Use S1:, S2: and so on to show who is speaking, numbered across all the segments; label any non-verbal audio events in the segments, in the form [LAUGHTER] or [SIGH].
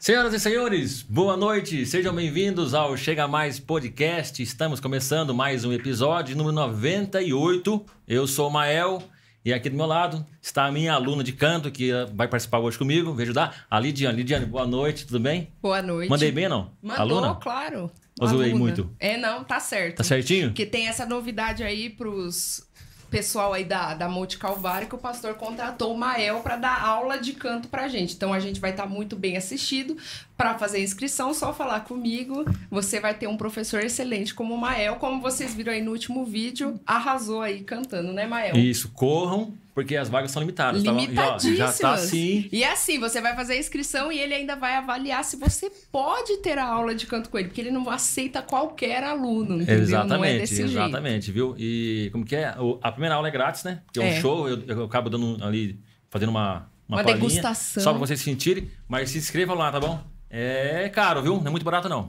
S1: Senhoras e senhores, boa noite, sejam bem-vindos ao Chega Mais Podcast. Estamos começando mais um episódio, número 98. Eu sou o Mael e aqui do meu lado está a minha aluna de canto que eh, vai participar hoje comigo, vai ajudar, a Lidiane. Lidiane, boa noite, tudo bem?
S2: Boa noite.
S1: Mandei bem, não?
S2: Mandou,
S1: aluna?
S2: claro.
S1: Ou zoei
S2: Aluna.
S1: muito?
S2: É, não, tá certo.
S1: Tá certinho?
S2: Porque tem essa novidade aí pros pessoal aí da, da Monte Calvário que o pastor contratou o Mael pra dar aula de canto pra gente. Então a gente vai estar muito bem assistido. Pra fazer a inscrição, só falar comigo. Você vai ter um professor excelente como o Mael, como vocês viram aí no último vídeo, arrasou aí cantando, né, Mael?
S1: Isso, corram, porque as vagas são limitadas. tá bom? Já- Já,
S2: Limitadíssimas.
S1: tá assim.
S2: E assim, você vai fazer a inscrição e ele ainda vai avaliar se você pode ter a aula de canto com ele, porque ele não aceita qualquer aluno, entendeu? não é
S1: Exatamente,
S2: desse jeito.
S1: exatamente, viu? E como que é? O- a primeira aula é grátis, né? Porque é um
S2: É.
S1: show, eu, eu acabo dando um, ali, fazendo uma, uma,
S2: Uma
S1: palhinha,
S2: degustação.
S1: Só pra vocês sentirem, mas se inscrevam lá, tá bom? É caro, viu? Não é muito barato, não.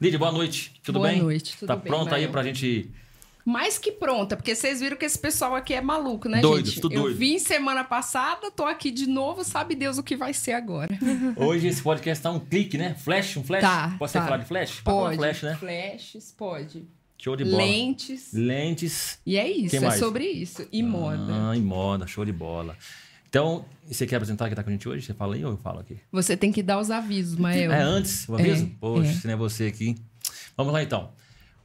S1: Lidia, boa noite, tudo
S2: Boa
S1: bem?
S2: noite, tudo
S1: Tá
S2: bem,
S1: pronta aí
S2: Mael?
S1: pra gente...
S2: Mais que pronta, porque vocês viram que esse pessoal aqui é maluco, né,
S1: Doido,
S2: gente?
S1: tudo
S2: Eu
S1: doido.
S2: vim semana passada, tô aqui de novo, sabe Deus o que vai ser
S1: [LAUGHS] Tá
S2: agora.
S1: Hoje esse podcast tá um clique, né? Flash, um flash?
S2: Tá,
S1: Posso
S2: tá.
S1: falar de flash? Pode falar
S2: Pode.
S1: de flash, né?
S2: Flashes, pode.
S1: Show de bola.
S2: Lentes.
S1: Lentes.
S2: E é isso,
S1: Quem
S2: é
S1: mais?
S2: sobre isso. E moda.
S1: Ah, em moda, show de bola. Então, e você quer apresentar quem tá com a gente hoje? Você fala aí ou eu falo aqui?
S2: Você tem que dar os avisos, Mael.
S1: É antes, o aviso?
S2: É,
S1: Poxa,
S2: é.
S1: se não é você aqui. hein? Vamos lá então.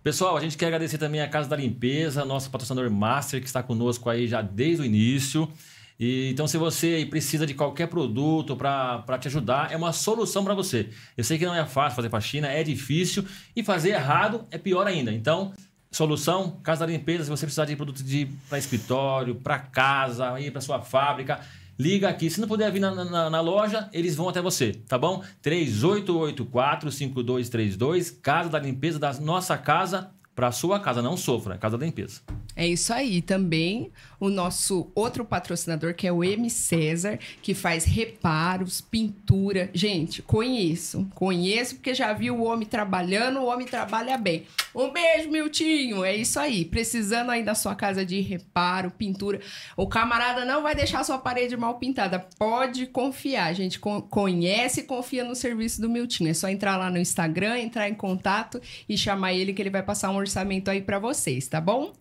S1: Pessoal, a gente quer agradecer também a Casa da Limpeza, nosso patrocinador master que está conosco aí já desde o início. E, então, se você aí precisa de qualquer produto para te ajudar, é uma solução para você. Eu sei que não é fácil fazer faxina, é difícil e fazer errado é pior ainda. Então, solução, Casa da Limpeza, se você precisar de produto para escritório, para casa, para sua fábrica, liga aqui. Se não puder vir na, na- na loja, eles vão até você, tá bom? 3884-5232, Casa da Limpeza, da nossa casa para sua casa. Não sofra, Casa da Limpeza.
S2: É isso aí. Também o nosso outro patrocinador, que é o M César, que faz reparos, pintura. Gente, conheço. Conheço porque já vi o homem trabalhando, o homem trabalha bem. Um beijo, Miltinho. É isso aí. Precisando aí da sua casa de reparo, pintura. O camarada não vai deixar sua parede mal pintada. Pode confiar, gente. Con- conhece e confia no serviço do Miltinho. É só entrar lá no Instagram, entrar em contato e chamar ele que ele vai passar um orçamento aí pra vocês, tá bom?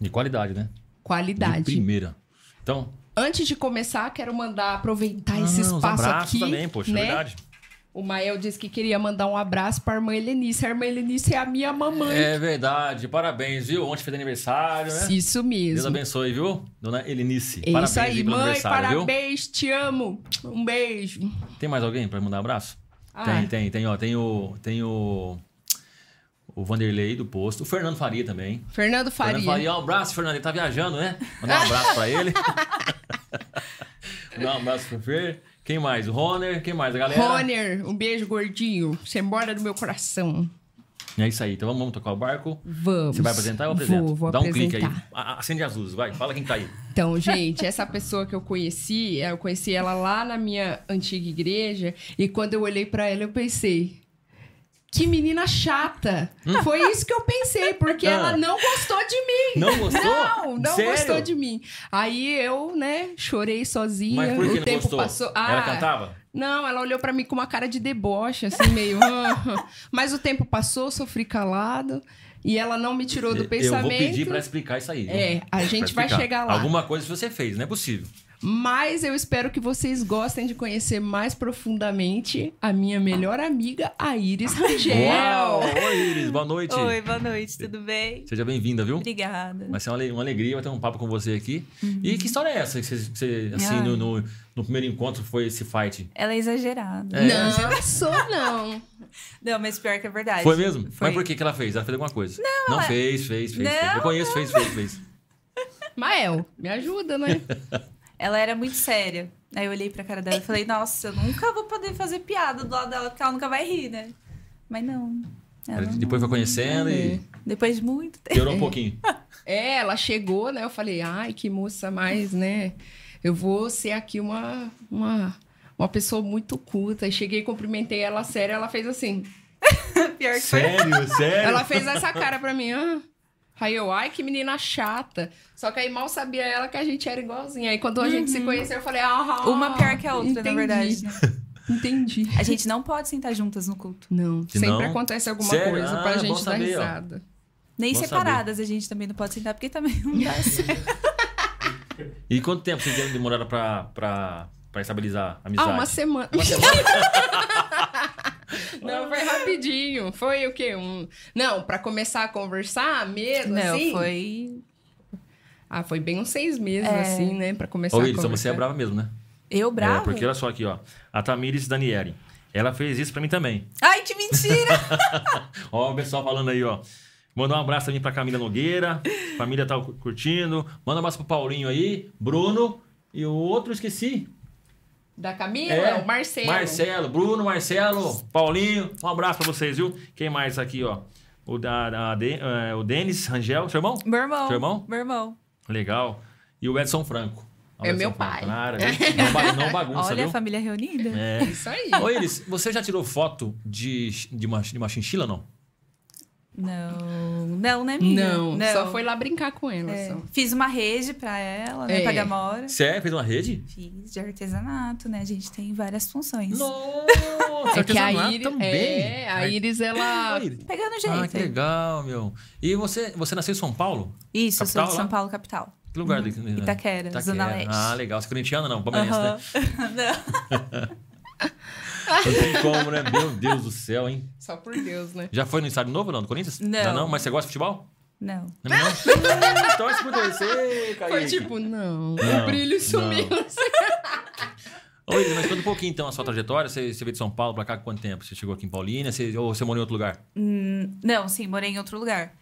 S1: De qualidade, né? De
S2: qualidade.
S1: primeira. Então,
S2: Antes de começar, quero mandar aproveitar esse
S1: ah, uns
S2: espaço
S1: abraços
S2: aqui,
S1: também, poxa, é
S2: né?
S1: verdade.
S2: O Mael disse que queria mandar um abraço para a irmã Helenice. A irmã Helenice é a minha mamãe.
S1: É verdade, parabéns, viu? Ontem fez aniversário, né?
S2: Isso
S1: Deus
S2: mesmo.
S1: abençoe, viu? Dona Elinice,
S2: É
S1: parabéns
S2: isso aí,
S1: aí pelo
S2: mãe,
S1: aniversário, viu?
S2: parabéns, te amo. Um beijo.
S1: Tem mais alguém pra mandar um abraço?
S2: Ah.
S1: Tem, tem, tem, ó. Tem o. Tem o. O Vanderlei do posto. O Fernando Faria também.
S2: Fernando Faria.
S1: Fernando Faria, ó, um abraço, Fernando. Ele tá viajando, né? Mandar um abraço pra
S2: [LAUGHS]
S1: ele. Mandar um abraço pro Fer. Quem mais? O Roner, quem mais? A galera.
S2: Roner, um beijo gordinho. Você mora do meu coração.
S1: É isso aí. Então vamos, vamos tocar o barco.
S2: Vamos.
S1: Você vai apresentar ou eu apresento?
S2: Vou, vou
S1: Dá um clique aí.
S2: apresentar.
S1: A- a- Acende as luzes, vai. Fala quem tá aí.
S2: Então, gente, essa pessoa que eu conheci, eh, eu conheci ela lá na minha antiga igreja, e quando eu olhei pra ela, eu pensei. Que menina chata! Foi isso que eu pensei, porque
S1: Hum. Ah.
S2: ela não gostou de mim!
S1: Não gostou?
S2: Não, não
S1: Sério?
S2: gostou de mim. Aí eu, né, chorei sozinha.
S1: Mas por que
S2: o
S1: não
S2: tempo
S1: gostou?
S2: passou. Ah,
S1: Ela cantava?
S2: Não, ela olhou pra mim com uma cara de deboche, assim, meio. [LAUGHS] "Ah". Mas o tempo passou, sofri calado. E ela não me tirou do
S1: Eu
S2: pensamento.
S1: vou pedir pra explicar isso aí. viu?
S2: É, a gente
S1: Pra
S2: vai
S1: explicar.
S2: chegar lá.
S1: Alguma coisa você fez, não é possível.
S2: Mas eu espero que vocês gostem de conhecer mais profundamente a minha melhor amiga, a Iris
S1: Uau!
S2: Rangel.
S1: Oi, Iris, boa noite.
S3: Oi, boa noite, tudo bem?
S1: Seja bem-vinda, viu?
S3: Obrigada.
S1: Vai ser uma ale- uma alegria, vai ter um papo com você aqui.
S2: Uhum.
S1: E que história é essa que você, que você, assim,
S3: Ah.
S1: no, no- no primeiro encontro foi esse fight?
S3: Ela é exagerada.
S1: É.
S2: Não, eu não sou, não.
S3: Não, mas pior que é verdade.
S1: Foi mesmo?
S3: Foi.
S1: Mas por que, que ela fez? Ela fez alguma coisa? Não,
S3: ela-
S1: fez, fez, fez.
S3: Não,
S1: fez. Eu conheço, fez, fez, fez.
S2: Mael, me
S1: [LAUGHS]
S2: ajuda, né?
S3: Ela era muito séria. Aí eu olhei pra cara dela e falei, nossa, eu nunca vou poder fazer piada do lado dela, porque ela nunca vai rir, né? Mas não. ela
S1: Ela
S3: não.
S1: depois foi conhecendo e
S3: Depois de muito tempo.
S1: piorou um
S2: [LAUGHS]
S1: pouquinho.
S2: É, ela chegou, né? Eu falei, ai, que moça mais, né? Eu vou ser aqui uma, uma, uma pessoa muito culta. E Cheguei, cumprimentei ela sério, ela fez assim.
S3: [LAUGHS] Pior que foi.
S1: sério, sério?
S2: Ela fez essa cara pra mim, ah. Aí eu, ai, que menina chata. Só que aí mal sabia
S1: Uhum.
S2: ela que a gente era igualzinha. Aí quando a gente se conheceu, eu falei, ah,
S3: Uma pior que a outra, na verdade. né?
S2: Entendi.
S3: A gente não pode sentar juntas no culto.
S2: Não,
S1: Se
S2: sempre
S1: não-
S2: acontece alguma
S1: Sério?
S2: coisa
S1: Ah,
S2: pra
S1: é bom
S2: gente dar
S1: saber, ó.
S2: risada.
S3: Nem
S1: Bom
S3: separadas a gente também não pode sentar, porque também não [LAUGHS] dá certo.
S1: E quanto tempo vocês demoraram pra, pra, pra estabilizar a amizade?
S2: Ah, uma semana.
S1: Uma semana?
S2: [LAUGHS] Não, foi rapidinho. Foi o quê? Um... Não, pra começar a conversar mesmo,
S3: Não,
S2: assim?
S3: foi.
S2: Ah, foi bem uns seis meses,
S3: É.
S2: assim, né? Pra começar
S1: Ô,
S2: a
S1: Wilson,
S2: conversar.
S1: você é brava mesmo, né?
S3: Eu brava?
S1: É, porque olha só aqui, ó. A Tamires Daniele. Ela fez isso pra mim
S2: [LAUGHS]
S1: também.
S3: Ai, que mentira!
S1: [LAUGHS] Ó, o pessoal falando aí, ó. Mandar um abraço também pra Camila Nogueira. Família tá cu- curtindo. Manda um abraço pro Paulinho aí, Bruno. E o outro, eu esqueci.
S2: Da Camila? é o Marcelo.
S1: É, Marcelo, Bruno, Marcelo, Paulinho. Um abraço pra vocês, viu? Quem mais aqui, ó? O, da, a De- eh, o Denis Rangel, seu irmão?
S3: Meu irmão.
S1: Seu irmão?
S3: Meu irmão.
S1: Legal. E o Edson Franco. Ó,
S2: Hum. É
S1: Edson
S2: meu
S1: Franco,
S2: pai.
S1: na área, viu? não, ba- não
S2: [LAUGHS]
S1: bagunça,
S3: Olha
S1: viu?
S3: a família reunida.
S1: É.
S2: Isso aí.
S1: Ô, Iris, você já tirou foto de, de, uma, de uma chinchila, não?
S3: Não. Não, né, minha?
S2: Não, só foi lá brincar com ela.
S3: É,
S2: só.
S3: Fiz uma rede pra ela, né?
S2: É.
S3: Pra Gamora.
S1: Você é? Fez uma rede?
S3: Fiz de artesanato, né? A gente tem várias funções.
S1: Nossa,
S2: É que a
S1: artesanato
S2: Iris,
S1: também.
S2: é, a Iris, é ela...
S1: Ai, Iris.
S3: Pegando
S1: Ah, que
S3: jeito.
S1: legal, meu. E você, você nasceu em São Paulo?
S3: Isso, eu sou
S1: Capital,
S3: de
S1: lá?
S3: São Paulo, capital.
S1: Que lugar?
S2: Uhum.
S1: daqui?
S3: Itaquera, Zona Leste.
S1: Ah, legal. Você é corintiana, não? Palmeirense, né?
S3: Não.
S1: Não tem como, né? Meu Deus do céu, hein?
S2: Só por Deus, né?
S1: Já foi no estádio novo, não? Do Corinthians?
S3: Não.
S1: Não, mas você gosta de futebol?
S3: [LAUGHS] Não.
S1: [LAUGHS] Não,
S2: [LAUGHS]
S1: não. Torce pro DC, Kaique.
S2: Foi tipo, não,
S1: Não,
S2: o brilho sumiu.
S1: Ô, Iris, mas conta um pouquinho, então, a sua trajetória. Você, você veio de São Paulo pra cá há quanto tempo? Você chegou aqui em Paulínia? Você- ou você morou em outro lugar?
S3: Hum, Não, sim, morei em outro lugar.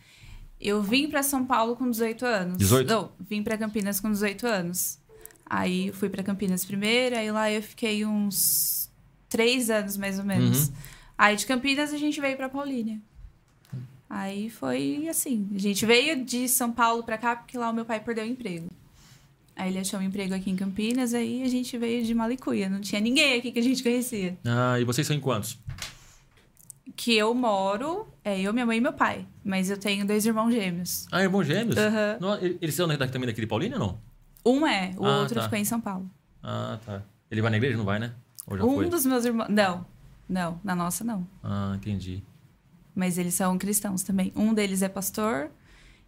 S3: Eu vim pra São Paulo com 18 anos.
S1: 18?
S3: Não, vim pra Campinas com 18 anos. Aí fui pra Campinas primeiro, aí lá eu fiquei uns três anos mais ou menos. Aí de Campinas a gente veio pra Paulínia. Aí foi assim, a gente veio de São Paulo pra cá porque lá o meu pai perdeu o emprego. Aí ele achou um emprego aqui em Campinas, aí a gente veio de Malicuia, não tinha ninguém aqui que a gente conhecia.
S1: Ah, e vocês são em quantos?
S3: que eu moro é eu, minha mãe e meu pai. Mas eu tenho dois irmãos gêmeos.
S1: Ah, irmãos gêmeos?
S3: Aham.
S1: Não, e- eles são daqui, também daqui de Paulínia ou não?
S3: Um é, o
S1: Ah,
S3: outro
S1: tá.
S3: ficou em São Paulo.
S1: Ah, tá. Ele vai na igreja? Não vai, né? Ou já
S3: um
S1: foi?
S3: dos meus irmãos. Não, não, na nossa não.
S1: Ah, entendi.
S3: Mas eles são cristãos também. Um deles é pastor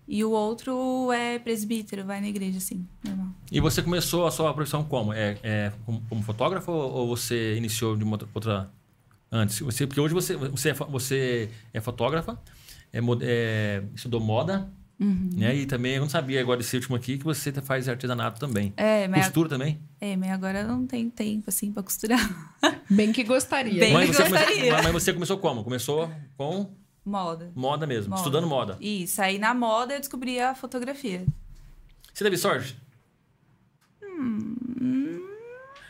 S3: e o outro é presbítero, vai na igreja, assim, normal.
S1: E você começou a sua profissão como? É, é como, como fotógrafo ou ou você iniciou de uma outra- outra antes? Você, porque hoje você, você, é, fo- você é fotógrafa, é, mo- é, estudou moda,
S3: Uhum.
S1: né? E também, eu não sabia agora desse último aqui, que você tá, faz artesanato também.
S3: É, mas,
S1: Costura também?
S3: é, mas agora eu não tenho tempo, assim, pra costurar. [LAUGHS]
S2: Bem que gostaria.
S3: Bem-
S1: mas, você
S3: gostaria.
S1: começou, mas- mas você começou como? Começou com
S3: Moda.
S1: moda mesmo,
S3: Moda.
S1: estudando moda.
S3: Isso, aí na moda eu descobri a fotografia.
S1: Você teve sorte? Hum.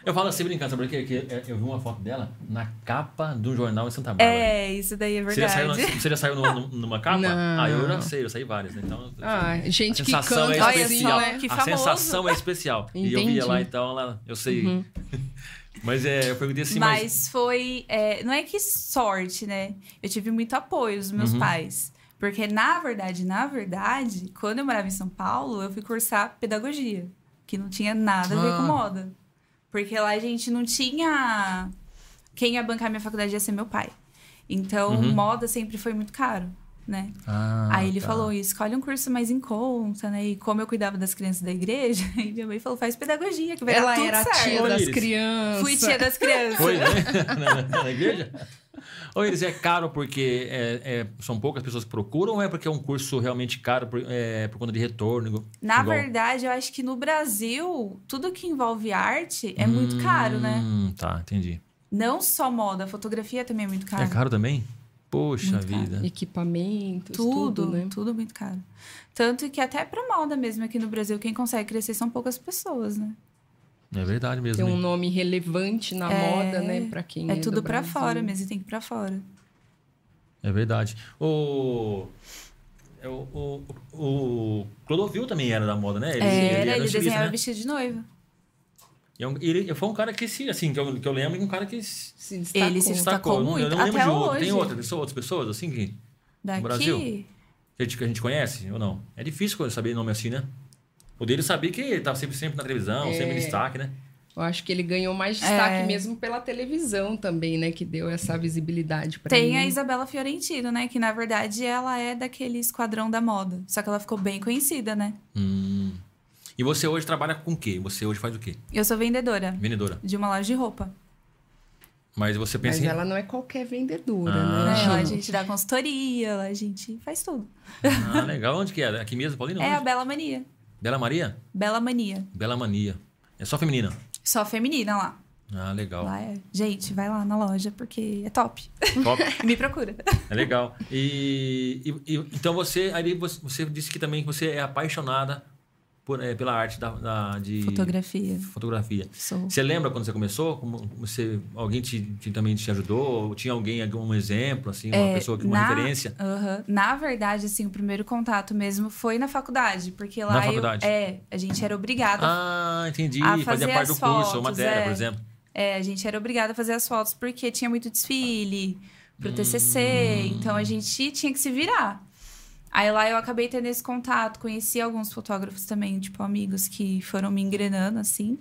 S1: Eu falo assim brincando, sabe por quê? Que é, eu vi uma foto dela na capa de um jornal em Santa Bárbara.
S3: É, isso daí é
S1: Ah, Você já saiu,
S3: verdade.
S1: na- você já saiu no- no- numa capa?
S2: Não.
S1: Ah, eu já sei, eu saí várias, né? Então.
S2: Ah, gente
S1: a
S2: que
S1: sensação
S2: canta
S1: é
S3: olha
S2: assim,
S1: especial.
S3: só,
S2: né?
S3: que
S1: a
S3: famoso.
S1: sensação é especial. E eu
S2: Entendi.
S1: via lá, então, lá, eu sei. [LAUGHS] Mas é, eu perguntei assim, mas.
S3: Uhum. mas foi. é, não é que sorte, né? Eu tive muito apoio dos
S1: Uhum.
S3: meus pais. Porque, na verdade, na verdade, quando eu morava em São Paulo, eu fui cursar pedagogia, que não tinha nada a ver
S1: Ah.
S3: com moda. Porque lá a gente não tinha. Quem ia bancar minha faculdade ia ser meu pai. Então, moda sempre foi muito caro, né?
S1: Uhum. Ah,
S3: Aí ele
S1: tá.
S3: falou, escolhe um curso mais em conta, né? E como eu cuidava das crianças da igreja, [LAUGHS] aí minha mãe falou, faz pedagogia, que vai
S2: Ela
S3: dar tudo
S2: era a
S3: certo.
S2: tia
S1: Ô,
S2: das
S1: Iris.
S2: crianças.
S3: Fui tia das crianças.
S1: Foi, né? [LAUGHS] na, na- na igreja? Ou eles é caro porque é- é- são poucas pessoas que procuram ou é porque é um curso realmente caro por, é, por conta de retorno? igual-
S3: Na
S1: igual?
S3: verdade, eu acho que no Brasil, tudo que envolve arte é muito caro, né?
S1: Hum, Tá, entendi.
S3: Não só moda, fotografia também é muito caro.
S1: É caro também? Poxa
S3: Muito caro.
S1: vida.
S2: Equipamentos, tudo,
S3: Tudo, tudo,
S2: né?
S3: muito caro. Tanto que até pra moda mesmo aqui no Brasil, quem consegue crescer são poucas pessoas, né?
S1: É verdade mesmo.
S2: Tem um
S1: hein?
S2: nome relevante na moda, né? Pra quem
S3: É,
S2: do
S3: tudo pra
S2: Brasil.
S3: fora mesmo, tem que ir pra fora.
S1: É verdade. O... é o- O, o Clodovil também era da moda, né? Ele,
S3: Era, É, ele
S1: estilista,
S3: desenhava
S1: né?
S3: vestido de noiva.
S1: E é um- ele foi um cara que, se- assim, que eu, que eu lembro, um cara que se
S2: Se destacou.
S3: Ele se destacou.
S1: destacou. Eu não- Eu não lembro
S3: muito, até
S1: de outro. Tem
S3: hoje.
S1: outra pessoa, outras pessoas, assim, que,
S3: Daqui.
S1: Brasil? que a gente- que a gente conhece ou não? tá É difícil saber nome assim, né? O dele eu sabia que ele tava sempre, sempre na televisão, sempre em destaque, né?
S2: Eu acho que ele ganhou mais destaque
S3: É.
S2: mesmo pela televisão também, né? Que deu essa visibilidade pra
S3: Tem
S2: ele.
S3: a Isabela Fiorentino, né? Que na verdade ela é daquele esquadrão da moda. Só que ela ficou bem conhecida, né?
S1: Hum. E você hoje trabalha com o quê? Você hoje faz o quê?
S3: Eu sou vendedora
S1: Vendedora.
S3: de uma loja de roupa.
S1: Mas você pensa
S2: Mas
S1: em...
S2: ela não é qualquer vendedora,
S1: Ah.
S2: né?
S3: né? Lá a
S2: gente?
S3: gente dá consultoria, lá a gente faz tudo.
S1: [LAUGHS] Ah, legal. Onde que é? Aqui mesmo, Paulina?
S3: É a
S1: Onde?
S3: Bela Mania.
S1: Bela Maria?
S3: Bela Mania.
S1: Bela Mania. É só feminina.
S3: Só feminina lá.
S1: Ah, legal.
S3: Lá é- Gente, vai lá na loja porque é top. [LAUGHS]
S1: Top.
S3: Me
S1: [LAUGHS]
S3: procura.
S1: É legal. E, e- e- então você, ali você, você disse que também que você é apaixonada por, eh, pela arte da, da- de
S3: Fotografia.
S1: fotografia.
S3: Sou.
S1: Você lembra quando você começou? Como você, alguém te, te- também te ajudou? Ou tinha alguém, algum exemplo, assim, uma
S3: É,
S1: pessoa, que- uma
S3: na-
S1: referência?
S3: Aham. Na verdade, assim, o primeiro contato mesmo foi na faculdade, porque lá
S1: Na
S3: eu-
S1: faculdade.
S3: é, a gente era obrigada
S1: Ah, entendi.
S3: A
S1: Fazia
S3: fazer
S1: parte do
S3: as
S1: curso, ou
S3: fotos,
S1: matéria,
S3: é.
S1: por exemplo.
S3: É, a gente era obrigada a fazer as fotos porque tinha muito desfile pro TCC, então a gente tinha que se virar. Aí lá eu acabei tendo esse contato, conheci alguns fotógrafos também, tipo amigos que foram me engrenando assim.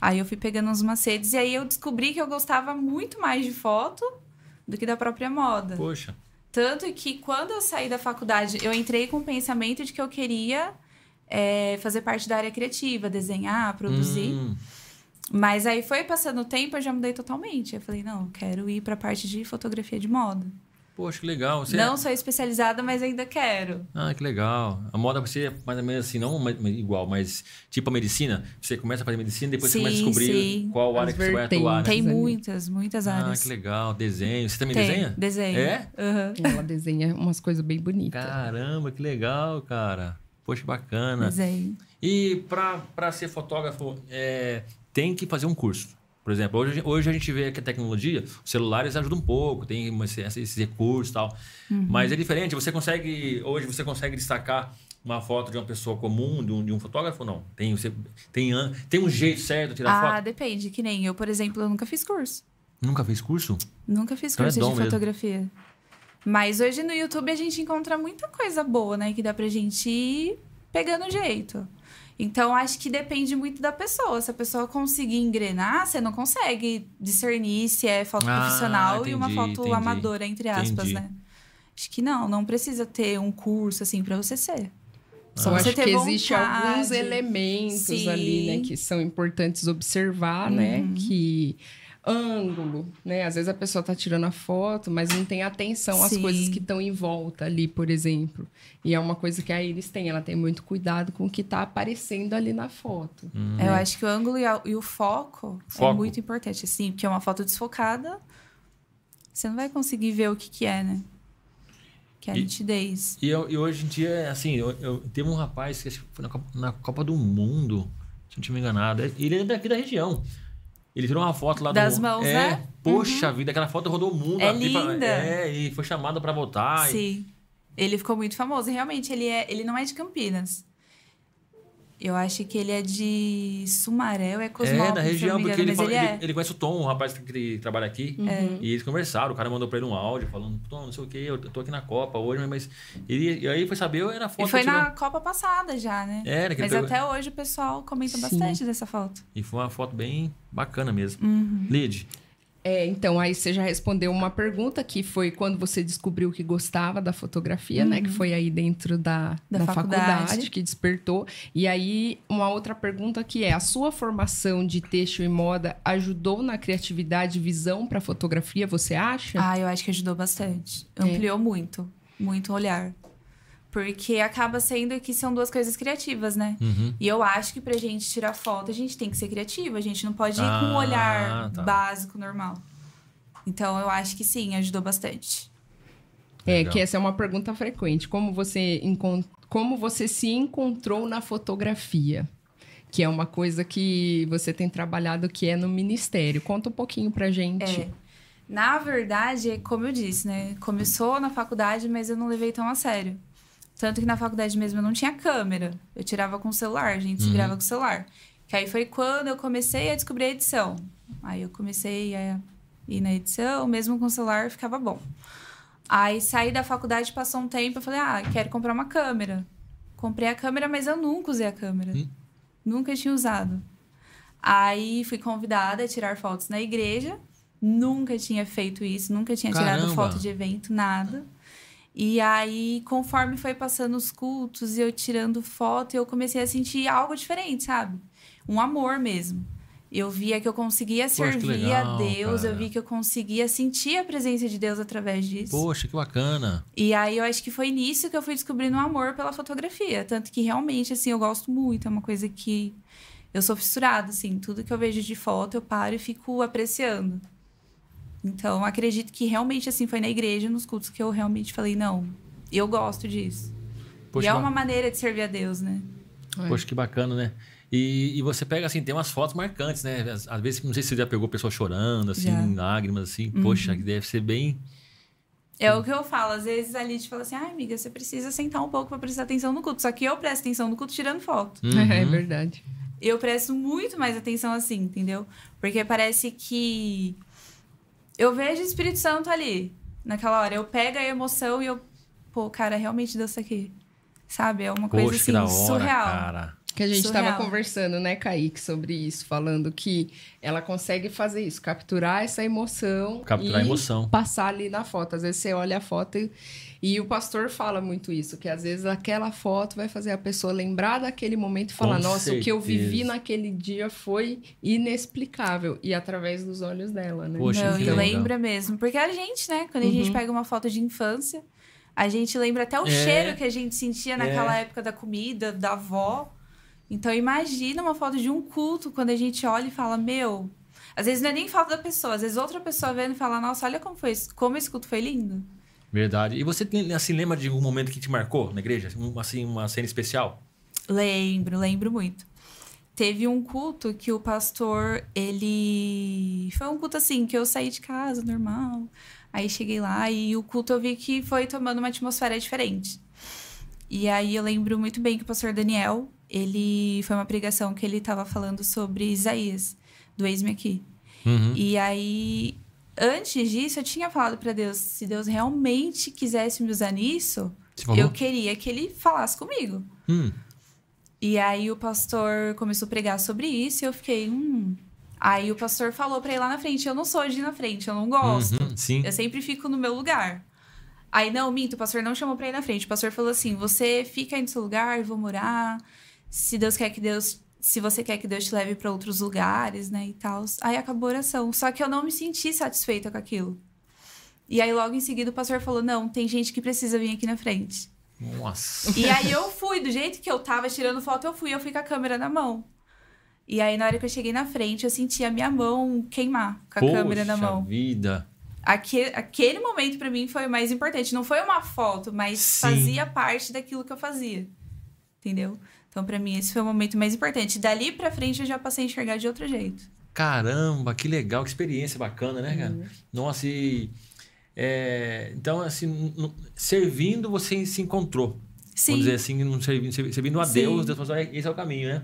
S3: Aí eu fui pegando uns macetes e aí eu descobri que eu gostava muito mais de foto do que da própria moda.
S1: Poxa.
S3: Tanto que quando eu saí da faculdade, eu entrei com o pensamento de que eu queria é, fazer parte da área criativa, desenhar, produzir.
S1: Hum,
S3: Mas aí foi passando o tempo, eu já mudei totalmente. Eu falei, não, eu quero ir pra parte de fotografia de moda.
S1: poxa, que legal. Você é?
S3: Não sou especializada, mas ainda quero.
S1: Ah, que legal. A moda pra você é mais ou menos assim, não ma- ma- igual, mas tipo a medicina. Você começa a fazer medicina e depois você
S3: Sim,
S1: começa a descobrir
S3: sim.
S1: qual área
S2: As
S1: que você vai atuar, né?
S3: Tem
S2: Desenho.
S3: muitas, muitas
S1: Ah,
S3: áreas.
S1: que legal. Desenho. Você também
S3: Tem,
S1: desenha?
S3: Desenho.
S1: É?
S3: Aham.
S2: Ela desenha umas coisas bem bonitas.
S1: Caramba, que legal, cara. Poxa, que bacana.
S3: Desenho.
S1: E pra, pra ser fotógrafo, é, tem que fazer um curso. Por exemplo, hoje, hoje a gente vê que a tecnologia, os celulares ajudam um pouco, tem uma- esse- esses recursos e tal. Mas é diferente, você consegue. Hoje você consegue destacar uma foto de uma pessoa comum, de um, de um fotógrafo ou não? Tem, você, tem, an- tem um jeito certo de tirar
S3: Ah,
S1: foto?
S3: depende. Que nem eu, por exemplo, eu nunca fiz curso.
S1: Nunca fez curso?
S3: Nunca fiz
S1: Então é
S3: curso
S1: dom
S3: de
S1: mesmo.
S3: fotografia. Mas hoje no YouTube a gente encontra muita coisa boa, né? Que dá pra gente ir pegando jeito. Então acho que depende muito da pessoa. Se a pessoa conseguir engrenar, você não consegue discernir se é foto
S1: Ah,
S3: profissional e uma
S1: entendi,
S3: foto
S1: entendi.
S3: amadora, entre aspas,
S1: Entendi.
S3: né? Acho que não, não precisa ter um curso assim pra você ser. Só
S2: Eu acho
S3: você
S2: que
S3: ter
S2: existe
S3: vontade.
S2: alguns elementos
S3: Sim. Uhum.
S2: ali, né, que são importantes observar, né, que ângulo, né, às vezes a pessoa tá tirando a foto, mas não tem atenção às
S3: Sim.
S2: coisas que estão em volta ali, por exemplo. E é uma coisa que a Iris tem, ela tem muito cuidado com o que tá aparecendo ali na foto.
S3: É, Eu acho que o ângulo e, a- e o foco,
S1: Uhum. Foco.
S3: é muito importante, assim, porque uma foto desfocada, você não vai conseguir ver o que, que é, né? Que é a
S1: E-
S3: nitidez.
S1: E, eu- e hoje em dia, assim, eu, eu- teve um rapaz que acho que foi na Copa, na Copa do Mundo, se eu não tiver enganado. Ele é daqui da região. Ele tirou uma foto lá do-
S3: Das mãos,
S1: é,
S3: né?
S1: Poxa vida, aquela foto rodou o mundo.
S3: É
S1: E fa-
S3: linda.
S1: É, e foi chamada pra voltar. e-
S3: Sim. Ele ficou muito famoso. E, Realmente, ele, é, ele não é de Campinas. Eu acho que ele é de Sumaré, ou é Cosmópolis,
S1: é, da região,
S3: se eu não me
S1: porque
S3: engano,
S1: ele,
S3: mas
S1: falou-
S3: ele,
S1: ele,
S3: é. Uhum.
S1: ele conhece o Tom, o rapaz que, que trabalha aqui. E eles conversaram, o cara mandou pra ele um áudio falando, Tom, não sei o que, eu tô aqui na Copa hoje, mas. Ele, e aí foi saber, era a foto
S3: E foi
S1: que ele
S3: na Copa passada já, né?
S1: tirou. Era, que ele
S3: mas
S1: pegou-
S3: até hoje o pessoal comenta
S2: Sim.
S3: bastante dessa foto.
S1: E foi uma foto bem bacana mesmo.
S3: Uhum.
S1: Lid,
S2: É, então aí você já respondeu uma pergunta que foi quando você descobriu que gostava da fotografia, né? Que foi aí dentro da,
S3: Uhum. Da
S2: da faculdade.
S3: faculdade.
S2: que despertou. E aí uma outra pergunta que é: a sua formação de texto e moda ajudou na criatividade, e visão para fotografia? Você acha?
S3: Ah, eu acho que ajudou bastante.
S2: É.
S3: Ampliou muito, muito o olhar. Porque acaba sendo que são duas coisas criativas, né?
S1: Uhum.
S3: E eu acho que pra gente tirar foto, a gente tem que ser criativa. A gente não pode ir com um
S1: Ah,
S3: olhar
S1: tá.
S3: básico, normal. Então, eu acho que sim, ajudou bastante.
S2: é
S1: Legal.
S2: que essa é uma pergunta frequente. Como você encon- como você se encontrou na fotografia? Que é uma coisa que você tem trabalhado que é no ministério. Conta um pouquinho pra gente.
S3: É. Na verdade, é como eu disse, né? Começou na faculdade, mas eu não levei tão a sério. Tanto que na faculdade mesmo eu não tinha câmera. Eu tirava com o celular, a gente
S1: Uhum.
S3: se grava com o celular. Que aí foi quando eu comecei a descobrir a edição. Aí eu comecei a ir na edição, mesmo com o celular ficava bom. Aí saí da faculdade, passou um tempo, eu falei, ah, quero comprar uma câmera. Comprei a câmera, mas eu nunca usei a câmera.
S1: Hum.
S3: Nunca tinha usado. Aí fui convidada a tirar fotos na igreja. Nunca tinha feito isso, nunca tinha tirado
S1: Caramba.
S3: foto de evento, nada. E aí, conforme foi passando os cultos e eu tirando foto, eu comecei a sentir algo diferente, sabe? Um amor mesmo. Eu via que eu conseguia
S1: Poxa, que
S3: servir
S1: legal,
S3: a Deus,
S1: cara.
S3: eu vi que eu conseguia sentir a presença de Deus através disso.
S1: Poxa, que bacana.
S3: E aí eu acho que foi nisso que eu fui descobrindo o amor pela fotografia. Tanto que realmente, assim, eu gosto muito. É uma coisa que eu sou fissurada, assim. Tudo que eu vejo de foto, eu paro e fico apreciando. Então, acredito que realmente, assim, foi na igreja, nos cultos, que eu realmente falei, não, eu gosto disso.
S1: Poxa,
S3: e é
S1: ba-
S3: uma maneira de servir a Deus, né?
S2: É.
S1: Poxa, que bacana, né? E, e você pega, assim, tem umas fotos marcantes, né? Às, às vezes, não sei se você já pegou pessoa chorando, assim,
S3: Já. Uhum.
S1: lágrimas, assim. Poxa, que deve ser
S3: [LAUGHS]
S1: bem...
S3: É
S1: Hum.
S3: o que eu falo. Às vezes a Lid fala assim, ai, amiga, você precisa sentar um pouco pra prestar atenção no culto. Só que eu presto atenção no culto tirando foto.
S2: É,
S1: Uhum.
S2: verdade.
S3: eu presto muito mais atenção assim, entendeu? Porque parece que eu vejo o Espírito Santo ali, naquela hora. Eu pego a emoção e eu, pô, cara, realmente Deus tá aqui. Sabe? É uma coisa
S1: Poxa, que
S3: assim,
S1: da hora,
S3: surreal.
S1: cara.
S2: Que a gente estava
S3: Surreal.
S2: conversando, né, Kaique, sobre isso, falando que ela consegue fazer isso, capturar essa emoção.
S1: Capturar a
S2: e
S1: emoção.
S2: Passar ali na foto. Às vezes você olha a foto e, e o pastor fala muito isso, que às vezes aquela foto vai fazer a pessoa lembrar daquele momento e falar:
S1: Com
S2: nossa, o que eu vivi
S1: certeza.
S2: naquele dia foi inexplicável. E através dos olhos dela, né?
S1: Poxa,
S3: Não,
S1: que
S3: e
S1: legal.
S3: lembra mesmo. Porque a gente, né? Quando a gente
S2: Uhum.
S3: pega uma foto de infância, a gente lembra até o
S1: É.
S3: cheiro que a gente sentia naquela época da comida, da avó. Então imagina uma foto de um culto quando a gente olha e fala, meu. Às vezes não é nem foto da pessoa, às vezes outra pessoa vendo e fala, nossa, olha como foi esse- como esse culto foi lindo.
S1: Verdade. E você, tem, assim, lembra de um momento que te marcou na igreja? Um, assim, uma cena especial?
S3: Lembro, lembro muito. Teve um culto que o pastor, ele. Foi um culto assim, que eu saí de casa, normal. Aí cheguei lá e o culto eu vi que foi tomando uma atmosfera diferente. E aí eu lembro muito bem que o pastor Daniel, ele. Foi uma pregação que ele estava falando sobre Isaías, do Eis-me aqui.
S1: Uhum.
S3: E aí, antes disso, eu tinha falado para Deus: se Deus realmente quisesse me usar nisso,
S1: Você falou?
S3: eu queria que ele falasse comigo.
S1: Hum.
S3: E aí o pastor começou a pregar sobre isso e eu fiquei, hum. Aí o pastor falou pra ir lá na frente, eu não sou de ir na frente, eu não gosto.
S1: Uhum, Sim.
S3: Eu sempre fico no meu lugar. Aí não, minto, o pastor não chamou pra ir na frente. O pastor falou assim: "Você fica aí no seu lugar, eu vou morar. Se Deus quer que Deus, se você quer que Deus te leve pra outros lugares, né, e tal". Aí acabou a oração. Só que eu não me senti satisfeita com aquilo. E aí logo em seguida o pastor falou: "Não, tem gente que precisa vir aqui na frente".
S1: Nossa.
S3: E aí eu fui, do jeito que eu tava tirando foto, eu fui, eu fui com a câmera na mão. E aí, na hora que eu cheguei na frente, eu senti a minha mão queimar com a câmera na
S1: Poxa
S3: mão.
S1: vida.
S3: Aque- Aquele, momento pra mim foi o mais importante. Não foi uma foto, mas
S1: Sim.
S3: fazia parte daquilo que eu fazia. Entendeu? Então, pra mim, esse foi o momento mais importante. Dali pra frente, eu já passei a enxergar de outro jeito.
S1: Caramba, que legal, que experiência bacana, né, cara?
S3: Uhum.
S1: Nossa, e. é, então, assim, n- n- servindo, você se encontrou.
S3: Sim.
S1: Vamos dizer assim, num servi- servi- servindo a
S3: Sim.
S1: Deus, Deus falou, "Olha, esse é o caminho, né?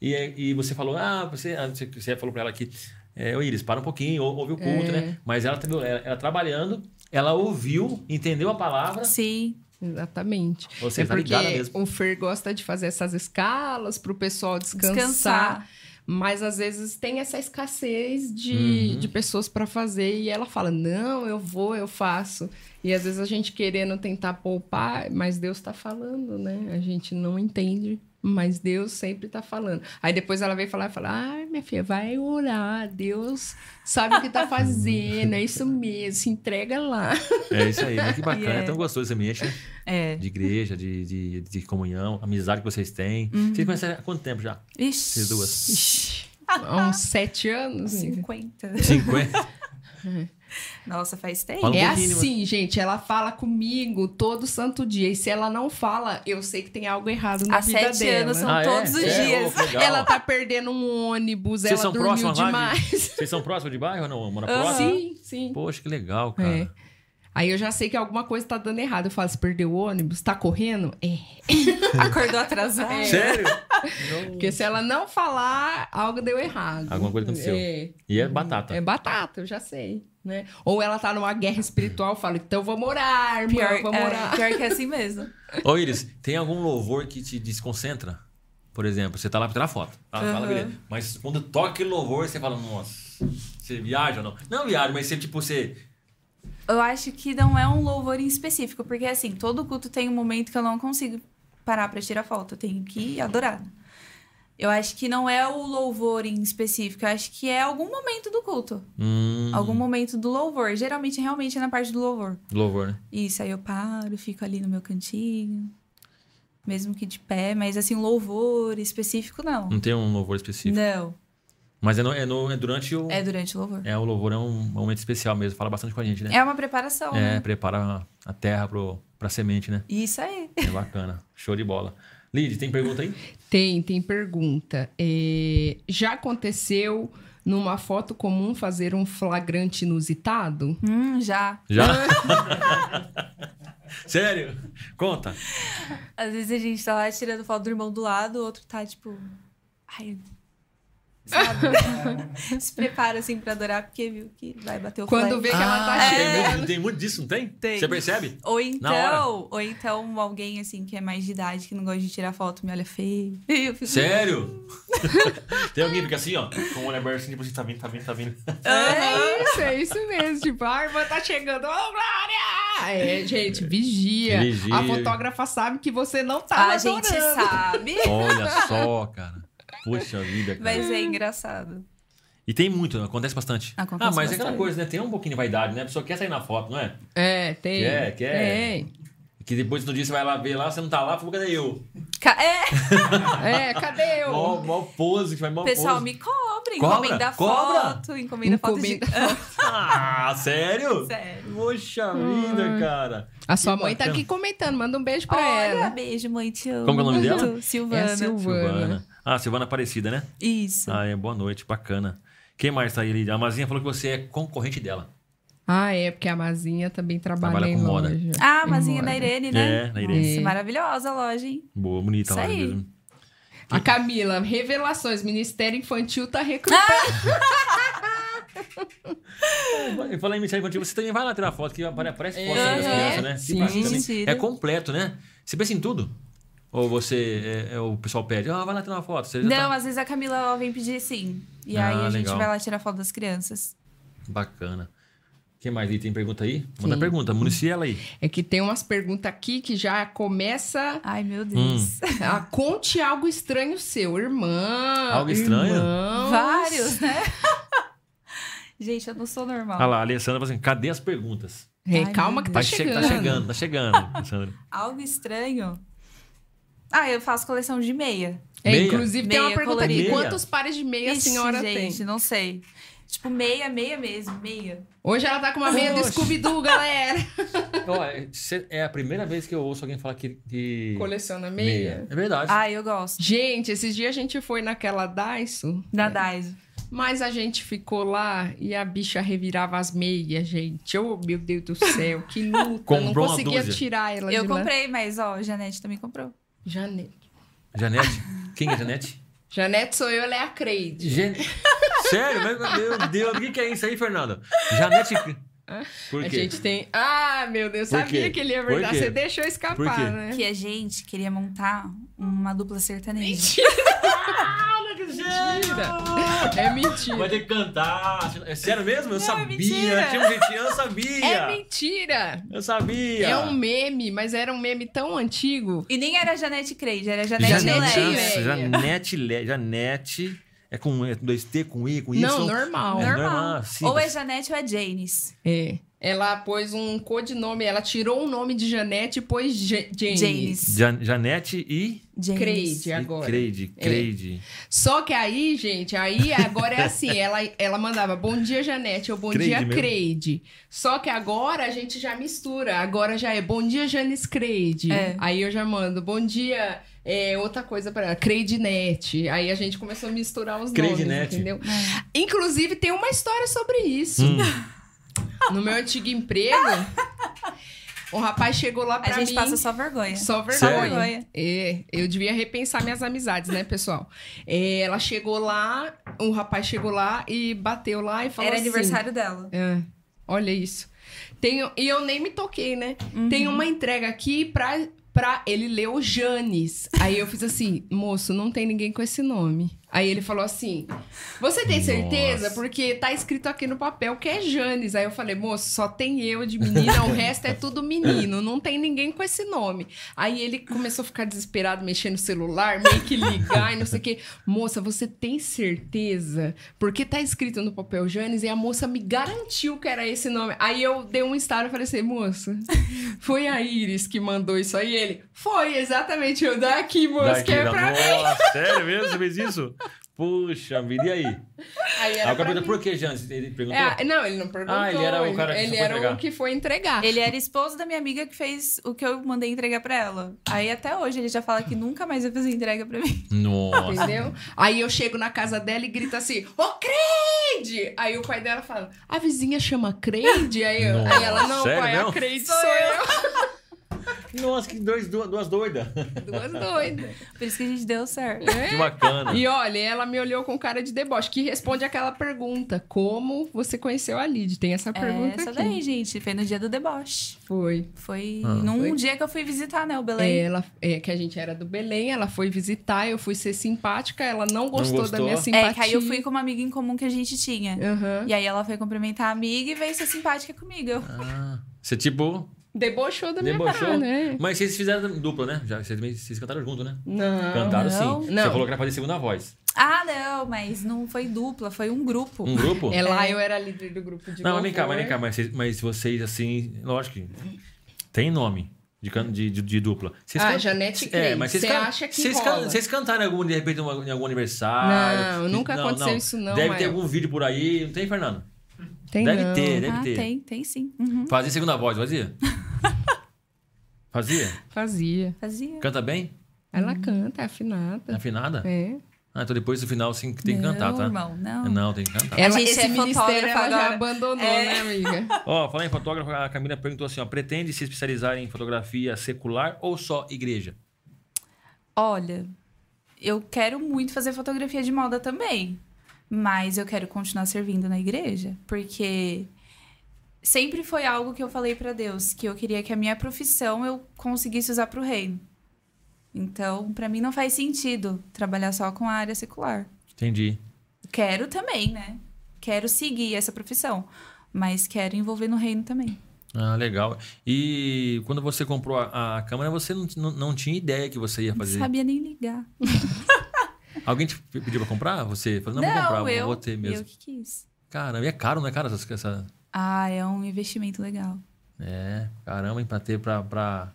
S1: E, é- e você falou, ah, você, ah, você- você falou pra ela que, é, ô Iris, para um pouquinho, ou- ouve o culto,
S2: É.
S1: né? Mas ela, tra- ela, ela trabalhando, ela ouviu, entendeu a palavra,
S3: Sim.
S2: Exatamente.
S1: Você
S2: é
S1: tá
S2: porque
S1: ligada mesmo.
S2: o Fer gosta de fazer essas escalas para o pessoal descansar,
S3: Descansar.
S2: Mas às vezes tem essa escassez de,
S1: Uhum.
S2: de pessoas para fazer e ela fala: Não, eu vou, eu faço. E às vezes a gente querendo tentar poupar, mas Deus está falando, né? A gente não entende. Mas Deus sempre tá falando. Aí depois ela veio falar e fala: Ai, minha filha, vai orar. Deus sabe o que tá fazendo. É isso mesmo. Se entrega lá.
S1: É isso aí, [LAUGHS] né? Que bacana,
S3: E é.
S1: é tão gostoso esse ambiente, né?
S3: É.
S1: De igreja, de, de, de comunhão, amizade que vocês têm. Vocês conhecem há quanto tempo já?
S3: Ixi.
S1: Vocês duas?
S2: Há uns sete anos. amiga.
S3: 50.
S1: 50?
S3: Nossa, faz tempo.
S1: Fala um
S2: é
S1: pouquinho,
S2: assim, gente, ela fala comigo todo santo dia. E se ela não fala, eu sei que tem algo errado na
S3: Há
S2: vida
S3: sete
S2: dela.
S3: anos né? são
S1: Ah, é?
S3: todos os
S1: É,
S3: dias.
S1: ô, legal.
S2: Ela tá perdendo um ônibus,
S1: Vocês
S2: ela
S1: são
S2: dormiu
S1: próximos lá de-
S2: demais.
S1: Vocês são próximos de bairro ou não? Mora
S3: Aham.
S1: próximo?
S2: [LAUGHS] Sim, sim.
S1: Poxa, que legal, cara.
S2: É. Aí eu já sei que alguma coisa tá dando errado. Eu falo, se perdeu o ônibus, tá correndo? É.
S3: Acordou atrasado.
S1: Sério?
S2: Porque é se ela não falar, algo deu errado.
S1: Alguma coisa aconteceu.
S2: É.
S1: E é batata.
S2: É batata, eu já sei, né? Ou ela tá numa guerra espiritual, eu falo, então vamos orar, irmã,
S3: Pior,
S2: vamos
S3: é,
S2: orar.
S3: pior que é assim mesmo.
S1: Ô Iris, tem algum louvor que te desconcentra? Por exemplo, você tá lá pra tirar foto. Tá? Fala,
S3: Aham.
S1: beleza. Mas quando toca aquele louvor, você fala, nossa, você viaja ou não? Não viaja, mas você, tipo, você.
S3: [LAUGHS] Eu acho que não é um louvor em específico, porque assim, todo culto tem um momento que eu não consigo parar pra tirar foto, eu tenho que adorar. Eu acho que não é o louvor em específico, eu acho que é algum momento do culto,
S1: Hum,
S3: algum momento do louvor. Geralmente, realmente é na parte do louvor.
S1: Louvor, né?
S3: Isso, aí eu paro, fico ali no meu cantinho, mesmo que de pé, mas assim, louvor específico não.
S1: Não tem um louvor específico.
S3: Não,
S1: Mas é, no- é no- é durante o.
S3: é
S1: É.
S3: durante o louvor.
S1: o louvor é um momento especial mesmo. Fala bastante com a gente, né?
S3: É uma preparação,
S1: É,
S3: né?
S1: prepara a terra pro, pra semente, né?
S3: Isso aí.
S1: É
S3: [LAUGHS]
S1: bacana. Show de bola. Lid, tem pergunta aí?
S2: Tem, tem pergunta. É, já aconteceu numa foto comum fazer um flagrante inusitado?
S3: Hum, já.
S1: Já? [LAUGHS] Sério? Conta.
S3: Às vezes a gente tá lá tirando foto do irmão do lado, o outro tá tipo. Ai. Sabe? [LAUGHS] Se prepara assim pra adorar, porque viu que vai bater o
S2: Quando
S3: flash.
S2: vê que ela tá
S1: Ah, tem
S2: chegando.
S1: muito- Tem muito disso, não tem?
S3: É. Tem.
S1: Você percebe?
S3: Ou
S1: hora.
S3: então, ou então alguém assim que é mais de idade, que não gosta de tirar foto, me olha feio. [LAUGHS] E eu fico.
S1: Sério? [LAUGHS] tem alguém que fica assim, ó. Com o olho aberto, assim, tipo assim, tá vindo, tá vindo, tá vindo.
S2: É isso, é isso mesmo. Tipo, a irmã tá chegando. Ô, Glória! É, gente, vigia.
S1: Vigia.
S2: A fotógrafa sabe que você não tá
S3: a
S2: adorando.
S3: "Ah, gente
S1: [LAUGHS]
S3: sabe.
S1: Olha só, cara. Puxa vida, cara.
S3: Mas é engraçado.
S1: E tem muito, né? acontece bastante.
S3: Acontece
S1: ah, mas é
S3: bastante.
S1: aquela coisa, né? Tem um pouquinho de vaidade, né? A pessoa quer sair na foto, não é?
S2: É, tem.
S1: Quer, quer.
S2: Tem.
S1: Que depois do dia você vai lá ver lá, você não tá lá, fala, cadê eu?
S3: Ca- É,
S2: É, cadê eu?
S1: Mó, mó pose, que vai mó
S3: pessoal,
S1: pose.
S3: me cobre,
S1: Cobra?
S3: encomenda
S1: Cobra?
S3: foto, encomenda, foto de.
S1: [LAUGHS] Ah, sério?
S3: [LAUGHS] Sério. Hum.
S1: Poxa vida, cara.
S2: A sua mãe tá
S1: bacana.
S2: aqui comentando. Manda um beijo pra
S3: Olha,
S2: ela.
S3: beijo, mãe, te amo.
S1: Como que é o nome dela?
S3: muito. Silvana.
S2: É a Silvana.
S1: Ah, Silvana Aparecida, né?
S3: Isso.
S1: Ah, é, boa noite, bacana. Quem mais tá aí, Lídia? A Mazinha falou que você é concorrente dela.
S2: Ah, é, porque a Mazinha também trabalha,
S1: Trabalha
S2: em
S1: com moda.
S2: loja.
S3: Ah,
S2: Em
S3: mazinha da
S2: moda.
S3: Irene, né?
S1: É, da Irene.
S3: Nossa, maravilhosa a loja, hein?
S1: Boa, bonita
S3: Isso
S1: lá,
S3: aí.
S1: mesmo.
S2: A Camila, revelações. Ministério Infantil tá
S3: Ah!
S2: recrutando.
S1: Eu falei em Ministério Infantil, você também vai lá tirar foto, que apare- aparece
S2: É.
S1: foto aí das
S3: Aham.
S1: crianças, né? Que
S2: Sim.
S1: bacana, hein?
S3: Mentira.
S1: É completo, né? Você pensa em tudo? Ou você, é- é, o pessoal pede, ah, vai lá tirar uma foto. Você já
S3: Não,
S1: tá...
S3: às vezes a Camila ela vem pedir sim. E
S1: Ah,
S3: aí a gente
S1: legal.
S3: vai lá tirar foto das crianças.
S1: Bacana. Quem mais aí tem pergunta aí? Manda
S2: Sim.
S1: pergunta, municia ela aí.
S2: É que tem umas perguntas aqui que já começa
S3: Ai, meu
S1: Hum.
S3: Deus.
S2: a conte algo estranho seu, irmã.
S1: Algo estranho?
S2: irmãos.
S3: Vários, né? [LAUGHS] gente, eu não sou normal.
S1: Olha lá, a Alessandra fala assim, cadê as perguntas?
S2: É,
S3: Ai,
S2: calma
S3: meu
S2: que
S1: Tá,
S2: tá
S3: Deus.
S1: che-
S2: chegando.
S1: tá chegando, tá chegando, Alessandra. [LAUGHS]
S3: Algo estranho. Ah, eu faço coleção de meia.
S2: É,
S1: Meia?
S2: inclusive, tem uma
S3: Meia
S2: pergunta aqui:
S1: colorida.
S2: quantos pares de meia a
S3: Ixi,
S2: senhora
S3: gente,
S2: tem?
S3: não sei. Tipo, meia, meia mesmo, meia.
S2: Hoje ela tá com uma meia do
S1: Oxe.
S2: Scooby-Doo, galera.
S1: [LAUGHS] Ó, é- cê- é a primeira vez que eu ouço alguém falar que... que-
S2: Coleciona meia. Ah.
S1: É verdade.
S3: Ai, Ah, eu gosto.
S2: Gente, esses dias a gente foi naquela Daiso,
S3: Da Daiso.
S2: mas a gente ficou lá e a bicha revirava as meias, gente. Oh, meu Deus do céu, que luta.
S1: Comprou
S2: não
S1: uma
S2: conseguia
S1: dúzia.
S2: tirar ela é
S3: Eu
S2: de lá.
S3: comprei, mas ó, a Janete também comprou.
S2: Janete.
S1: Janete? Quem é Janete?
S2: Janete sou eu, ela é a Creide.
S1: Gen... Sério? Meu meu Deus, o que que é isso aí, Fernanda? Janete... Por
S2: A
S1: quê?
S2: É gente tem... Ah, meu Deus,
S1: Por
S2: sabia
S1: quê?
S2: que ele ia
S1: Por
S2: verdade.
S1: quê?
S2: Você deixou escapar,
S1: Por quê?
S2: né?
S3: Que a gente queria montar uma dupla sertaneja.
S2: Mentira. É
S1: Vai
S2: mentira.
S1: ter que cantar. É sério mesmo? Eu sabia.
S3: mentira.
S1: Tinha um jeitinho, eu sabia.
S2: É mentira.
S1: eu sabia.
S2: É um meme, mas era um meme tão antigo.
S3: E nem era Janete Creide, era Janete,
S2: Janete
S1: Janete,
S3: Leve.
S2: Leia.
S1: Janete, Janete, Le- Janete. É com é com dois T, com I, com Y.
S2: Não, normal.
S1: É
S3: Normal.
S1: normal, sim.
S3: Ou é Janete ou é Janis.
S2: É. Ela pôs um codinome, ela tirou o nome de Janete e pôs Je- James.
S3: Janis.
S1: Jan- Janete e,
S3: Janis.
S2: Creide
S1: e
S2: agora.
S1: Creide.
S2: É. [LAUGHS]
S1: Creide.
S2: Só que aí, gente, aí agora é
S1: [LAUGHS]
S2: assim, ela, ela mandava bom dia Janete ou bom
S1: Creide
S2: dia
S1: mesmo.
S2: Creide. Só que agora a gente já mistura, agora já é bom dia Janice Creide.
S3: É.
S2: Aí eu já mando bom dia é, outra coisa para Creidinete. Aí a gente começou a misturar os nomes,
S1: Creidinete.
S2: entendeu?
S3: É.
S2: Inclusive tem uma história sobre isso.
S1: Hum.
S2: No meu antigo emprego,
S3: [LAUGHS]
S2: o rapaz chegou lá
S3: A
S2: pra
S3: gente
S2: mim.
S3: passa só vergonha.
S2: Só
S1: Sério?
S2: vergonha. É, eu devia repensar minhas amizades, né, pessoal? É, ela chegou lá, o rapaz chegou lá e bateu lá e falou
S3: Era
S2: assim...
S3: aniversário dela.
S2: É, olha isso. Tenho, e eu nem me toquei, né? Tem uma entrega aqui pra pra ele ler o Janes. Aí eu fiz assim, moço, não tem ninguém com esse nome. Aí ele falou assim: Você tem certeza?
S1: Nossa.
S2: Porque tá escrito aqui no papel que é Janes. Aí eu falei, moço, só tem eu de menina, o resto é tudo menino, não tem ninguém com esse nome. Aí ele começou a ficar desesperado, mexendo no celular, meio que ligar e não sei o quê. Moça, você tem certeza? Porque tá escrito no papel Janes e a moça me garantiu que era esse nome. Aí eu dei um estado e falei assim, moça, foi a Iris que mandou isso aí? Ele, foi exatamente eu daqui, moça,
S1: Daqui
S2: que é
S1: da-
S2: pra mim.
S1: Nossa, sério mesmo? Você fez isso? Puxa vida, e aí?
S2: [LAUGHS] Aí
S1: Aí
S2: era
S1: o cara
S2: pra
S1: pergunta,
S2: mim.
S1: por que, Jans? Ele perguntou?
S2: É, não, ele não perguntou.
S1: Ah, ele era o cara que
S2: ele
S1: foi
S2: era
S1: entregar.
S2: o que foi entregar.
S3: Ele era esposo da minha amiga que fez o que eu mandei entregar pra ela. Aí até hoje ele já fala que nunca mais vai fazer entrega pra mim. [LAUGHS]
S1: Nossa.
S2: Entendeu? Aí eu chego na casa dela e grito assim: Ô, Creide! Aí o pai dela fala: A vizinha chama Creide? Aí, eu-
S1: Nossa,
S2: aí ela: Não,
S1: sério
S2: pai,
S1: mesmo?
S2: a Creide
S3: Sou
S2: sou eu.
S1: Nossa, que dois, duas, duas doidas.
S2: Duas doidas. né?
S3: Por isso que a gente deu certo.
S1: Que bacana.
S2: E olha, ela me olhou com cara de deboche, que responde aquela pergunta: Como você conheceu a Lid? Tem essa
S3: É,
S2: pergunta
S3: essa
S2: aqui.
S3: daí, gente. Foi no dia do deboche.
S2: Foi.
S3: Foi
S1: Ah.
S3: num
S2: Foi.
S3: dia que eu fui visitar, né, o
S2: É,
S3: Belém.
S2: Ela, é, que a gente era do Belém, ela foi visitar, eu fui ser simpática, ela não gostou, da
S1: gostou?
S2: minha
S1: É, que
S2: simpatia.
S3: que aí eu fui com uma amiga em comum que a gente tinha.
S2: Aham.
S3: E aí ela foi cumprimentar a amiga e veio ser simpática comigo. Eu-
S1: Ah, você tipo,
S2: Debochou da minha
S1: debochou.
S2: cara, né?
S1: Mas vocês fizeram dupla, né? Já, vocês, também- vocês cantaram junto, né?
S2: Não.
S1: Cantaram
S3: não.
S1: sim.
S2: Não.
S1: Você falou que era pra fazer segunda voz.
S3: Ah, não, mas não foi dupla, foi um grupo.
S1: Um grupo?
S2: É lá eu era líder do grupo de
S1: Não, mas
S2: louvor.
S1: vem cá, mas vem cá. Mas vocês, mas vocês, assim, lógico que tem nome de, can- de, de, de dupla. Vocês
S2: Ah,
S1: can-
S2: Janete
S1: É,
S2: Crei.
S1: mas vocês,
S2: Você
S1: can-
S2: acha que
S1: vocês, can-
S2: rola?
S1: vocês cantaram em algum, de repente uma- em algum aniversário?
S2: Não, nunca aconteceu isso não,
S1: Deve ter
S2: Mael.
S1: algum vídeo por aí, não tem, Fernando?
S2: Tem
S1: deve
S2: não.
S1: ter, deve
S3: ah,
S1: ter.
S3: tem, tem sim. Uhum.
S1: Fazia segunda voz, fazia? [LAUGHS] fazia?
S2: Fazia.
S3: Fazia.
S1: Canta bem?
S2: Ela
S3: Hum.
S2: canta, é afinada.
S1: Afinada?
S2: É.
S1: Ah, então depois do final sim, que tem que cantar,
S3: não,
S1: tá?
S3: irmão, não.
S1: Não, tem que cantar.
S2: Ela,
S3: gente
S2: esse
S3: é
S2: ministério
S3: fotógrafa
S2: ela já
S3: agora.
S2: abandonou,
S3: É.
S2: né,
S3: [LAUGHS]
S2: amiga?
S1: Ó, falar em fotógrafo, a Camila perguntou assim, ó, pretende se especializar em fotografia secular ou só igreja?
S3: Olha, eu quero muito fazer fotografia de moda também. Mas eu quero continuar servindo na igreja. Porque sempre foi algo que eu falei pra Deus. Que eu queria que a minha profissão eu conseguisse usar pro reino. Então, pra mim não faz sentido trabalhar só com a área secular.
S1: Entendi.
S3: Quero também, né? Quero seguir essa profissão. Mas quero envolver no reino também.
S1: Ah, legal. E quando você comprou a, a câmera, você não, não, não tinha ideia que você ia
S3: Não
S1: fazer.
S3: sabia nem ligar.
S1: Alguém te pe- pediu pra comprar? Você falou, não, vou comprar,
S3: não,
S1: vou-
S3: eu,
S1: vou ter
S3: eu
S1: mesmo.
S3: que quis.
S1: Caramba, e é caro, né, cara? Essas, essa...
S3: Ah, é um investimento legal.
S1: É, caramba, hein, pra ter pra... pra...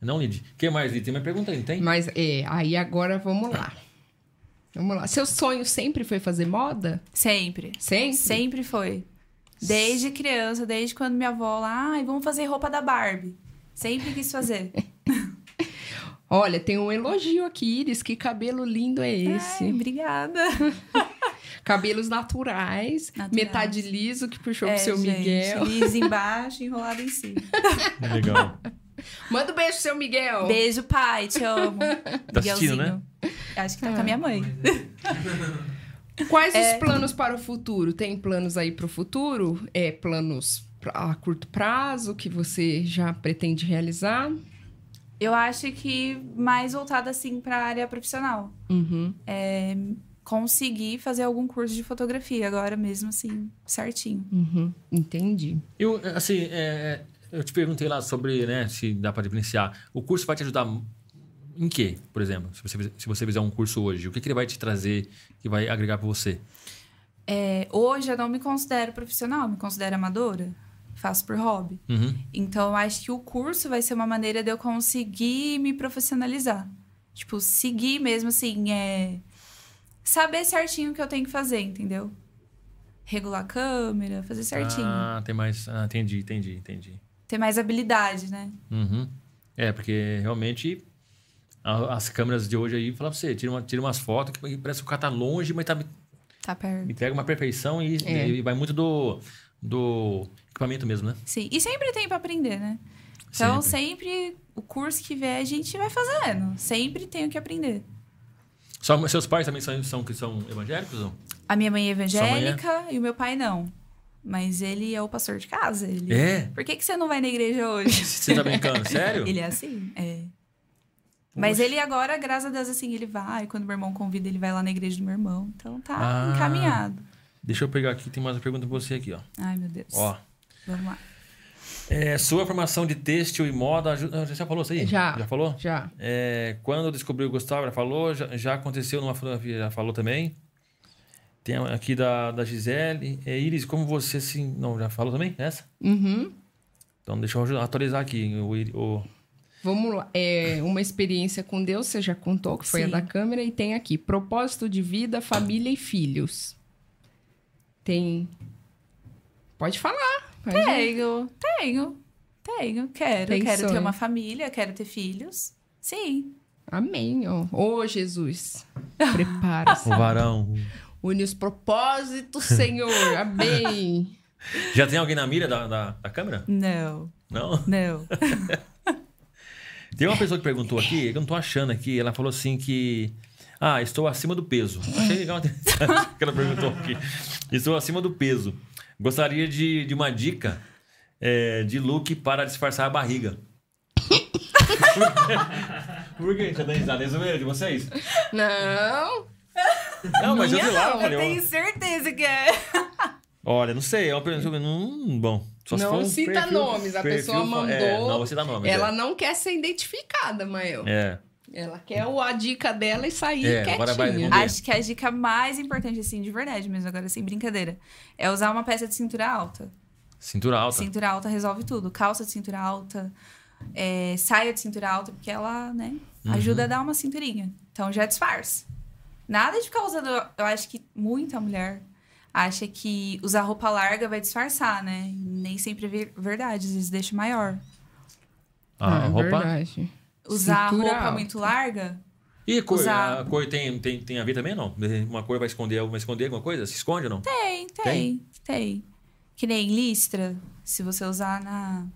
S1: Não, Lid. O que mais, Lid? Tem mais pergunta aí, não tem?
S2: Mas é, aí agora vamos lá. Vamos lá. Seu sonho sempre foi fazer moda?
S3: Sempre.
S2: Sempre?
S3: Sempre foi. Desde criança, desde quando minha avó lá, ai, vamos fazer roupa da Barbie. Sempre quis fazer.
S2: [LAUGHS] Olha, tem um elogio aqui, Iris. Que cabelo lindo é esse?
S3: Ai, obrigada.
S2: Cabelos naturais,
S3: Naturais.
S2: metade liso que puxou
S3: É,
S2: pro seu
S3: gente,
S2: Miguel.
S3: Lisa embaixo, enrolado em cima.
S1: Legal.
S2: Manda um beijo pro seu Miguel.
S3: Beijo, pai, te amo.
S1: Tá assistindo, né?
S3: Acho que tá com a minha mãe.
S2: Ah, Quais
S3: É.
S2: os planos para o futuro? Tem planos aí para o futuro? É, planos pra- a curto prazo que você já pretende realizar?
S3: Eu acho que mais voltada, assim, pra área profissional.
S2: Uhum.
S3: Consegui fazer algum curso de fotografia agora mesmo, assim, certinho.
S2: Uhum. Entendi.
S1: [LAUGHS] Eu, assim, é, eu te perguntei lá sobre, né, se dá para diferenciar. O curso vai te ajudar em quê, por exemplo? Se você, se você fizer um curso hoje, o que, que ele vai te trazer que vai agregar para você?
S3: É, hoje eu não me considero profissional, me considero amadora. Faço por hobby.
S1: Uhum.
S3: Então, eu acho que o curso vai ser uma maneira de eu conseguir me profissionalizar. Tipo, seguir mesmo, assim, é... Saber certinho o que eu tenho que fazer, entendeu? Regular a câmera, fazer certinho.
S1: Ah, tem mais. Ah, entendi, entendi, entendi.
S3: Ter mais habilidade, né?
S1: Uhum. É, porque realmente a- as câmeras de hoje aí, fala pra você, tira, uma, tira umas fotos que parece que o cara tá longe, mas tá,
S3: Tá perto.
S1: entrega uma perfeição e,
S2: É.
S1: e vai muito do, do equipamento mesmo, né?
S3: Sim. E sempre tem pra aprender, né? Então,
S1: Sempre.
S3: sempre, o curso que vier, a gente vai fazendo. Sempre tem o que aprender.
S1: Só- seus pais também são, são, são evangélicos? Não?
S3: A minha mãe é
S1: Sua mãe é?
S3: evangélica e o meu pai não. Mas ele é o pastor de casa. Ele...
S1: É?
S3: Por que, que você não vai na igreja hoje?
S1: Você tá
S3: [LAUGHS]
S1: brincando? [LAUGHS] Sério?
S3: Ele é assim, é. Mas
S1: Poxa.
S3: ele agora, graças a Deus, assim, ele vai. Quando meu irmão convida, ele vai lá na igreja do meu irmão. Então tá
S1: Ah.
S3: encaminhado.
S1: Deixa eu pegar aqui, tem mais uma pergunta pra você aqui, ó.
S3: Ai, meu Deus.
S1: Ó.
S3: Vamos lá.
S1: É, sua formação de têxtil e moda ajuda. Você já falou isso aí?
S2: Já.
S1: Já falou?
S2: Já.
S1: É, quando descobriu o Gustavo, já falou, já, já aconteceu numa fotografia, já falou também. Tem aqui da, da Gisele. É, Iris, como você se. Não, já falou também? Essa?
S2: Uhum.
S1: Então deixa eu atualizar aqui. O, Iri- o-
S2: Vamos lá. É, uma experiência com Deus, você já contou, que foi
S3: Sim.
S2: a da câmera, e tem aqui: propósito de vida, família e filhos. Tem. Pode falar. Pode
S3: É, Tenho, tenho, tenho, quero.
S2: Tem
S3: quero ter
S2: sonho.
S3: uma família, quero ter filhos. Sim.
S2: Amém. Ô Ô, Jesus, prepara-se.
S1: o [LAUGHS] varão.
S2: Une os propósitos, Senhor. Amém.
S1: Já tem alguém na mira da, da, da câmera?
S3: Não,
S1: Não?
S3: não.
S1: Tem uma pessoa que perguntou aqui, eu não tô achando aqui. Ela falou assim que. Ah, estou acima do peso. Achei legal interessante [LAUGHS] que ela perguntou aqui. Estou acima do peso. Gostaria de, de uma dica é, de look para disfarçar a barriga. [LAUGHS] Por que você tá risada? Isso mesmo, de vocês?
S2: Não.
S1: Não, mas eu
S3: Minha
S1: sei lá, eu
S3: não, eu
S1: falei, ó,
S3: tenho certeza que é.
S1: Olha, não sei. É uma pergunta. Hum, bom. Só se
S2: Não
S1: for um
S2: cita
S1: perfil-
S2: nomes, a pessoa
S1: fa- É,
S2: mandou,
S1: não, você dá nome.
S2: Ela não quer ser identificada, Mael.
S1: É.
S2: Ela quer o- a dica dela e sair
S1: É,
S2: quietinha.
S1: agora vai, vamos ver.
S3: Acho que a dica mais importante, assim, de verdade mesmo, agora sem brincadeira, é usar uma peça de cintura alta.
S1: Cintura alta.
S3: Cintura alta resolve tudo. Calça de cintura alta, é, saia de cintura alta, porque ela, né, ajuda a dar uma cinturinha. Então já disfarça. Nada de ficar usando. Eu acho que muita mulher acha que usar roupa larga vai disfarçar, né? E Nem sempre é ver- verdade, às vezes deixa maior.
S1: Ah,
S2: é
S1: roupa.
S2: verdade.
S3: Usar
S2: Cintura
S3: roupa
S2: alta.
S3: muito larga,
S1: E a cor?
S3: Usar.
S1: A cor tem, tem, tem a ver também, não? Uma cor vai esconder, vai esconder alguma coisa? Se esconde ou não?
S3: Tem, tem, tem. Que nem listra, se você usar na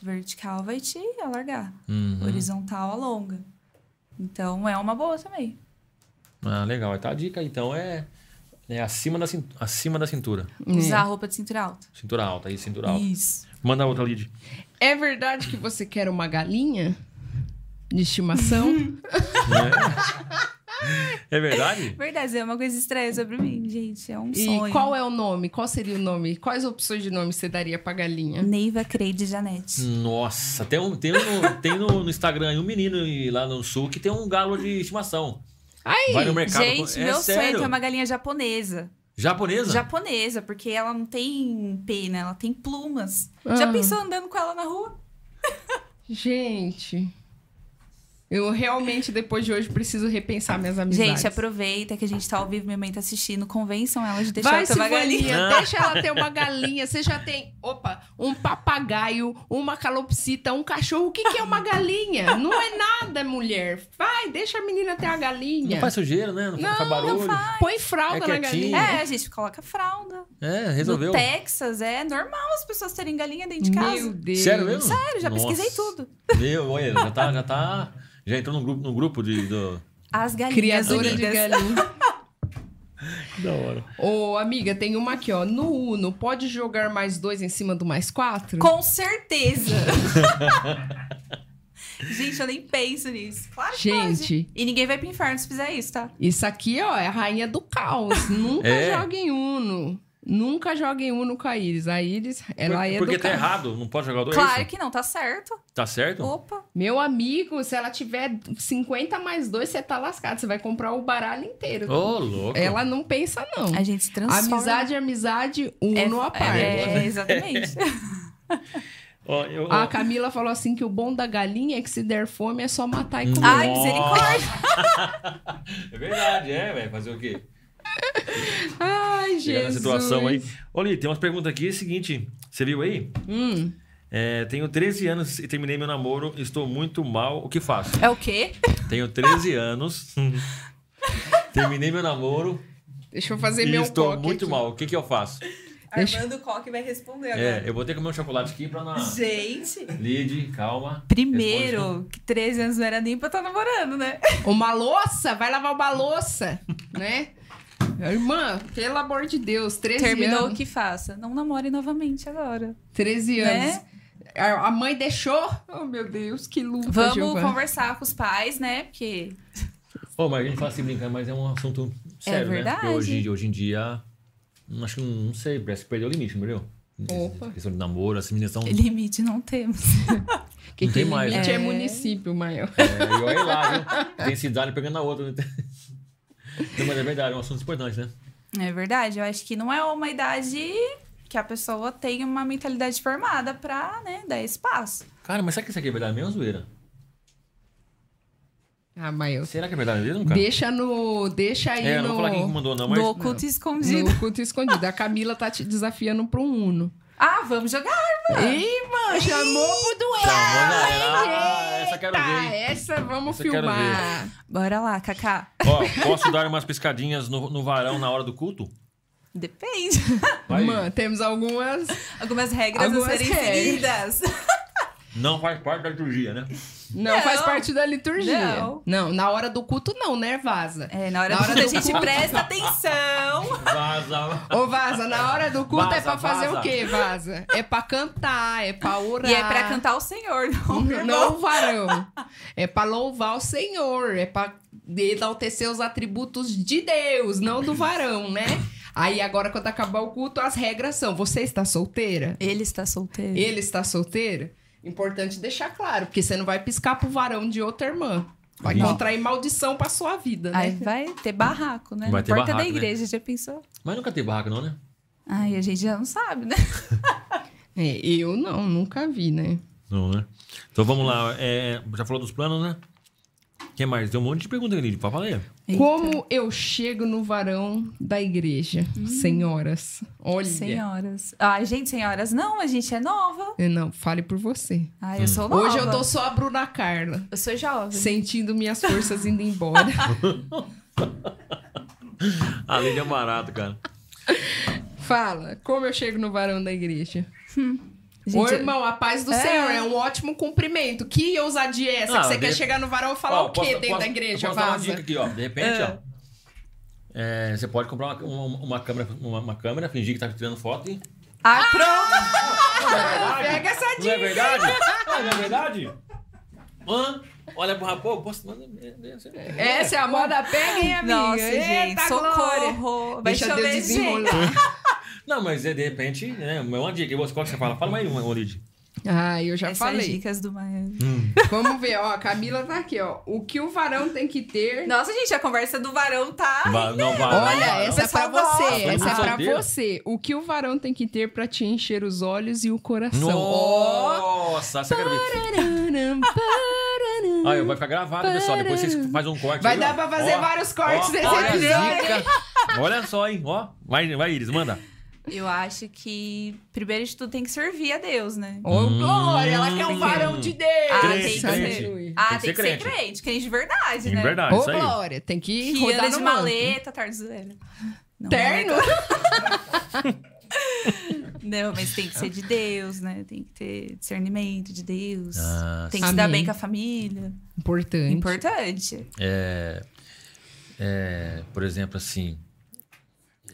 S3: vertical, vai te alargar.
S1: Uhum.
S3: Horizontal, alonga. Então, é uma boa também.
S1: Ah, legal. Tá a dica, então, é, é acima, da cintura, acima da cintura.
S2: É.
S3: Usar roupa de cintura alta.
S1: Cintura alta, aí, cintura alta.
S3: Isso.
S1: Manda outra lead.
S2: É verdade que você quer uma galinha de
S3: Hum,
S2: estimação?
S1: É [LAUGHS] verdade?
S3: Verdade, é uma coisa estranha sobre mim, gente. É um
S2: e
S3: sonho.
S2: qual é o nome? Qual seria o nome? Quais opções de nome você daria pra galinha?
S3: Neiva Creide Janete.
S1: Hum. Nossa, tem, um, tem, um, tem no, no Instagram aí um menino e lá no sul que tem um galo de estimação.
S2: Aí,
S1: Vai no mercado.
S3: Gente,
S1: é
S3: meu sonho é
S1: sério?
S3: ter uma galinha japonesa.
S1: Japonesa?
S3: Japonesa, porque ela não tem pena, ela tem plumas.
S2: Ah.
S3: Já pensou andando com ela na rua?
S2: gente... Eu realmente, depois de hoje, preciso repensar minhas amizades.
S3: Gente, aproveita que a gente tá ao vivo, minha mãe tá assistindo. Convençam ela de deixar
S2: Vai,
S3: a tua galinha.
S2: Silvaninha,
S1: Ah.
S2: deixa ela ter uma galinha. Você já tem, opa, um papagaio, uma calopsita, um cachorro. O que, que é uma galinha? Não é nada, mulher. Vai, deixa a menina ter a
S1: Não
S2: galinha.
S1: faz sujeira, né? Não, faz barulho.
S2: Põe fralda
S1: É
S2: na
S1: quietinho.
S2: galinha.
S3: É, a gente coloca fralda.
S1: É, resolveu.
S3: No Texas, é normal as pessoas terem galinha dentro É, de casa.
S2: Meu Deus.
S1: Sério mesmo?
S3: Sério, já
S1: Nossa.
S3: pesquisei tudo.
S1: Meu, olha, já tá, já tá. Já entrou num grupo, num grupo de. Do...
S3: As galinhas
S2: Criadora de
S3: unidas.
S2: galinha.
S1: Da hora.
S2: Ô, amiga, tem uma aqui, ó. No Uno, pode jogar mais dois em cima do mais quatro?
S3: Com
S1: [LAUGHS]
S3: certeza. gente, eu nem penso nisso. Claro que
S2: Gente.
S3: pode. E ninguém vai pro inferno se fizer isso, tá?
S2: Isso aqui, ó, é a rainha do
S1: [LAUGHS]
S2: caos. Nunca
S1: É.
S2: joguem Uno. Nunca joguem Uno com a Iris. A Iris, ela é
S1: Porque
S2: do
S1: tá
S2: caos.
S1: errado, não pode jogar dois. é
S3: Claro que não, tá certo.
S1: Tá certo?
S3: Opa.
S2: Meu amigo, se ela tiver 50 mais dois, você tá lascado. Você vai comprar o baralho inteiro.
S1: Ô, louco.
S2: Ela não pensa, não.
S3: A gente se transforma.
S2: Amizade, é amizade, uno à parte. [LAUGHS]
S3: É, exatamente.
S1: Ó, eu- ó.
S2: A Camila falou assim que o bom da galinha é que se der fome é só matar e comer.
S1: Hum.
S3: Ai, misericórdia.
S1: [LAUGHS] É verdade, é, velho. Fazer o quê?
S2: Ai,
S1: Chegar
S2: Jesus.
S1: na situação aí. Olha, tem umas perguntas aqui. É o seguinte, você viu aí?
S2: Hum.
S1: É, tenho 13 anos e terminei meu namoro. Estou muito mal. O que faço?
S3: É o quê?
S1: Tenho
S2: [LAUGHS]
S1: 13 anos. [LAUGHS] terminei meu namoro.
S2: Deixa eu fazer
S1: e
S2: meu
S1: estou
S2: coque
S1: muito
S2: aqui.
S1: mal. O que, que eu faço?
S2: Deixa-
S3: Armando Coque vai responder
S1: É, eu vou ter que comer um chocolate aqui pra não.
S3: Gente.
S1: Lid, calma. Responde
S3: Primeiro, que 13 anos não tá era nem pra estar namorando, né?
S2: Uma louça, vai lavar uma louça, né? Irmã, pelo amor de Deus, 13
S3: Terminou o
S2: anos.
S3: que faça. Não namore novamente agora.
S2: 13 anos.
S3: Né?
S2: A a mãe deixou. Oh, meu Deus, que luta,
S3: Vamos
S2: Giovana.
S3: conversar com os pais, né? Porque
S1: Ô, mas a gente fala assim brincando, mas é um assunto sério, né?
S3: verdade.
S1: Porque hoje, hoje em dia, hum, acho que não, não sei, parece que perdeu o limite, entendeu?
S2: Opa.
S1: Questão de namoro, as meninas são. né,
S3: limite não temos.
S2: Que
S1: Não tem mais,
S2: limite
S3: né?
S2: é
S3: É.
S2: município
S3: [LAUGHS]
S2: maior.
S1: É, e olha lá, viu? Tem cidade pegando a outra. Né? Não, mas é verdade, é um assunto importante, né?
S3: É verdade, eu acho que não é uma idade que a pessoa tenha uma mentalidade formada pra, né, dar espaço.
S1: Cara, mas será que isso aqui é verdade mesmo, ou zoeira?
S2: Ah, Mael.
S1: Será que é verdade mesmo, cara?
S2: Deixa no. Deixa aí
S1: É, eu não
S2: no.
S1: vou falar quem que mandou, não, mas.
S3: Do oculto e escondido.
S2: No culto escondido. A Camila tá te desafiando pro Uno.
S3: Ah, vamos jogar!
S2: Ih, mano, chamou pro duelo!
S1: Tá, manda ela.
S2: hein,
S1: Ah, essa eu quero
S2: Eita, é.
S1: ver, hein?
S2: Essa vamos
S1: Essa eu quero
S2: filmar.
S3: Bora lá, Kaká.
S1: Ó, posso dar umas piscadinhas no, no varão na hora do culto?
S3: Depende. [LAUGHS]
S1: Vai.
S2: Mano, temos algumas.
S3: Algumas regras
S2: Algumas
S3: a serem
S2: regras.
S3: seguidas.
S1: Não faz parte da liturgia, né?
S2: Não,
S3: Não.
S2: faz parte da liturgia. Não.
S3: Não.
S2: na hora do culto não, né, Vaza?
S3: É, na hora,
S2: Na
S3: do
S2: hora
S3: culto
S2: do
S3: a gente
S2: culto.
S3: presta atenção.
S1: Vaza.
S2: Ô, Vaza, na hora do culto é
S1: Vaza,
S2: pra fazer
S1: vaza.
S2: o quê, Vaza? É pra cantar, é pra orar.
S3: E é pra cantar o Senhor, não, meu irmão.
S2: Não, varão. É pra louvar o Senhor, é pra enaltecer os atributos de Deus, não do varão, né? Aí agora, quando acabar o culto, as regras são: você está solteira?
S3: Ele está solteiro.
S2: Ele está solteira? Importante deixar claro, porque você não vai piscar pro varão de outra irmã. Vai
S1: Não.
S2: contrair maldição pra sua vida, né?
S3: Uhum. Aí vai ter barraco, né?
S1: Vai
S3: Na
S1: ter
S3: porta da
S1: barraco, né?
S3: igreja, já
S2: Hum.
S3: pensou?
S1: Mas nunca teve barraca, não, né?
S3: Ai, a gente já não sabe, né?
S2: É, eu não, nunca vi, né?
S1: Não, né? Então vamos lá. é, já falou dos planos, né? O que mais? Tem um monte de pergunta ali, pra falar aí.
S3: Eita.
S2: Como eu chego no varão da igreja,
S3: Hum.
S2: senhoras? Olha.
S3: Senhoras. Ai, gente, senhoras, não, a gente é nova.
S2: Não, fale por você.
S3: Ai, eu sou nova.
S2: Hum. Hoje eu tô só a Bruna Carla,
S3: Eu sou jovem.
S2: sentindo minhas forças indo
S3: [LAUGHS]
S2: embora.
S1: A Lídia é um barato, cara.
S2: Fala, como eu chego no varão da igreja? Ô,
S3: Gente,
S2: irmão, a paz do
S3: É.
S2: Senhor é um ótimo cumprimento. Que ousadia é essa?
S1: Ah,
S2: que você
S1: de-
S2: quer chegar no varão e falar
S1: Ó,
S2: o quê
S1: posso-
S2: dentro
S1: posso-
S2: da igreja,
S1: posso dar uma
S2: vaza?
S1: dica aqui, ó. De repente,
S3: É.
S1: ó. é, você pode comprar uma, uma- uma câmera, uma, uma câmera, fingir que tá tirando foto e.
S3: Ah, pronto!
S2: Ah, Pega essa
S1: Não é
S2: dica.
S1: verdade? Ah, não é verdade? Hã? Olha pro rapaz, posso. mano, é- é- é-
S2: Essa é a moda pega, hein, amiga?
S3: Nossa,
S2: Eita,
S3: gente,
S2: glória.
S3: socorro! Vai
S2: Deixa Deus
S3: chover, gente.
S2: desenrolar.
S1: Não, mas é de repente, né? É uma dica. E você- Qual que você fala? Fala mais uma, ô, Lídia.
S2: Ah, eu já
S3: Essas
S2: falei. Hum.
S3: dicas do Miami.
S2: Vamos ver, ó. A Camila tá aqui, ó. O que o varão tem que ter.
S3: Nossa, gente, a conversa do varão tá.
S1: Va- não, vai.
S2: Olha, Ah, essa é pra
S3: pessoal
S2: você.
S1: gosta.
S2: Essa é pra
S1: Solteira.
S2: você. O que o varão tem que ter pra te encher os olhos e o coração? Ó.
S1: Nossa, essa eu quero ver.
S2: Pararam, pararam.
S1: Aí, vai ficar gravado, pessoal. Depois vocês fazem um corte.
S2: Vai
S1: aí,
S2: dar
S1: ó.
S2: pra fazer
S1: Ó,
S2: vários cortes
S1: ó,
S2: desse
S1: olha as
S2: episódio.
S1: dicas. Olha só, hein? Ó, vai, vai, Iris, manda.
S3: Eu acho que, primeiro de tudo, tem que servir a Deus, né?
S2: Ô, Glória, ela quer um varão de Deus.
S3: Ah,
S1: Hum. Crente,
S3: tem que
S1: crente.
S2: Aleluia.
S3: Ah,
S1: Tem
S3: tem
S1: que
S3: que
S1: ser
S3: ser crente, crente de verdade,
S1: De
S3: né?
S1: verdade,
S2: Ô,
S1: Ah, isso aí.
S2: Glória, tem que,
S3: Que
S2: rodar
S3: anda
S2: no
S3: de
S2: manto.
S3: maleta, tarzuela. Não,
S2: Terno?
S3: Não, mas tem que ser de Deus, né? Tem que ter discernimento de Deus.
S1: Ah,
S3: tem que se dar
S2: Amém.
S3: bem com a família.
S2: Importante.
S3: Importante.
S1: É, é, por exemplo, assim,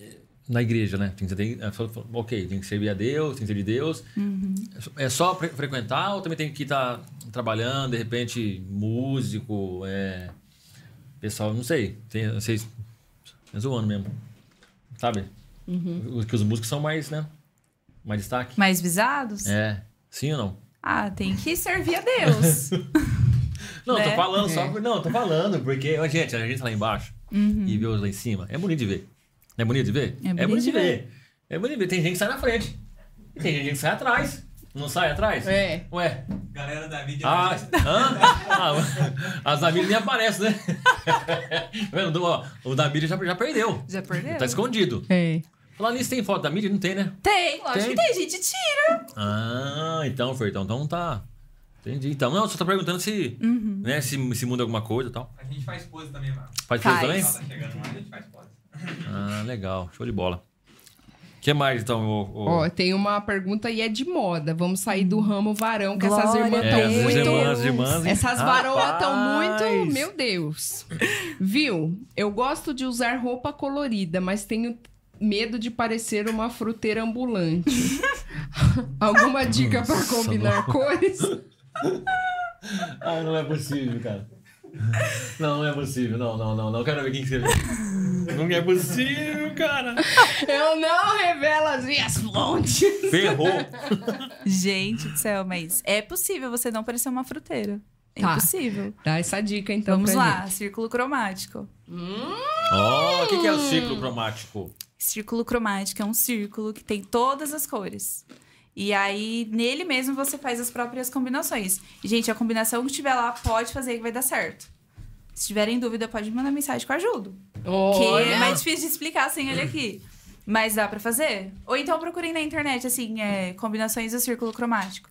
S1: é, na igreja, né? Tem que ter, é, fala- fala, ok, tem que servir a Deus, tem que ser de Deus. É só- É só fre- frequentar ou também tem que estar trabalhando, de repente, músico, é, pessoal, não sei, tem, vocês, é zoando mesmo, sabe? Os- Que os músicos são mais, né? Mais destaque.
S3: Mais visados?
S1: É, sim ou não?
S3: Ah, tem que servir a Deus.
S1: Não, tô
S3: Né?
S1: falando só.
S2: É.
S1: por- Não, tô falando, porque. ó, gente, a gente tá lá embaixo e vê os lá em cima. É bonito de ver. Não é bonito de ver?
S3: Uhum. É bonito de
S1: É bonito de ver. Tem gente que sai na frente. E tem gente que sai atrás. Não sai atrás?
S2: É.
S1: Ué.
S4: Galera da mídia.
S1: Ah, hã? Ah, as da mídia nem aparecem, né? [LAUGHS] Tá vendo? Ó, O da mídia já, já perdeu.
S3: Já perdeu?
S1: Tá escondido.
S2: É.
S1: Falar nisso, tem foto da mídia? Não tem, né?
S3: Tem, lógico que tem, gente tira.
S1: Ah, então, Fertão, então tá. Entendi. Então, não, só tá perguntando se,
S3: Uhum.
S1: né, se, se muda alguma coisa e tal.
S4: A gente faz pose também, mano. Tá
S1: Faz,
S3: Faz.
S1: coisa também?
S4: Ela tá chegando lá, a gente faz pose.
S1: Ah, legal. Show de bola. O que mais, então? O, o-
S2: Ó, tem uma pergunta e é de moda. Vamos sair do ramo varão, que essas
S3: Glória
S2: irmãs
S3: a
S1: é,
S2: estão
S1: as
S3: Deus.
S2: muito.
S1: irmãs, as irmãs, hein?
S2: Essas varolas estão
S1: Rapaz!
S2: muito. Meu
S1: [LAUGHS]
S2: Deus. Viu? Eu gosto de usar roupa colorida, mas tenho medo de parecer uma
S1: [LAUGHS]
S2: fruteira ambulante. Alguma dica para
S1: Nossa,
S2: combinar cores?
S1: Ah, não é possível, cara. Não, não é possível. Não, não, não, não. Quero ver quem que você Não é possível, cara.
S2: Eu não revelo as minhas fontes.
S1: Ferrou.
S3: Gente do céu, mas é possível você não parecer uma fruteira. É
S2: Tá.
S3: impossível.
S2: Dá essa dica então.
S3: Vamos
S2: pra
S3: lá, círculo cromático.
S1: Ó, o que,
S3: Ah.
S1: que é o ciclo cromático?
S3: Círculo cromático é um círculo que tem todas as cores. E aí, nele mesmo, você faz as próprias combinações. E, gente, a combinação que tiver lá, pode fazer que vai dar certo. Se tiverem dúvida, pode mandar mensagem que eu ajudo.
S2: gente.
S3: Que
S2: Olha.
S3: é mais difícil de explicar sem ele aqui. Mas dá pra fazer. Ou então procurem na internet, assim, é, combinações do círculo cromático.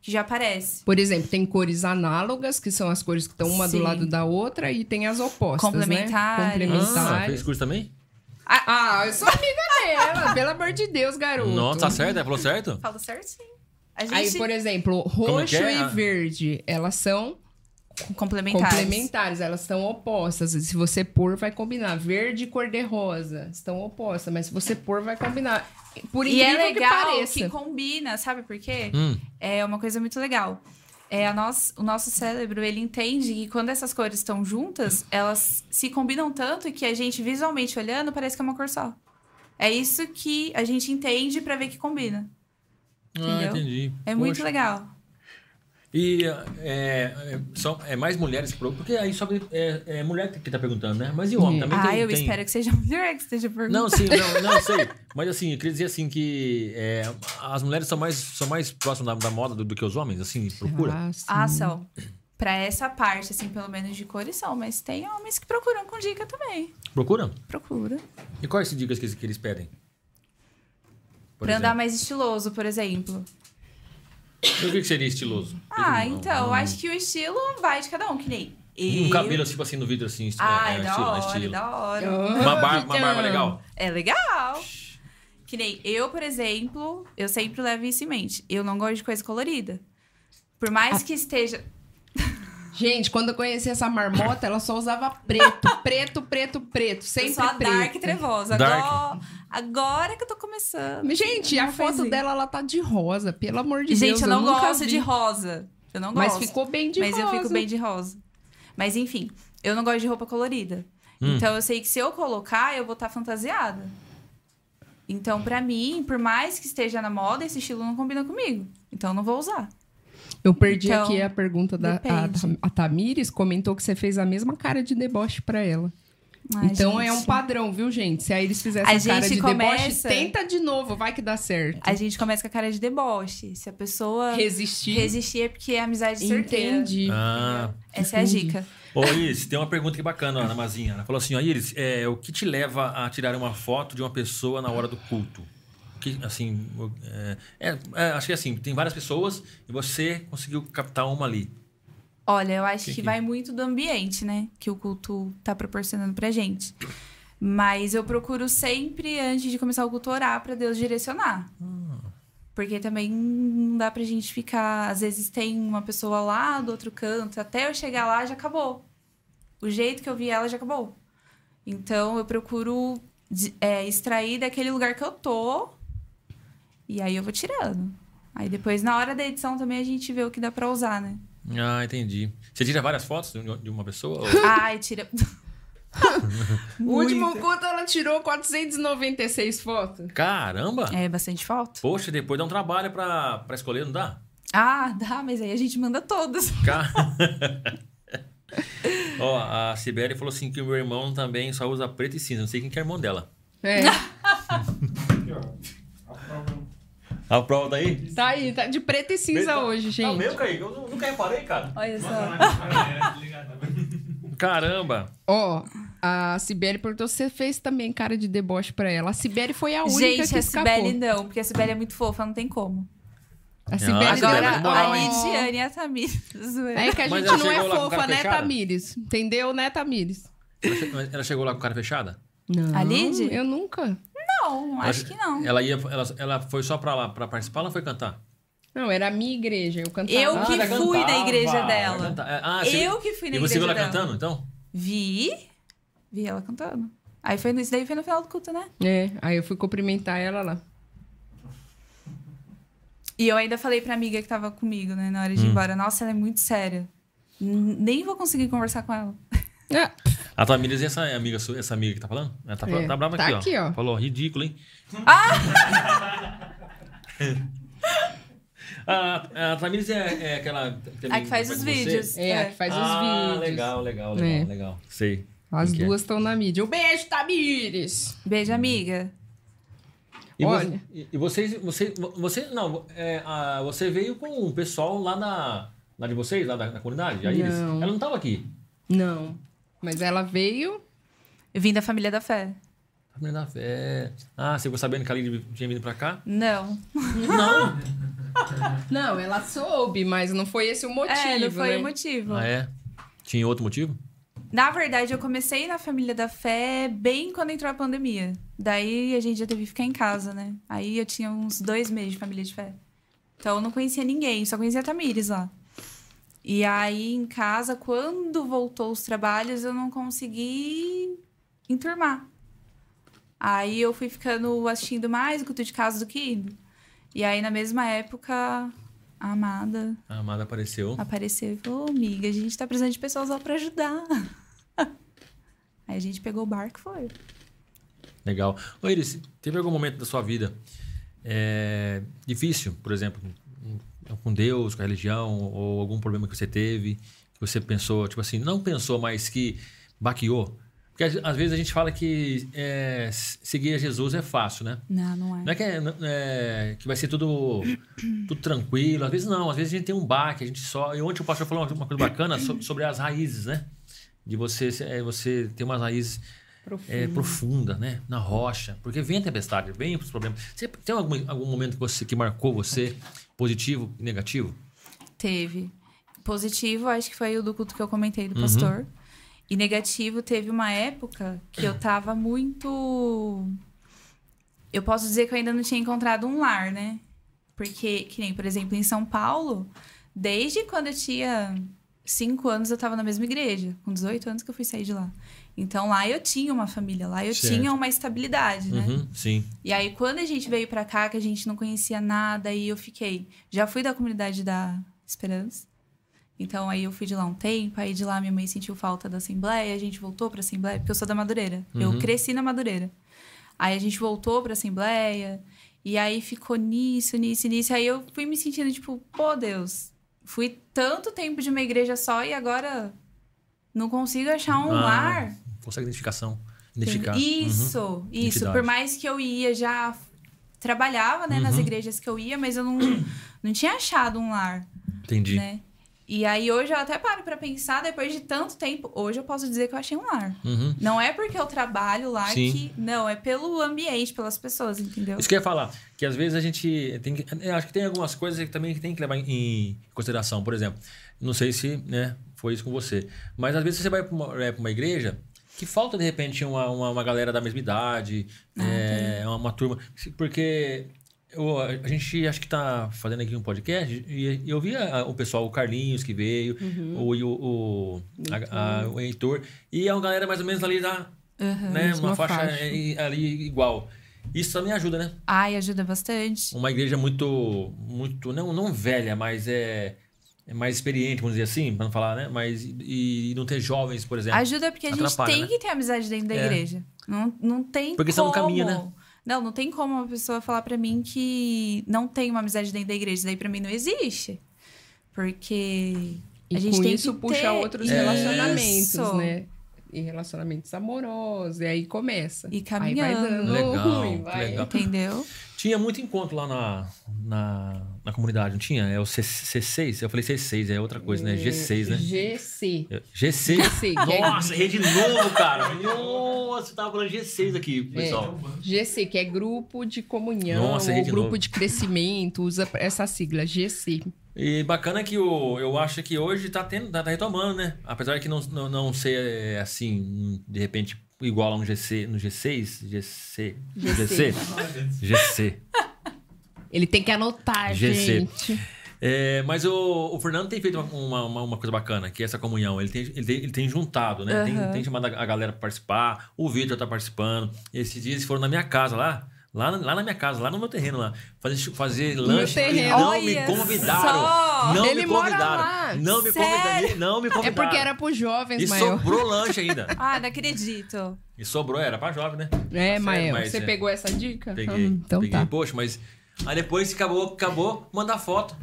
S3: Que já aparece.
S2: Por exemplo, tem cores análogas, que são as cores que estão uma
S3: Sim.
S2: do lado da outra, e tem as opostas.
S3: Complementares.
S2: Né?
S1: Ah,
S2: Complementares.
S1: fez curso também?
S2: Ah, eu sou amiga dela, [LAUGHS] pelo amor de Deus, garoto.
S1: Nossa, tá certo? Ela falou certo?
S3: Falo certinho. A gente
S2: Aí, por exemplo,
S1: Como é que
S2: roxo
S1: é?
S2: e verde, elas são
S3: complementares.
S2: complementares, elas são opostas. Se você pôr, vai combinar. Verde e cor-de-rosa estão opostas, mas se você pôr, vai combinar. Por
S3: E é
S2: incrível que
S3: legal que,
S2: pareça.
S3: combina, sabe por quê?
S1: Hum.
S3: É uma coisa muito legal. É a nós, o nosso cérebro, ele entende que quando essas cores estão juntas, elas se combinam tanto que a gente visualmente olhando parece que é uma cor só. É isso que a gente entende pra ver que combina.
S1: Ah,
S3: Entendeu?
S1: entendi.
S3: É muito
S1: Poxa.
S3: legal.
S1: E é, é, são é mais mulheres, pro- porque aí só é, é mulher que tá perguntando, né? Mas e homem
S2: Hum.
S1: também
S3: Ah,
S1: tem,
S3: eu
S1: tem-
S3: espero que seja [LAUGHS] mulher que esteja
S1: Não,
S3: perguntando.
S1: sim,
S3: [LAUGHS]
S1: não, não sei. Mas assim, eu queria dizer assim que é, as mulheres são mais, são mais próximas da, da moda do, do que os homens, assim, procura.
S2: Ah, sim.
S3: Ah, são. Pra essa parte, assim, pelo menos de cores são. Mas tem homens que procuram com dica também.
S1: Procura?
S3: Procura.
S1: E quais as dicas que, eles- que eles pedem? Por
S3: pra andar
S1: exemplo.
S3: mais estiloso, por exemplo.
S1: E O que que seria estiloso?
S3: Ah,
S1: Eu-
S3: então,
S1: um-
S3: acho que o estilo vai de cada um, que nem.
S1: Um
S3: eu.
S1: cabelo, tipo assim, no vidro, assim, esti-
S3: Ai,
S1: é,
S3: da
S1: estilo, é
S3: hora,
S1: estilo.
S3: da hora.
S1: Uma
S2: Ah,
S1: barba, uma barba
S2: então.
S1: legal.
S3: É legal. Que nem eu, por exemplo, eu sempre levo isso em mente. Eu não gosto de coisa colorida. Por
S2: Ah,
S3: mais que esteja.
S2: Gente, quando eu conheci essa marmota, ela só usava preto,
S3: [LAUGHS]
S2: preto, preto, preto,
S3: Sempre
S2: sempre
S3: só
S2: preto.
S3: dark e trevosa.
S1: Dark.
S3: Agora, agora que eu tô começando.
S2: Gente, a
S3: Não faz
S2: foto
S3: isso.
S2: dela, ela tá de rosa, pelo amor de
S3: Gente,
S2: Deus.
S3: eu não
S2: nunca
S3: gosto
S2: vi.
S3: de rosa. Eu não
S2: Mas
S3: gosto.
S2: ficou bem de
S3: mas
S2: rosa.
S3: eu fico bem de rosa. Mas enfim, eu não gosto de roupa colorida.
S1: Hum.
S3: Então eu sei que se eu colocar, eu vou estar fantasiada. Então, pra mim, por mais que esteja na moda, esse estilo não combina comigo. Então, eu não vou usar.
S2: Eu perdi
S3: Então,
S2: aqui a pergunta da a,
S3: depende.
S2: a Tamires, comentou que você fez a mesma cara de deboche pra ela. então é um padrão, viu, gente? Se a Iris fizer essa
S3: A
S2: cara
S3: gente
S2: de deboche,
S3: começa-
S2: tenta de novo, vai que dá certo.
S3: A gente começa com a cara de deboche. Se a pessoa
S2: Resistir.
S3: resistir, é porque é amizade certeira.
S2: Entendi.
S1: Ah.
S3: Essa é a dica.
S1: Ô, Iris, tem uma pergunta que bacana ó, na Mazinha. Ela falou assim, ó, Iris, é, o que te leva a tirar uma foto de uma pessoa na hora do culto? Que, assim, o- é, é, é, acho que assim, tem várias pessoas e você conseguiu captar uma ali.
S3: Olha, eu acho
S1: Que
S3: que,
S1: que-
S3: vai muito do ambiente, né? Que o culto tá proporcionando pra gente. Mas eu procuro sempre, antes de começar o culto, orar pra Deus direcionar. Porque também não dá pra gente ficar. Às vezes tem uma pessoa lá do outro canto, até eu chegar lá já acabou. O jeito que eu vi ela já acabou. Então eu procuro de- é, extrair daquele lugar que eu tô. E aí eu vou tirando. Aí depois, na hora da edição, também a gente vê o que dá pra usar, né?
S1: Ah, entendi. Você tira várias fotos de de uma pessoa? Ou- [LAUGHS]
S3: Ai, tira.
S2: O último culto ela tirou 496 fotos.
S1: Caramba!
S3: É bastante foto?
S1: Poxa, depois dá um trabalho pra, pra escolher, não dá?
S3: Ah, dá, mas aí a gente manda todas.
S1: Ca- [LAUGHS] Ó, a Sibeli falou assim que o meu irmão também só usa preto e cinza. Não sei quem que é irmão dela.
S2: É,
S5: Aqui, ó. A prova-
S1: A prova daí?
S2: tá aí, tá de preto e cinza
S1: Preta-
S2: hoje, gente.
S1: Kaique. Eu nunca reparei, cara.
S3: Olha
S4: Tá.
S3: só.
S1: Caramba!
S2: Ó, a Sibeli perguntou se você fez também cara de deboche pra ela. A Sibeli foi a única
S3: Gente,
S2: que
S3: a
S2: escapou.
S3: Sibeli não, porque a Sibeli é muito fofa, não tem como.
S2: A Sibeli
S1: Ah, Sibeli,
S3: Agora,
S1: na moral,
S3: a
S1: hein?
S3: Lidiane e a Tamir. [LAUGHS] zoeira.
S2: É que a
S1: Mas
S2: gente
S1: ela
S2: não é
S1: chegou lá com
S2: fofa,
S1: cara
S2: né,
S1: fechada?
S2: Tamires? Entendeu, né, Tamires?
S1: Ela che- Ela chegou lá com cara fechada?
S2: Não.
S3: A Lid?
S2: Eu nunca.
S3: Não, acho que não.
S1: Ela, ia, ela, ela foi só pra lá pra participar ou ela foi cantar?
S2: Não, era a minha igreja, eu cantava.
S3: Eu
S1: Ah,
S3: que
S1: ela
S3: fui
S1: cantava,
S3: na igreja
S1: ela
S3: dela.
S1: canta- é, ah, você-
S3: Eu que fui na
S1: E
S3: igreja
S1: você viu ela
S3: dela.
S1: cantando, então?
S3: Vi. Vi ela cantando. Aí foi no- isso daí foi no final do culto, né?
S2: É, aí eu fui cumprimentar ela lá.
S3: E eu ainda falei pra amiga que tava comigo, né, na hora
S1: Hum.
S3: de ir embora. Nossa, ela é muito séria. N- Nem vou conseguir conversar com ela.
S2: Ah,
S1: A Tamires e essa amiga, sua- essa amiga que tá falando? Ela tá,
S2: É,
S1: tá brava
S2: tá
S1: aqui,
S2: aqui,
S1: ó.
S2: ó.
S1: Falou, ridículo, hein? [LAUGHS]
S3: [LAUGHS]
S1: Ah! a, a Tamires é, é aquela.
S3: A que faz os vídeos.
S2: é, a que faz
S1: ah,
S2: os vídeos.
S1: legal, legal, legal,
S2: É.
S1: legal. Sei.
S2: As
S1: Quem que é.
S2: duas estão na mídia. Um beijo, Tamires!
S1: Hum.
S3: Beijo, amiga.
S1: E vo-
S2: Olha.
S1: e- e vocês, você, você não, é, a- você veio com o pessoal lá na, lá de vocês, lá da, na comunidade, a Iris.
S2: Não.
S1: Ela não tava aqui.
S2: Não. Mas ela veio.
S3: Eu vim da família da fé.
S1: Tá vendo? É... Ah, você ficou sabendo que a Aline tinha vindo pra cá?
S3: Não.
S1: Não.
S2: Não, ela soube, mas não foi esse o motivo.
S3: é, não foi
S2: né?
S3: o motivo.
S1: Ah, é? Tinha outro motivo?
S3: Na verdade, eu comecei na família da fé bem quando entrou a pandemia. Daí a gente já teve que ficar em casa, né? Aí eu tinha uns dois meses de família de fé. Então eu não conhecia ninguém, só conhecia a Tamires lá. E aí em casa, quando voltou os trabalhos, eu não consegui enturmar. Aí eu fui ficando assistindo mais o culto de casa do que indo. E aí na mesma época, a Amada
S1: Ah, A Amada apareceu.
S3: apareceu e falou, "Ô, amiga, a gente tá precisando de pessoas lá pra ajudar. [LAUGHS] Aí a gente pegou o barco e foi.
S1: Legal. Ô, Iris, teve algum momento da sua vida é, difícil, por exemplo, com Deus, com a religião, ou algum problema que você teve, que você pensou, tipo assim, não pensou, mas que baqueou? Porque às- às vezes a gente fala que é, s- seguir a Jesus é fácil, né?
S3: Não, não é.
S1: Não é que, é, não- é, que vai ser tudo, tudo tranquilo. Às vezes não, às vezes a gente tem um baque, a gente só. E ontem o pastor falou uma- uma coisa bacana so- sobre as raízes, né? De você, é, você ter umas raízes é, profunda, né? Na rocha. Porque vem a tempestade, vem os problemas. Você tem algum, algum momento que, você, que marcou você, positivo e negativo?
S3: Teve. Positivo, acho que foi o do culto que eu comentei do pastor. E negativo, teve uma época que eu tava muito. Eu posso dizer que eu ainda não tinha encontrado um lar, né? Porque, que nem, por exemplo, em São Paulo, desde quando eu tinha cinco anos, eu tava na mesma igreja. Com 18 anos que eu fui sair de lá. Então lá eu tinha uma família, lá eu
S1: Certo.
S3: tinha uma estabilidade, né?
S1: Uhum, sim.
S3: E aí, quando a gente veio pra cá, que a gente não conhecia nada, aí eu fiquei. Já fui da comunidade da Esperança. Então, aí eu fui de lá um tempo, aí de lá minha mãe sentiu falta da Assembleia, a gente voltou pra Assembleia, porque eu sou da Madureira. Eu cresci na Madureira. Aí a gente voltou pra Assembleia, e aí ficou nisso, nisso, nisso. Aí eu fui me sentindo tipo, pô, Deus, fui tanto tempo de uma igreja só e agora não consigo achar um
S1: Ah,
S3: lar.
S1: Consegue identificação. Identificar. Uhum.
S3: Isso, isso.
S1: Identidade. Uhum.
S3: Por mais que eu ia, já trabalhava né, nas igrejas que eu ia,
S1: [CLEARS THROAT]
S3: mas eu não, não tinha achado um lar,
S1: Uhum, entendi.
S3: né? E aí hoje eu até paro pra pensar, depois de tanto tempo, hoje eu posso dizer que eu achei um lar.
S1: Uhum.
S3: Não é porque eu trabalho lá
S1: Sim.
S3: que. Não, é pelo ambiente, pelas pessoas, entendeu?
S1: Isso que eu ia falar, que às vezes a gente tem que, eu acho que tem algumas coisas que também tem que levar em, em consideração. Por exemplo, não sei se né, foi isso com você, mas às vezes você vai para uma, é, pra uma igreja que falta de repente uma, uma, uma galera da mesma idade, é, uma, uma turma, Se- porque eu- a gente acho que tá fazendo aqui um podcast e, e eu vi a- o pessoal, o Carlinhos que veio, o, e o, o, a- a- o Heitor, e é uma galera mais ou menos ali da. né, uma
S2: mesma
S1: faixa,
S2: faixa.
S1: é, ali igual. Isso também ajuda, né?
S3: Ai, ajuda bastante.
S1: uma igreja muito, muito não, não velha, mas é, é mais experiente, vamos dizer assim, para não falar, né? Mas e, e não ter jovens, por exemplo.
S3: Ajuda porque a gente
S1: É. Atrapalha,
S3: tem
S1: né?
S3: que ter amizade dentro da
S1: É.
S3: igreja. Não, não tem
S1: Porque senão
S3: como.
S1: não caminha, né?
S3: Não, não tem como uma pessoa falar pra mim que não tem uma amizade dentro da igreja. Isso Daí pra mim não existe. Porque
S2: E
S3: a gente
S2: com
S3: tem
S2: isso
S3: que
S2: puxa
S3: ter
S2: outros
S3: isso.
S2: relacionamentos, né? E relacionamentos amorosos, e aí começa.
S3: E
S2: Aí vai
S3: caminhando.
S2: dando
S1: Legal,
S2: ruim, vai.
S1: legal. [LAUGHS]
S3: Entendeu?
S1: Tinha muito encontro lá na, na, na comunidade, não tinha? É o C, C6? Eu falei C6, é outra coisa, né? G6, né?
S2: GC.
S1: É, G6.
S2: GC, que é,
S1: Nossa, errei de novo, cara. Nossa, eu tava falando G6 aqui, pessoal.
S2: GC, que é grupo de comunhão,
S1: Nossa, errei
S2: ou
S1: de
S2: grupo
S1: novo.
S2: de crescimento, usa essa sigla, GC.
S1: E bacana que o, eu acho que hoje tá, tendo, tá, tá retomando, né? Apesar que não, não, não ser é, assim, de repente, igual lá no GC, no G6, GC, GC,
S2: GC.
S1: GC.
S2: Ele tem que anotar,
S1: GC.
S2: gente.
S1: É, mas o, o Fernando tem feito uma, uma, uma coisa bacana, que é essa comunhão. Ele tem, ele tem, ele tem juntado, né? Tem,
S3: Aham.
S1: tem chamado a a galera pra participar, o Vitor tá participando. Esses dias eles foram na minha casa lá. Lá, na- lá na minha casa, lá no meu terreno lá. Fazer, chu- fazer lanche.
S2: terreno.
S1: Não
S3: Olha
S1: me convidaram.
S3: só!
S1: Não
S2: Ele
S1: me
S2: mora
S1: convidaram.
S2: lá.
S1: Não me convidaram. Não me
S2: É
S1: convidaram.
S2: porque era pros jovens,
S1: E
S2: Mael.
S1: sobrou lanche ainda.
S3: Ah, não acredito.
S1: E sobrou, era pra jovem, né?
S2: É,
S1: Tá
S2: Mael.
S1: certo, mas
S2: Você
S1: é.
S2: pegou essa dica?
S1: Peguei.
S2: Hum, então
S1: peguei.
S2: tá.
S1: Poxa, mas. Aí depois acabou, acabou, manda foto.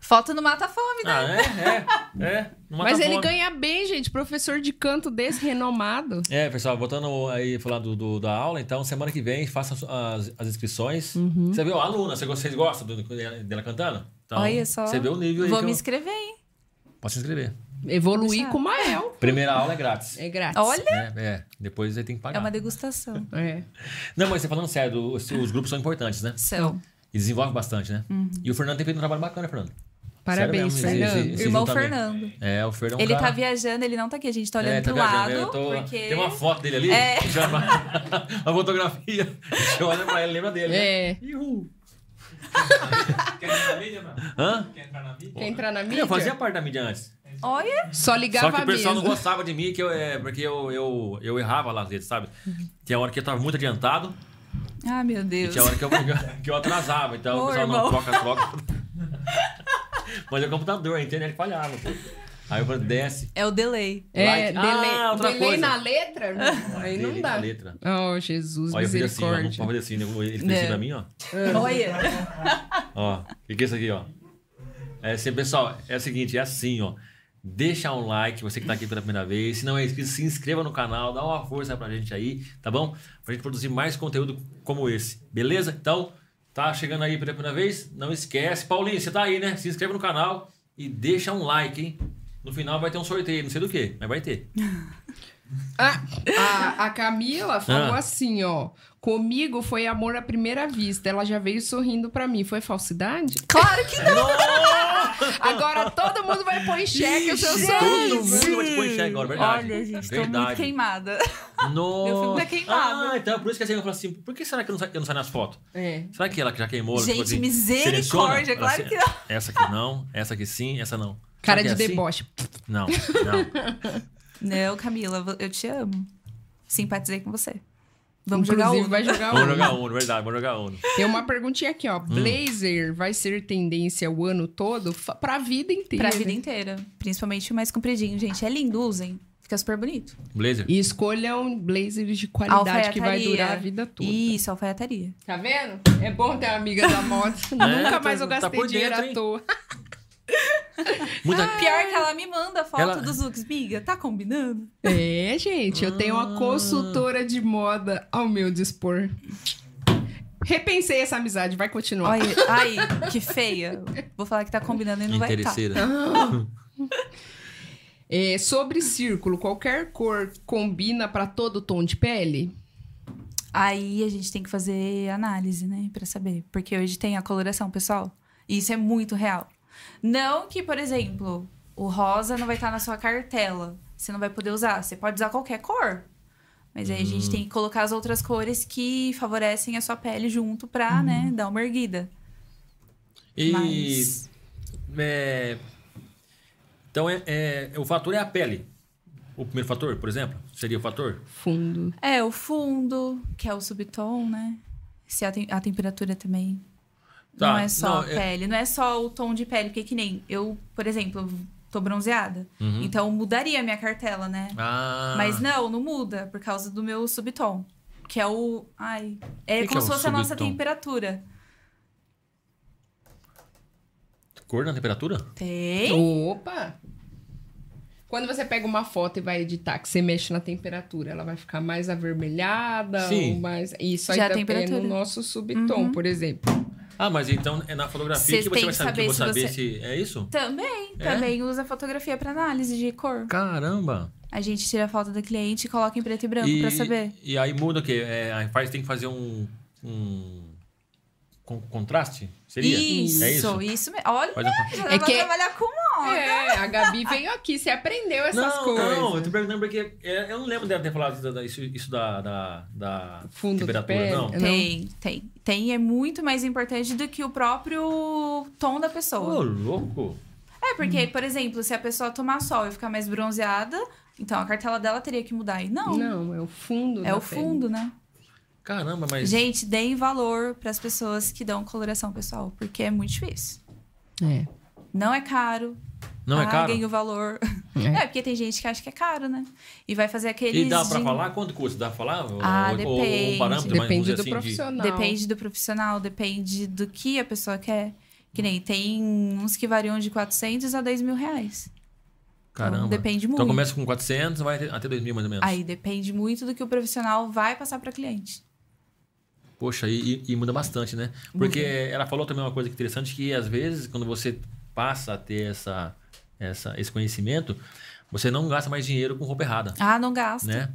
S3: Foto não mata a fome, né?
S1: Ah, é, é, é. não mata
S2: Mas ele
S1: fome.
S2: ganha bem, gente. Professor de canto desse renomado.
S1: É, pessoal, voltando aí a falar do, do- da aula, então semana que vem faça as- as, as inscrições.
S3: Uhum.
S1: Você viu a aluna, você, vocês gostam do- dela cantando? Então,
S3: Olha só.
S1: Você vê o nível aí.
S3: Vou
S1: que
S3: me
S1: eu-
S3: inscrever, hein?
S1: Pode se inscrever.
S2: Evoluir
S3: Sabe.
S2: com o Mael.
S1: Primeira aula é grátis.
S2: É grátis.
S3: Olha,
S1: É, é. depois aí tem que pagar.
S3: é uma degustação.
S2: É.
S1: Não, mas você falando sério, do- os, os grupos são importantes, né?
S3: São.
S1: E desenvolve bastante, né?
S3: Uhum.
S1: E o Fernando tem feito um trabalho bacana, Fernando.
S2: Parabéns,
S1: Sério mesmo,
S2: Fernando.
S1: esse- esse-
S3: Irmão
S1: juntamento.
S3: Fernando.
S1: É, o Fernando é um
S3: Ele
S1: cara...
S3: tá viajando, ele não tá aqui, a gente tá olhando
S1: É, tá
S3: pro
S1: viajando, eu
S3: lado.
S1: tô-
S3: Porque...
S1: Tem uma foto dele ali,
S3: É.
S1: que chama [LAUGHS] a fotografia. [LAUGHS] Você olha pra ele, lembra dele, né?
S2: É.
S1: Ihu.
S3: Tá.
S4: Quer entrar na mídia, mano?
S1: Hã?
S4: Quer entrar na mídia?
S2: Quer entrar na mídia?
S1: Eu fazia parte da mídia antes.
S3: Olha,
S2: Só ligava
S1: Só que o
S2: mesmo.
S1: pessoal não gostava de mim, que eu, é, porque eu, eu, eu errava lá às vezes, sabe?
S2: Uhum.
S1: Tinha hora que eu tava muito adiantado
S3: ah, meu
S1: e
S3: Deus.
S1: tinha é hora que eu, [LAUGHS] que eu atrasava. Então
S3: Ô,
S1: o pessoal não
S3: irmão.
S1: troca, [LAUGHS] troca. Mas é o computador, a internet falhava, pô. Aí eu falei, desce.
S3: É o delay.
S2: É,
S1: Like. Ah,
S2: delay,
S1: outra
S2: delay
S1: coisa.
S2: na letra?
S1: [LAUGHS]
S2: Aí não
S1: Dele,
S2: dá.
S1: na letra.
S2: Oh, Jesus,
S1: Olha, eu fiz assim, ó, não
S2: misericórdia.
S1: pode fazer assim, né? Ele fez assim
S3: É.
S1: pra mim, ó.
S3: Olha.
S1: Ó, o que, que é isso aqui, ó? É, assim, pessoal, é o seguinte, é assim, ó. Deixa um like, você que tá aqui pela primeira vez. Se não é inscrito, se inscreva no canal, dá uma força pra gente aí, tá bom? Pra gente produzir mais conteúdo como esse, beleza? Então, tá chegando aí pela primeira vez? Não esquece. Paulinho, você tá aí, né? Se inscreva no canal e deixa um like, hein? No final vai ter um sorteio, não sei do que, mas vai
S3: [LAUGHS]
S1: ter.
S2: Ah, a, a Camila falou
S1: Ah.
S2: assim, ó. Comigo foi amor à primeira vista. Ela já veio sorrindo pra mim. Foi
S1: [LAUGHS]
S2: falsidade?
S3: Claro que não.
S2: Agora todo mundo vai pôr em xeque o seu
S1: Ixi,
S2: sorriso.
S1: Todo mundo vai te pôr em xeque agora, verdade.
S3: Olha, gente, tô
S1: verdade.
S3: muito queimada.
S1: Nossa.
S3: Meu filme tá queimado.
S1: Ah, então por isso que assim, eu falo assim, por que será que eu não sai, eu não saio nas fotos?
S2: É.
S1: Será que ela que já queimou?
S3: Gente,
S1: tipo assim,
S3: misericórdia,
S1: seleciona? assim.
S3: claro
S1: Ela
S3: que
S1: se- Essa aqui não, essa aqui sim, essa não. Será
S2: Cara
S1: que
S2: de
S1: é assim?
S2: deboche.
S1: Não, não.
S3: Não, Camila, vo- eu te amo. Simpatizei com você. Vamos
S2: Inclusive,
S3: jogar um.
S2: vai jogar
S1: Vamos
S2: um.
S1: jogar Hum. Uno, verdade, vamos jogar Uno.
S2: Tem uma perguntinha aqui, ó. Blazer vai ser tendência o ano todo? Fa- Pra vida inteira.
S3: Pra vida
S2: né?
S3: inteira. Principalmente o mais compridinho, gente. É lindo, usem. Fica super bonito.
S1: Blazer.
S2: E escolham blazers de qualidade que vai durar a vida toda.
S3: Isso, alfaiataria.
S2: Tá vendo? É bom ter amiga da
S1: [LAUGHS]
S2: moda.
S1: tá-
S2: Nunca mais eu
S1: tá
S2: gastei
S1: por
S2: dinheiro
S1: dentro,
S2: à toa.
S1: Muita...
S3: Pior que ela me manda foto
S1: Ela-
S3: dos looks. Miga, tá combinando?
S2: É, gente, eu tenho
S1: Ah.
S2: uma consultora de moda ao meu dispor. Repensei essa amizade, vai continuar.
S3: Olha, ai, que feia. Vou falar que tá combinando e não vai estar.
S1: Interesseira.
S2: É, sobre círculo, qualquer cor combina pra todo tom de pele?
S3: Aí a gente tem que fazer análise, né? Pra saber. Porque hoje tem a coloração, pessoal. E isso é muito real. Não que, por exemplo, o rosa não vai estar na sua cartela. Você não vai poder usar. Você pode usar qualquer cor. Mas aí a gente tem que colocar as outras cores que favorecem a sua pele junto pra, né, dar uma erguida.
S1: E.
S3: Mas.
S1: é, Então, é, é, o fator é a pele. O primeiro fator, por exemplo, seria o fator?
S2: Fundo.
S3: É, o fundo, que é o subtom, né? Se a, tem- a temperatura também.
S1: Tá,
S3: não é só
S1: não,
S3: a
S1: é-
S3: pele, não é só o tom de pele, porque que nem eu, por exemplo, tô bronzeada. Então mudaria a minha cartela, né?
S1: Uhum. Ah.
S3: Mas não, não muda, por causa do meu subtom. Que é o. Ai. É
S1: Que que
S3: como
S1: é
S3: se
S1: o
S3: fosse a nossa
S1: subtom?
S3: temperatura.
S1: Cor na temperatura?
S3: Tem.
S2: Opa! Quando você pega uma foto e vai editar, que você mexe na temperatura, ela vai ficar mais avermelhada
S1: Sim.
S2: ou mais. Isso aí
S3: Já a
S2: depende no
S3: temperatura. Uhum.
S2: nosso subtom, por exemplo.
S1: Ah, mas então é na fotografia
S3: Cês
S1: que
S3: têm
S1: você vai
S3: que
S1: saber, que eu vou
S3: saber
S1: saber
S3: se
S1: se. É isso?
S3: Também,
S1: É?
S3: também usa fotografia pra análise de cor.
S1: Caramba!
S3: A gente tira a foto da cliente e coloca em preto e branco pra saber.
S1: E aí muda o quê? É, aí faz, tem que fazer um. um com contraste? Seria?
S3: Isso,
S1: É
S3: isso,
S1: isso?
S3: mesmo. Olha,
S1: Pode
S3: já
S2: É
S3: dá pra
S2: que-
S3: trabalhar com moda.
S2: É, a Gabi veio aqui, você aprendeu essas
S1: não,
S2: coisas.
S1: não, eu tô perguntando porque é, eu não lembro dela ter falado da- da- isso, isso da, da, da
S2: Fundo do
S1: temperatura,
S2: pé.
S1: não.
S3: Tem, tem. Tem é muito mais importante do que o próprio tom da pessoa.
S1: Ô, louco!
S3: É, porque, por exemplo, se a pessoa tomar sol e ficar mais bronzeada, então a cartela dela teria que mudar. E não,
S2: Não, é o fundo
S3: é
S2: da
S3: o
S2: pele.
S3: fundo, né?
S1: Caramba, mas.
S3: Gente, deem valor pras pessoas que dão coloração pessoal, porque é muito difícil.
S2: É.
S3: Não é caro.
S1: não é caro?
S3: Paguem o valor. [LAUGHS] É. porque tem gente que acha que é caro, né? E vai fazer aqueles.
S1: E dá pra
S3: de-
S1: falar quanto custa? Dá pra falar?
S3: Ah,
S1: ou, ou, ou um parâmetro, mas
S3: depende.
S1: vamos
S2: Depende
S1: dizer
S2: do
S1: assim, de...
S2: profissional.
S3: Depende do profissional, depende do que a pessoa quer. Que nem tem uns que variam de 400 a 10 mil reais.
S1: Caramba.
S3: Então, depende muito.
S1: Então começa com 400, vai até 2 mil mais ou menos.
S3: Aí depende muito do que o profissional vai passar pra cliente.
S1: Poxa, e, e- e muda bastante, né? Porque ela falou também uma coisa interessante, que às vezes, quando você passa a ter essa, essa, esse conhecimento, você não gasta mais dinheiro com roupa errada,
S3: Ah, não gasta.
S1: né?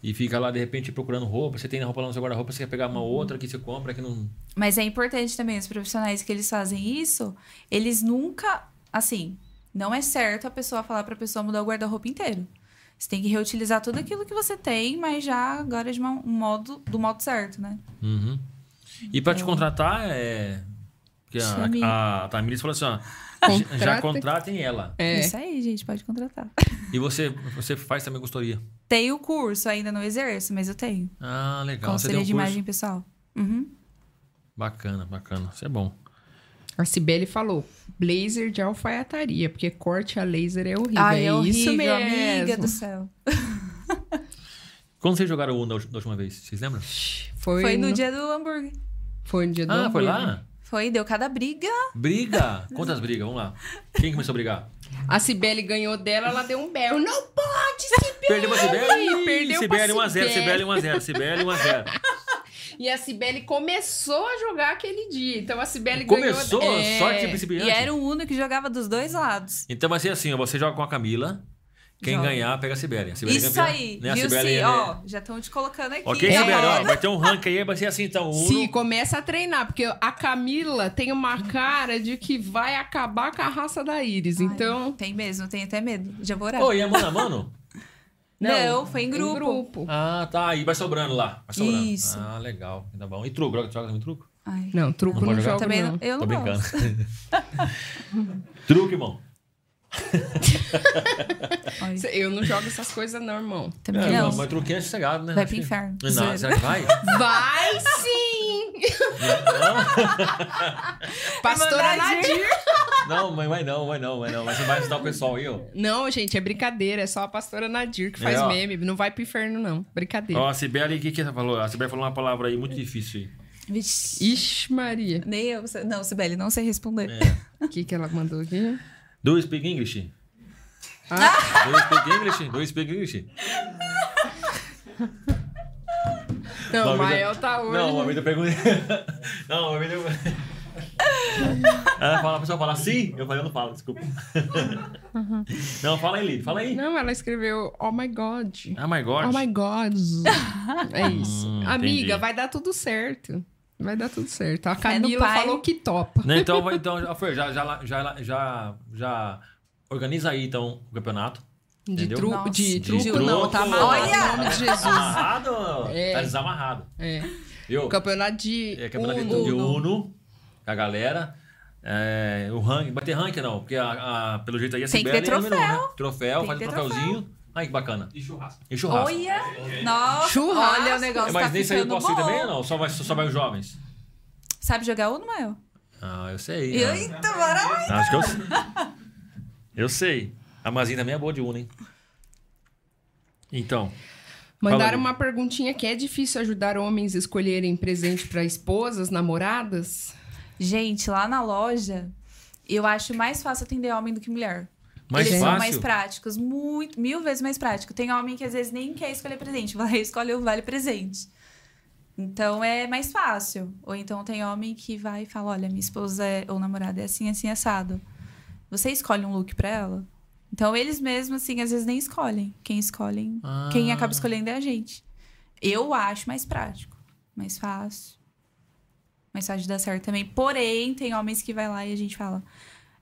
S1: E fica lá, de repente, procurando roupa. Você tem roupa lá no seu guarda-roupa, você quer pegar uma outra que você compra, que não...
S3: Mas é importante também, os profissionais que eles fazem isso, eles nunca, assim, não é certo a pessoa falar pra pessoa mudar o guarda-roupa inteiro. Você tem que reutilizar tudo aquilo que você tem, mas já agora de uma- um modo, do modo certo, né?
S1: Uhum. E pra te contratar, é... Porque
S3: Chame.
S1: a, a Tamiris falou assim, ó...
S2: Contrata-
S1: Já contratem ela.
S2: É.
S3: Isso aí, gente, pode contratar.
S1: E você, você faz também consultoria.
S3: Tem o curso, ainda não exerço, mas eu tenho.
S1: Ah, legal. Você tem um
S3: Conselho
S1: curso.
S3: de imagem pessoal. Uhum.
S1: Bacana, bacana. Isso é bom.
S2: A Cibele falou, blazer de alfaiataria, porque corte a laser é horrível.
S3: Ai,
S2: é,
S3: é horrível,
S2: isso mesmo.
S3: amiga do céu.
S1: Quando vocês jogaram o da ulti- da última vez? Vocês lembram?
S2: Foi,
S3: Foi no
S2: no-
S3: dia do hambúrguer.
S2: Foi no dia do
S1: ah, foi
S2: hambúrguer.
S1: lá?
S3: Foi, deu cada briga.
S1: Briga! Quantas brigas? Vamos lá. Quem começou a brigar?
S2: A Cibele ganhou dela, ela deu um berro. Não pode, Cibele!
S1: Perdeu pra Sibeli?
S2: Ih, perdeu pra
S1: Sibeli 1x0,
S2: Sibeli.
S1: Sibeli 1x0, Sibeli 1x0.
S2: E a Cibele começou a jogar aquele dia. Então a Cibele
S1: Começou?
S2: ganhou... É.
S1: Sorte de
S3: E
S1: principiante?
S3: era o Uno que jogava dos dois lados.
S1: Então vai ser assim, ó, você joga com a Camila, quem
S3: Joga.
S1: ganhar pega a Sibeli. A Sibeli é
S3: Isso
S1: campeã,
S3: aí,
S1: né? A
S3: viu?
S1: Sibeli
S3: Sim,
S1: é-
S3: ó, já estão te colocando aqui.
S1: Ok,
S2: É.
S1: Sibeli, ó, vai ter um ranking aí, vai ser assim, então, um...
S2: Sim, começa a treinar, porque a Camila tem uma cara de que vai acabar com a raça da Iris.
S3: Ai,
S2: então.
S3: Tem mesmo, tem até medo. Já vou orar.
S1: Pô, e a mano a
S3: [LAUGHS]
S1: mano?
S3: Não, foi em grupo.
S1: Ah, tá, aí vai sobrando lá, vai sobrando.
S3: Isso.
S1: Ah, legal, tá bom. E truco, joga, joga também truco?
S3: Ai,
S2: Não,
S1: Não
S2: truco não,
S1: pode jogar?
S2: joga.
S3: também
S2: não.
S3: eu
S1: Tô
S3: não
S1: brincando.
S3: gosto.
S1: [LAUGHS] truco, irmão.
S3: Olha,
S2: Cê- Eu não jogo essas coisas, não, irmão.
S3: também
S1: É,
S3: não.
S1: mas truquinho é sossegado, né?
S3: Vai
S1: Acho
S3: pro
S1: que-
S3: inferno.
S1: Não,
S3: Zoeira.
S1: será que
S3: [LAUGHS]
S1: vai?
S2: Vai sim! Pastora
S3: Nadir.
S2: Nadir!
S1: Não, mãe, vai não, vai não, vai não. Mas você vai ajudar o pessoal aí, ó.
S2: Não, gente, é brincadeira. É só a pastora Nadir que faz
S1: É, ó.
S2: meme. Não vai pro inferno, não. Brincadeira.
S1: Ó, a Sibeli, o que que ela falou? A Sibeli falou uma palavra aí muito difícil aí.
S3: Vixe.
S2: Ixi, Maria.
S3: Nem eu. sei- Não, Sibeli, não sei responder.
S1: É.
S2: O que, que ela mandou aqui?
S1: Do you speak English?
S2: Ah,
S1: Do you speak English? Do you speak English? Uma
S2: não,
S1: vez eu-
S2: o Mael tá hoje.
S1: Não, uma vez eu perguntei... [LAUGHS] Não, uma vez eu... Ela fala, a pessoa fala sim? Eu falei, eu não falo, desculpa.
S2: Uhum.
S1: Não, fala aí, Lili, fala aí.
S2: Não, ela escreveu Oh my God.
S1: Ah, my God.
S2: Oh my God. É isso.
S1: Hum,
S2: Amiga,
S1: entendi.
S2: vai dar tudo certo. Vai dar tudo certo. A
S3: Fé no
S2: Camila
S3: pai.
S2: falou que topa.
S1: Né, então, vai- então já, foi, já, já, já, já, já organiza aí, então, o campeonato.
S2: De,
S1: Entendeu?
S2: tru
S3: Nossa.
S2: de
S1: De
S2: truco,
S1: truco.
S2: não. Tá amarrado
S3: Olha!
S2: em nome de Jesus.
S1: Amarrado?
S2: É.
S1: Tá desamarrado.
S2: É.
S1: Viu?
S2: O campeonato de.
S1: É, campeonato de-
S2: Uno.
S1: de Uno, com a galera. É, o ranking, bater ranking não, porque a- a- pelo jeito aí a
S3: Tem que
S1: Sibeli
S3: ter
S1: é número
S3: troféu.
S1: um, né? Troféu,
S3: Tem
S1: faz
S3: que
S1: um
S3: ter
S1: troféuzinho. Ai, que bacana.
S4: E churrasco.
S1: E churrasco. É,
S3: Olha! Nossa!
S2: Churrasco.
S3: Olha, o negócio
S1: Mas
S3: tá
S1: nesse aí eu
S3: ficando
S1: posso ir
S3: bom.
S1: também ou não? Só vai, só vai os jovens?
S3: Sabe jogar Uno, Mael?
S1: Ah, eu sei. ah.
S3: Eita, maravilha!
S1: Acho que eu sei. Eu sei. A Mazinha também é boa de Uno, hein? Então, Fala aí.
S2: Mandaram uma perguntinha que é difícil ajudar homens a escolherem presente para esposas, namoradas?
S3: Gente, lá na loja, eu acho mais fácil atender homem do que mulher.
S1: mais
S3: Eles são
S1: fácil.
S3: mais práticos, muito, mil vezes mais prático. Tem homem que às vezes nem quer escolher presente, vai [LAUGHS] escolher o vale presente. Então é mais fácil. Ou então tem homem que vai e fala: olha, minha esposa é- ou namorada é assim, assim, assado. Você escolhe um look pra ela? Então eles mesmos, assim, às vezes nem escolhem. Quem escolhem,
S1: Ah.
S3: quem acaba escolhendo é a gente. Eu acho mais prático, mais fácil. mais fácil de dar certo também. Porém, tem homens que vai lá e a gente fala.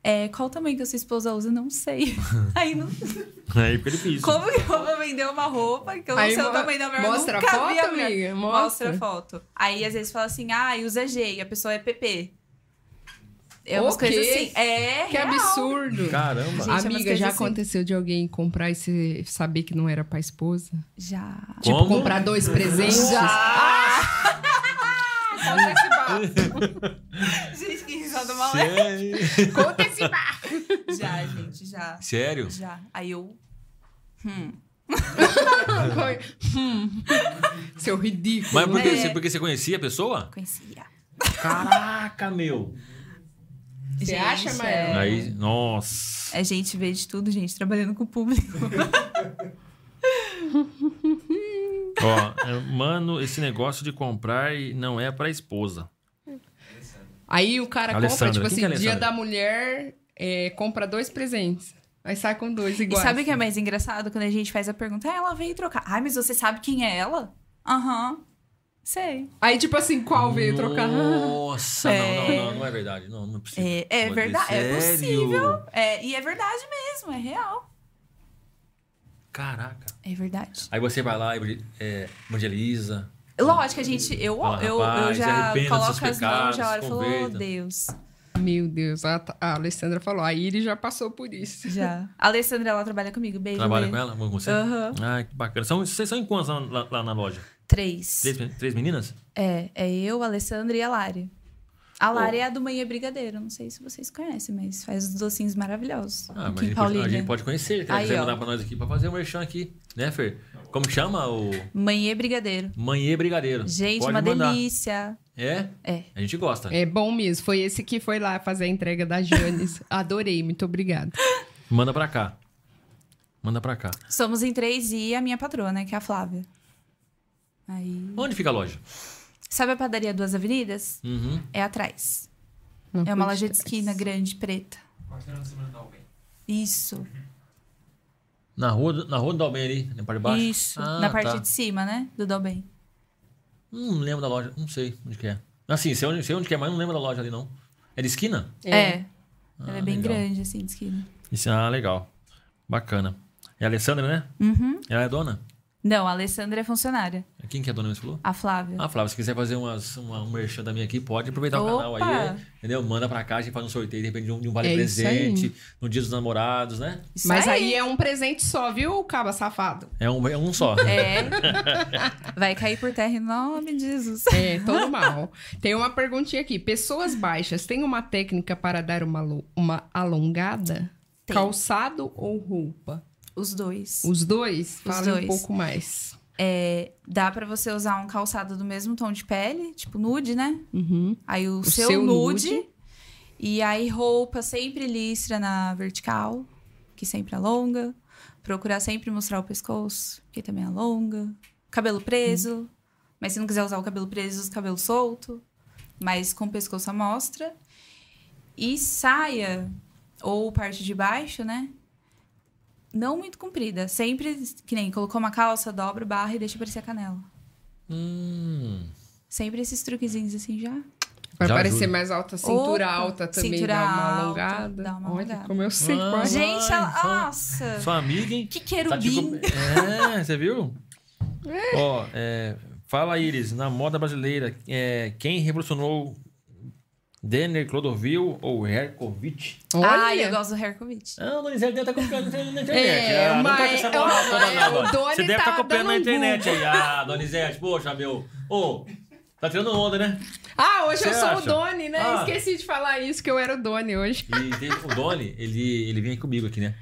S3: É, qual o tamanho que a sua esposa usa? Não sei. Aí não
S1: Aí fica difícil.
S3: Como que eu vou vender uma roupa que eu não
S2: Aí
S3: sei o
S2: mo-
S3: tamanho da minha
S2: mostra a
S3: nunca
S2: foto,
S3: vi a minha-
S2: amiga? Mostra.
S3: Mostra. a foto. Aí às vezes fala assim, ah, e usa G, e a pessoa é PP. É umas
S2: O quê?
S3: coisas assim. É,
S2: Que
S3: real.
S2: absurdo.
S1: Caramba.
S3: Gente, é umas
S2: Amiga,
S3: coisas
S2: já
S3: assim.
S2: aconteceu de alguém comprar e você saber que não era pra esposa?
S3: Já.
S2: [LAUGHS] Tipo,
S1: Como?
S2: comprar dois presentes? Conta esse bafo.
S3: Gente, que risada maluca.
S1: Sério?
S2: Conta esse bafo.
S3: Já, gente, já. [LAUGHS]
S1: Sério?
S3: Já. Aí eu.
S2: Hum. Seu ridículo.
S1: Mas por que,
S3: É.
S1: você, porque você conhecia a pessoa?
S3: Conhecia.
S1: Caraca, meu.
S2: Você
S3: Gente,
S2: acha, Mael?
S3: é-
S1: Aí, nossa.
S3: A É gente vê de tudo, gente, trabalhando com
S2: [LAUGHS]
S3: o público.
S1: Ó, é, mano, esse negócio de comprar e não é pra esposa.
S2: Aí o cara
S1: Alessandra. Quem
S2: compra, tipo
S1: que é
S2: assim, dia
S1: Alessandra?
S2: da mulher, é, compra dois presentes. Aí sai com dois
S3: E
S2: iguais.
S3: sabe o que é mais engraçado? Quando a gente faz a pergunta, ah, ela veio trocar. Ai, mas você sabe quem é ela? Aham. Sei.
S2: Aí, tipo assim, qual veio trocar?
S1: Nossa, não, não,
S3: É.
S1: não, não é verdade. Não, não é possível.
S3: É, é
S1: Olha,
S3: verdade, é
S1: sério?
S3: possível. É, e é verdade mesmo, é real.
S1: Caraca.
S3: É verdade.
S1: Aí você vai lá e é, evangeliza.
S3: Lógico, a gente, eu,
S1: Fala,
S3: eu, eu
S1: rapaz,
S3: já
S1: arrependa dos seus
S3: coloco as mãos,
S1: pecados,
S3: já olho e falo, oh,
S1: converta."
S3: Deus.
S2: Ah, Meu Deus, a, a Alessandra falou, a Iri já passou por isso.
S3: Já. A [LAUGHS] Alessandra, ela trabalha comigo, beijo.
S1: Trabalha
S3: Lê.
S1: com ela? Com você?
S3: Aham.
S1: Ai, que bacana. São, vocês são em quantos lá, lá- lá na loja?
S3: Três.
S1: Três, três meninas?
S3: É, é eu, a Alessandra e a Lari. A Lari é a do Manhã Brigadeiro, não sei se vocês conhecem, mas faz os docinhos maravilhosos.
S1: Ah, mas a
S3: aqui
S1: gente,
S3: em
S1: pode, a
S3: Paulínia.
S1: gente pode conhecer. Se
S3: Aí,
S1: quiser
S3: ó.
S1: mandar pra nós aqui pra fazer o merchan aqui, né, Fer? Como que chama? O
S3: Manhã Brigadeiro.
S1: Manhê Brigadeiro.
S3: Gente,
S1: Pode
S3: uma
S1: mandar.
S3: delícia.
S1: É?
S3: É.
S1: A gente gosta.
S2: É bom mesmo. Foi esse que foi lá fazer a entrega da Janes. Adorei, muito obrigada.
S1: Manda pra cá. Manda pra cá.
S3: Somos em três e a minha patroa, né, que é a Flávia. Aí.
S1: Onde fica a loja?
S3: Sabe a padaria Duas Avenidas?
S1: Uhum.
S3: É atrás.
S2: Não
S3: É uma
S2: pude
S3: loja de
S2: trás.
S3: esquina grande, preta.
S4: é
S5: Quarteirão de semana da UEM.
S3: Isso,
S1: Na rua, do- na rua do Dalben ali, na parte de baixo?
S3: isso.
S1: Ah,
S3: Na parte
S1: tá.
S3: de cima, né? Do Dalben.
S1: Hum, Não lembro da loja. Não sei onde que é. Assim, sei onde, sei onde que é, mas não lembro da loja ali, não. É de esquina?
S2: É.
S3: É. Ela é
S1: Ah,
S3: bem
S1: legal.
S3: grande, assim, de esquina.
S1: Isso, ah, legal. Bacana. É a Alessandra, né?
S3: Uhum.
S1: Ela é dona?
S3: Não, a Alessandra é funcionária.
S1: Quem que é a dona mesmo que falou?
S3: A Flávia.
S1: Ah, Flávio, se quiser fazer umas, uma, um merchan da minha aqui, pode aproveitar o
S3: Opa!
S1: canal aí, é, entendeu? Manda pra cá, a gente faz um sorteio, de repente, de um, de um
S2: É isso aí.
S1: vale-presente, no Dia dos Namorados, né?
S3: Isso
S2: Mas aí é um presente só, viu, caba
S3: [LAUGHS]
S2: safado?
S1: É um, é um só.
S3: É. Vai cair por terra em nome de Jesus.
S2: É, todo mal. Tem uma perguntinha aqui. Pessoas baixas, tem uma técnica para dar uma, lo- uma alongada?
S3: Tem.
S2: Calçado ou roupa?
S3: Os dois.
S2: Os dois? Fala um
S3: dois.
S2: pouco mais.
S3: É, dá pra você usar um calçado do mesmo tom de pele, tipo nude, né?
S2: Uhum.
S3: Aí o, seu,
S2: seu
S3: nude,
S2: nude.
S3: E aí roupa sempre listra na vertical, que sempre alonga. Procurar sempre mostrar o pescoço, que também alonga. Cabelo preso. Mas se não quiser usar o cabelo preso, usa o cabelo solto. Mas com o pescoço à mostra. E saia, ou parte de baixo, né? Não muito comprida. Sempre, que nem colocou uma calça, dobra, barra e deixa parecer a canela.
S1: Hum,
S3: Sempre esses truquezinhos assim já.
S2: Vai
S1: Já
S2: parecer
S1: ajuda.
S2: mais alta, cintura
S3: Opa,
S2: alta também,
S3: cintura
S2: dá uma
S3: alta,
S2: alongada.
S3: dá uma
S2: Olha
S3: alongada.
S2: como eu sei
S1: Ah,
S2: qual é.
S3: Gente, ela.
S1: só-
S3: Nossa!
S1: sua amiga, hein?
S3: Que
S1: Tá
S3: querubim!
S1: tipo- É, você
S2: [LAUGHS]
S1: viu? Ó, é, fala Iris, na moda brasileira, é, quem revolucionou Denner, Clodovil ou Herkovic?
S2: Olha.
S3: Ai, eu gosto do Herkovic.
S1: Ah, o Donizete deve estar copiando na internet.
S2: É,
S1: ah, não
S2: mas-
S1: tá com essa moral
S2: ó, é,
S1: toda, não,
S2: o
S1: ó.
S2: Doni
S1: Você deve estar
S2: tava
S1: copiando na
S2: dando um
S1: internet aí. Ah, Donizete, poxa, meu. Ô, tá tirando onda, né?
S2: Ah, hoje eu
S1: Você
S2: sou o
S1: acha?
S2: Doni, né?
S1: Ah.
S2: Esqueci de falar isso, que eu era o Doni hoje.
S1: E tem- o Doni, ele, ele vem comigo aqui, né?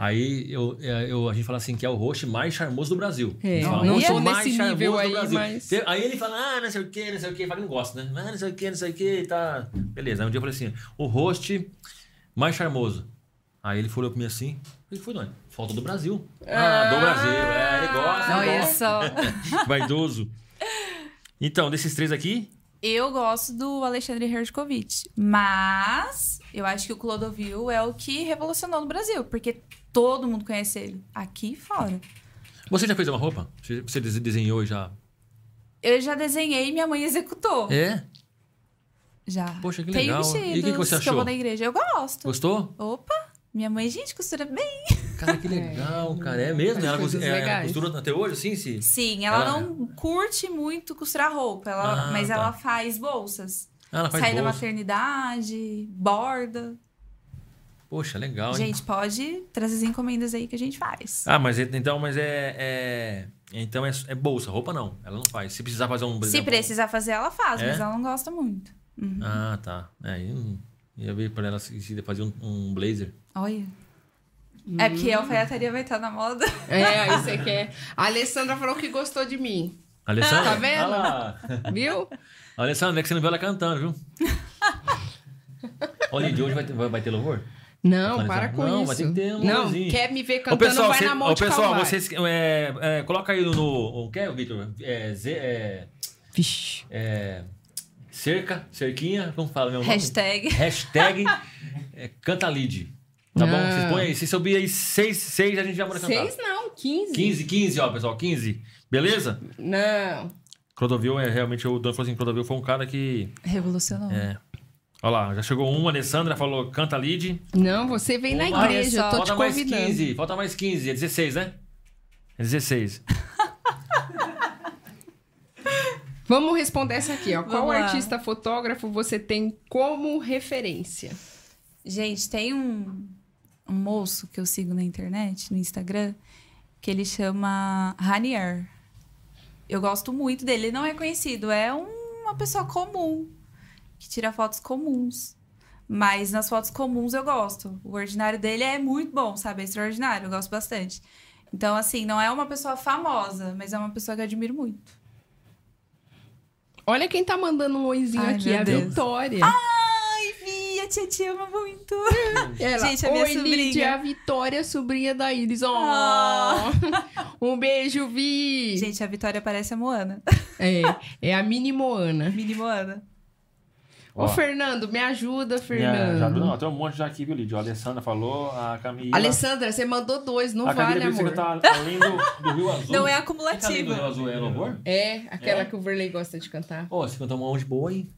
S1: Aí eu, é, eu- a gente fala assim que é o host mais charmoso do Brasil.
S2: É,
S1: Eles falam,
S2: não
S1: "Host
S2: tô
S1: mais
S2: nesse
S1: charmoso
S2: nível
S1: do
S2: aí,
S1: Brasil."
S2: mas-
S1: Tem- Aí ele fala, ah, não sei o que, não sei o que, fala que não gosta, né? Ah, não sei o que, não sei o que, tá. Beleza. Aí um dia eu falei assim: o host mais charmoso. Aí ele falou pra mim assim: ele foi, Doni, falta do Brasil. Ah, do Brasil, é, ele gosta.
S2: Ah,
S1: ele
S3: Olha
S1: gosta.
S3: só.
S1: Vaidoso. Então, desses três aqui,
S3: Eu gosto do Alexandre Herkovic. Mas eu acho que o Clodovil é o que revolucionou no Brasil. Porque todo mundo conhece ele. Aqui e fora.
S1: você já fez uma roupa? Você- Você dese- desenhou e já.
S3: Eu já desenhei e minha mãe executou.
S1: É?
S3: Já.
S1: Poxa, que
S3: Tem
S1: legal.
S3: vestidos
S1: E o que que você
S3: eu
S1: achou?
S3: vou na igreja. Eu gosto.
S1: Gostou?
S3: Opa! Minha mãe, gente, costura bem.
S1: Cara, que legal, cara. É mesmo?
S2: Faz
S1: Ela
S2: coisas
S1: cos- é,
S2: legais.
S1: costura até hoje? assim, Sim, sim.
S3: Sim, ela
S1: Ela- é.
S3: não curte muito costurar roupa, ela-
S1: Ah,
S3: mas
S1: tá.
S3: ela faz bolsas.
S1: Ah, ela faz
S3: Sai da
S1: bolsa.
S3: maternidade, borda.
S1: Poxa, legal, hein?
S3: Gente, pode trazer as encomendas aí que a gente faz.
S1: Ah, mas é- então, mas é. é- então é, é bolsa, roupa não. Ela não faz. Se precisar fazer um. por
S3: Se
S1: exemplo,
S3: precisar fazer, ela faz,
S1: É?
S3: mas ela não gosta muito. Uhum.
S1: Ah, tá. É, eu ia ver pra ela se se fazer um, um blazer.
S3: Olha. É porque a alfaiataria vai estar na moda.
S2: É, aí você quer. A Alessandra falou que gostou
S1: [LAUGHS]
S2: de mim,
S1: Alessandra?
S2: Tá vendo?
S1: Ah lá.
S2: viu?
S1: Alessandra, é que você não viu ela cantando,
S2: [LAUGHS]
S1: viu? Olha, de hoje vai ter, vai- vai ter louvor? Alessandra,
S2: Não,
S3: assim,
S2: para com
S1: não,
S2: isso.
S1: vai ter que ter um
S2: não,
S1: lugarzinho.
S2: quer me ver
S1: Ô,
S2: cantando,
S1: pessoal,
S2: vai
S1: cê-
S2: na mão
S1: ô,
S2: de
S1: pessoal
S2: Calvário.
S1: vocês. é, é, coloca aí no. O que é, Vitor? É, Zé- é,
S2: Vixe.
S1: é, cerca, cerquinha, como fala meu nome?
S3: Hashtag.
S1: Hashtag é, canta lead. Tá bom?
S2: Ah.
S1: Vocês põem aí. Se subir aí 6, 6, a gente já manda cantar.
S2: Seis não, quinze.
S1: 15, 15, ó, pessoal, 15. Beleza?
S2: Não.
S1: Clodovil é realmente. O dono falou assim: Clodovil foi um cara que.
S3: Revolucionou.
S1: É. Olha lá, já chegou uma, Alessandra falou canta lead.
S2: Não, você vem na
S1: Olha
S2: igreja, eu
S3: só.
S2: tô te
S1: Falta mais
S2: convidando.
S1: 15, falta mais 15, é 16, né? É 16.
S2: Vamos responder essa aqui, ó. Qual
S3: Vamos lá.
S2: artista fotógrafo você tem como referência?
S3: Gente, tem um, um moço que eu sigo na internet, no Instagram, que ele chama Ranier. Eu gosto muito dele. Ele não é conhecido, é um- uma pessoa comum, que tira fotos comuns. Mas nas fotos comuns eu gosto. O ordinário dele é muito bom, sabe? É extraordinário, eu gosto bastante. Então, assim, não é uma pessoa famosa, mas é uma pessoa que eu admiro muito.
S2: Olha quem tá mandando um oizinho
S3: Ai,
S2: aqui,
S3: meu
S2: a
S3: Deus. Ah,
S2: Vitória.
S3: Ai, Vi, a tia te ama muito.
S2: Ela,
S3: Gente, a minha
S2: Oi, Lídia,
S3: sobrinha."
S2: a Vitória, sobrinha da Iris. Ó.
S3: Ah.
S2: Um beijo, Vi.
S3: Gente, a Vitória parece a Moana.
S2: É, é a mini Moana.
S3: Mini Moana.
S2: Ô, Fernando, me ajuda,
S1: Minha- já-
S2: Fernando.
S1: não, tem um monte já aqui, viu, Lídia? A Alessandra falou, a Camila.
S2: Alessandra, você mandou dois, não
S1: a
S2: vale,
S1: Camila
S2: amor.
S1: Brito tá além do, do Rio Azul.
S3: Não
S1: Quem tá
S3: é
S1: além do Rio
S3: acumulativa.
S1: Azul é louvor?
S2: É, aquela
S1: É.
S2: que o Verley gosta de cantar.
S1: Ó, você cantou uma onde boa, hein?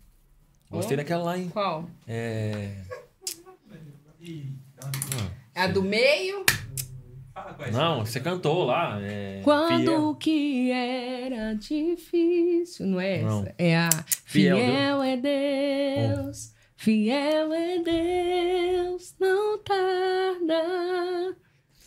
S1: Gostei
S2: Ó.
S1: daquela lá, hein?
S2: Qual?
S1: É.
S2: A do meio?
S4: Fala com a
S1: Não, você cantou lá. É...
S2: Quando
S1: Fiel.
S2: que era difícil, não é essa?
S1: Não.
S2: É a
S1: Fiel,
S2: Fiel, é Deus, fiel é Deus, não tarda,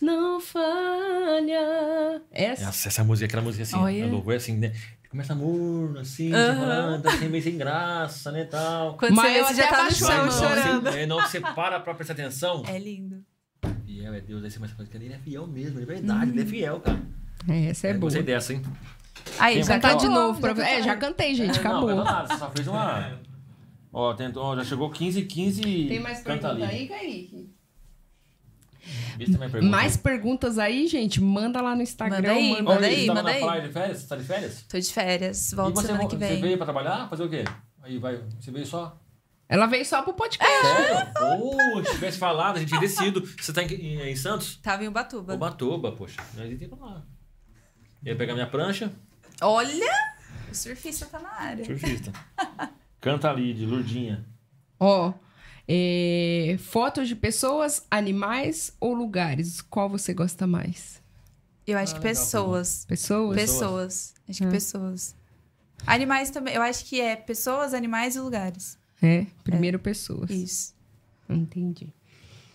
S2: não falha. Essa.
S1: Nossa, É, essa música, aquela música assim,
S3: Olha.
S1: é louvor assim, né? Começa morno, assim, você
S3: Aham.
S1: falando, tá assim, meio sem graça, né,
S2: [LAUGHS]
S1: tal.
S3: Quando
S2: Mas
S3: você vê,
S2: eu até
S3: você já tá no
S2: abaixo
S1: Mas
S2: a
S3: chão
S2: mão.
S3: chorando.
S1: Você, é, não, você para pra prestar atenção.
S3: É lindo.
S1: Fiel é Deus, aí você começa a falar que ele é fiel mesmo, ele é verdade, ele é fiel, cara.
S2: Essa é
S1: Eu
S2: Uhum. boa.
S1: Gostei dessa, hein?
S3: Aí,
S1: Quem
S3: já
S1: vai
S3: tá
S2: Cantar
S1: Ó,
S2: de novo pra
S3: já
S2: É, já cantei, gente, acabou.
S1: Não, nada, você só fez
S2: [LAUGHS]
S1: uma. Ó, tentou, ó, já chegou 15, 15.
S2: Tem mais
S1: canta
S2: pergunta
S1: ali.
S2: aí, Kaique?
S1: Vê se tem mais pergunta.
S2: Mais perguntas aí, gente? Manda lá no Instagram.
S3: Manda aí,
S1: Ô,
S3: manda
S1: Luiz,
S3: aí,
S1: você tava na
S3: manda aí.
S1: praia de férias? Você tá de férias?
S3: Tô de férias,
S1: e
S3: volto
S1: você,
S3: semana
S1: vo-
S3: que
S1: você
S3: vem.
S1: veio pra trabalhar? Fazer o quê? Aí vai, você veio só?
S2: Ela veio só pro
S3: É.
S2: podcast.
S1: Sério? Pô, se tivesse falado, a gente tinha descido. Você tá em, em, em Santos?
S3: Tava em Ubatuba.
S1: Ubatuba, poxa. Nós ia ter pra lá. Ia pegar minha prancha.
S3: Olha! O surfista tá na área.
S1: Surfista. Canta ali, de Lurdinha.
S2: Ó, é, fotos de pessoas, animais ou lugares? Qual você gosta mais?
S3: Eu acho
S1: Ah,
S3: que
S1: legal,
S3: pessoas.
S1: Pessoas.
S2: Pessoas?
S3: Pessoas. Acho
S2: Hum.
S3: que pessoas. Animais também. Eu acho que é pessoas, animais e lugares.
S2: É, primeiro pessoas.
S3: Isso.
S2: Entendi.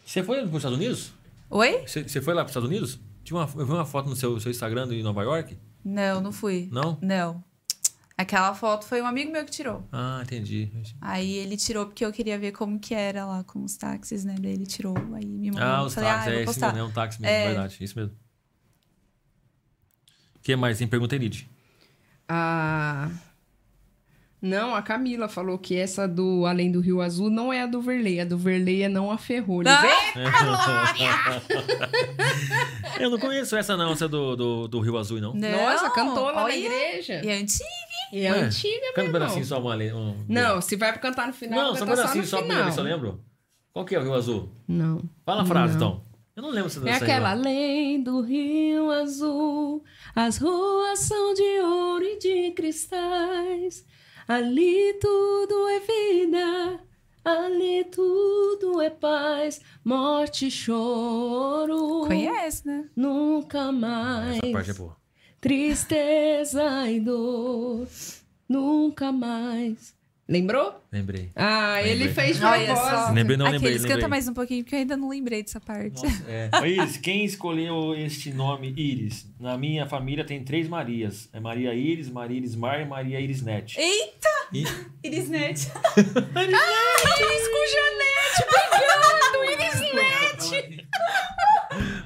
S1: Você foi pros Estados Unidos?
S3: Oi?
S1: Você, você foi lá pros Estados Unidos? Tinha uma, eu vi uma foto no seu, seu Instagram de Nova York?
S3: Não, não fui.
S1: Não?
S3: Não. Aquela foto foi um amigo meu que tirou.
S1: Ah, entendi.
S3: Aí ele tirou porque eu queria ver como que era lá com os táxis, né? Daí ele tirou, aí me mandou.
S1: Ah,
S3: Eu
S1: os
S3: falei,
S1: táxis,
S3: ah, eu
S1: é
S3: vou
S1: isso
S3: postar.
S1: mesmo, é um táxi mesmo,
S3: É.
S1: verdade, isso mesmo. O que mais? Tem pergunta aí, Lid.
S2: A... Não, a Camila falou que essa do Além do Rio Azul não é a do Verlei. A do Verlei é não a ferrolho.
S3: Ah!
S2: Vem!
S1: Eu não conheço essa não, essa do, do, do Rio Azul, não.
S3: Não,
S2: Nossa, cantou lá na
S3: olha.
S2: igreja.
S3: E antes
S2: E é
S1: Ué,
S2: antiga
S1: Canta um
S2: mesmo.
S1: pedacinho só, uma... le- Um...
S2: Não, se vai pra cantar no final,
S1: não só um
S2: canta só
S1: pedacinho
S2: no
S1: só, pra
S2: final.
S1: ver se eu lembro. Qual que é o Rio Azul?
S2: Não.
S1: Fala a frase,
S2: Não.
S1: então. Eu não lembro se
S2: É
S1: dessa aí,
S2: aquela
S1: não.
S2: além do rio azul, as ruas são de ouro e de cristais.
S6: Ali tudo é vida, ali tudo é paz, morte e choro.
S3: Conhece, né?
S6: Nunca mais.
S1: Essa parte é boa.
S6: Tristeza e dor, nunca mais. Lembrou?
S1: Lembrei.
S2: Ah, ele
S1: Lembrei.
S2: fez de
S3: Olha só.
S2: propósito.
S1: Lembrei, não,
S3: Aqueles,
S1: lembrei,
S3: canta
S1: lembrei.
S3: mais um pouquinho, porque eu ainda não lembrei dessa parte.
S1: [LAUGHS] É.
S4: Iris, quem escolheu este nome Iris? Na minha família tem três Marias. É Maria Iris, Maria Iris Mar e Maria Iris Net.
S3: Eita!
S1: Ih. [LAUGHS]
S3: Iris Net.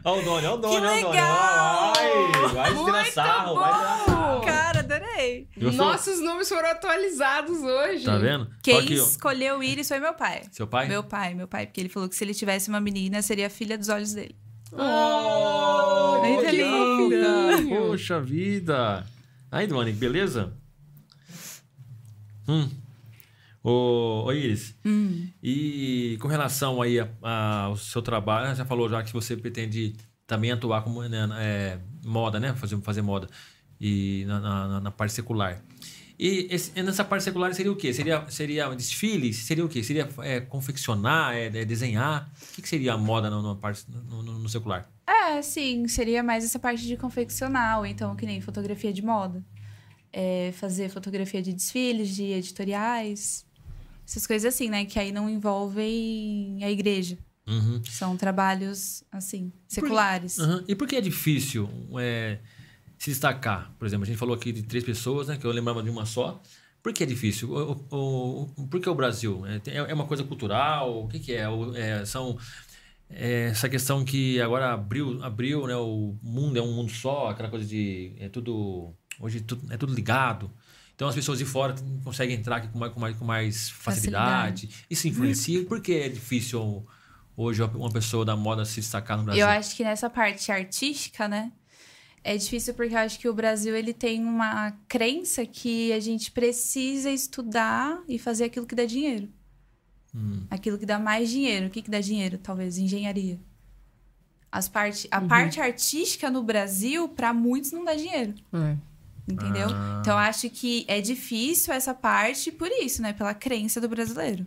S1: Olha o Doni, olha o Doni,
S3: Que
S1: olha o Doni.
S3: legal!
S1: Vai, vai tirar sarro, vai tirar
S3: Cara, adorei.
S1: Gostou?
S2: Nossos nomes foram atualizados hoje.
S1: Tá vendo?
S3: Quem
S1: Olha aqui, ó.
S3: escolheu o Iris foi meu pai.
S1: Seu pai?
S3: Meu pai, meu pai, porque ele falou que se ele tivesse uma menina, seria a filha dos olhos dele.
S1: Oh,
S3: Ai,
S2: é
S1: que
S3: que
S1: linda!
S2: fofinho.
S1: Poxa vida! Aí, Doni, beleza? Hum. Ô, ô, Iris, e com relação aí a- a- ao seu trabalho, já falou já que você pretende também atuar como né, é, moda, né? Fazer, fazer moda e na, na- na- na parte secular. E esse- e nessa parte secular seria o quê? Seria, seria um desfile? Seria o quê? Seria é, confeccionar, é, é desenhar? O que, que seria a moda na, na parte, no- no- no secular?
S3: É, sim, seria mais essa parte de confeccional, então, que nem fotografia de moda. É, fazer fotografia de desfiles, de editoriais, essas coisas assim, né? Que aí não envolvem a igreja.
S1: Uhum.
S3: São trabalhos, assim, seculares.
S1: Aham. E por que é difícil é, se destacar? Por exemplo, a gente falou aqui de três pessoas, né? Que eu lembrava de uma só. Por que é difícil? O, o- o- por que o Brasil? É, tem- é uma coisa cultural? O que, que é? O- é, São é, essa questão que agora abriu, abriu, né? O mundo é um mundo só, aquela coisa de é tudo hoje tudo, é tudo ligado. Então as pessoas de fora conseguem entrar aqui com mais, com mais, com mais facilidade. Isso influencia. Por que é difícil hoje uma pessoa da moda se destacar no Brasil?
S3: Eu acho que nessa parte artística, né? É difícil porque eu acho que o Brasil ele tem uma crença que a gente precisa estudar e fazer aquilo que dá dinheiro.
S1: Hum.
S3: Aquilo que dá mais dinheiro. O que, que dá dinheiro? Talvez engenharia. As parte, a parte artística no Brasil, para muitos, não dá dinheiro.
S2: É.
S3: Entendeu?
S1: Ah.
S3: Então eu acho que é difícil essa parte por isso, né? Pela crença do brasileiro.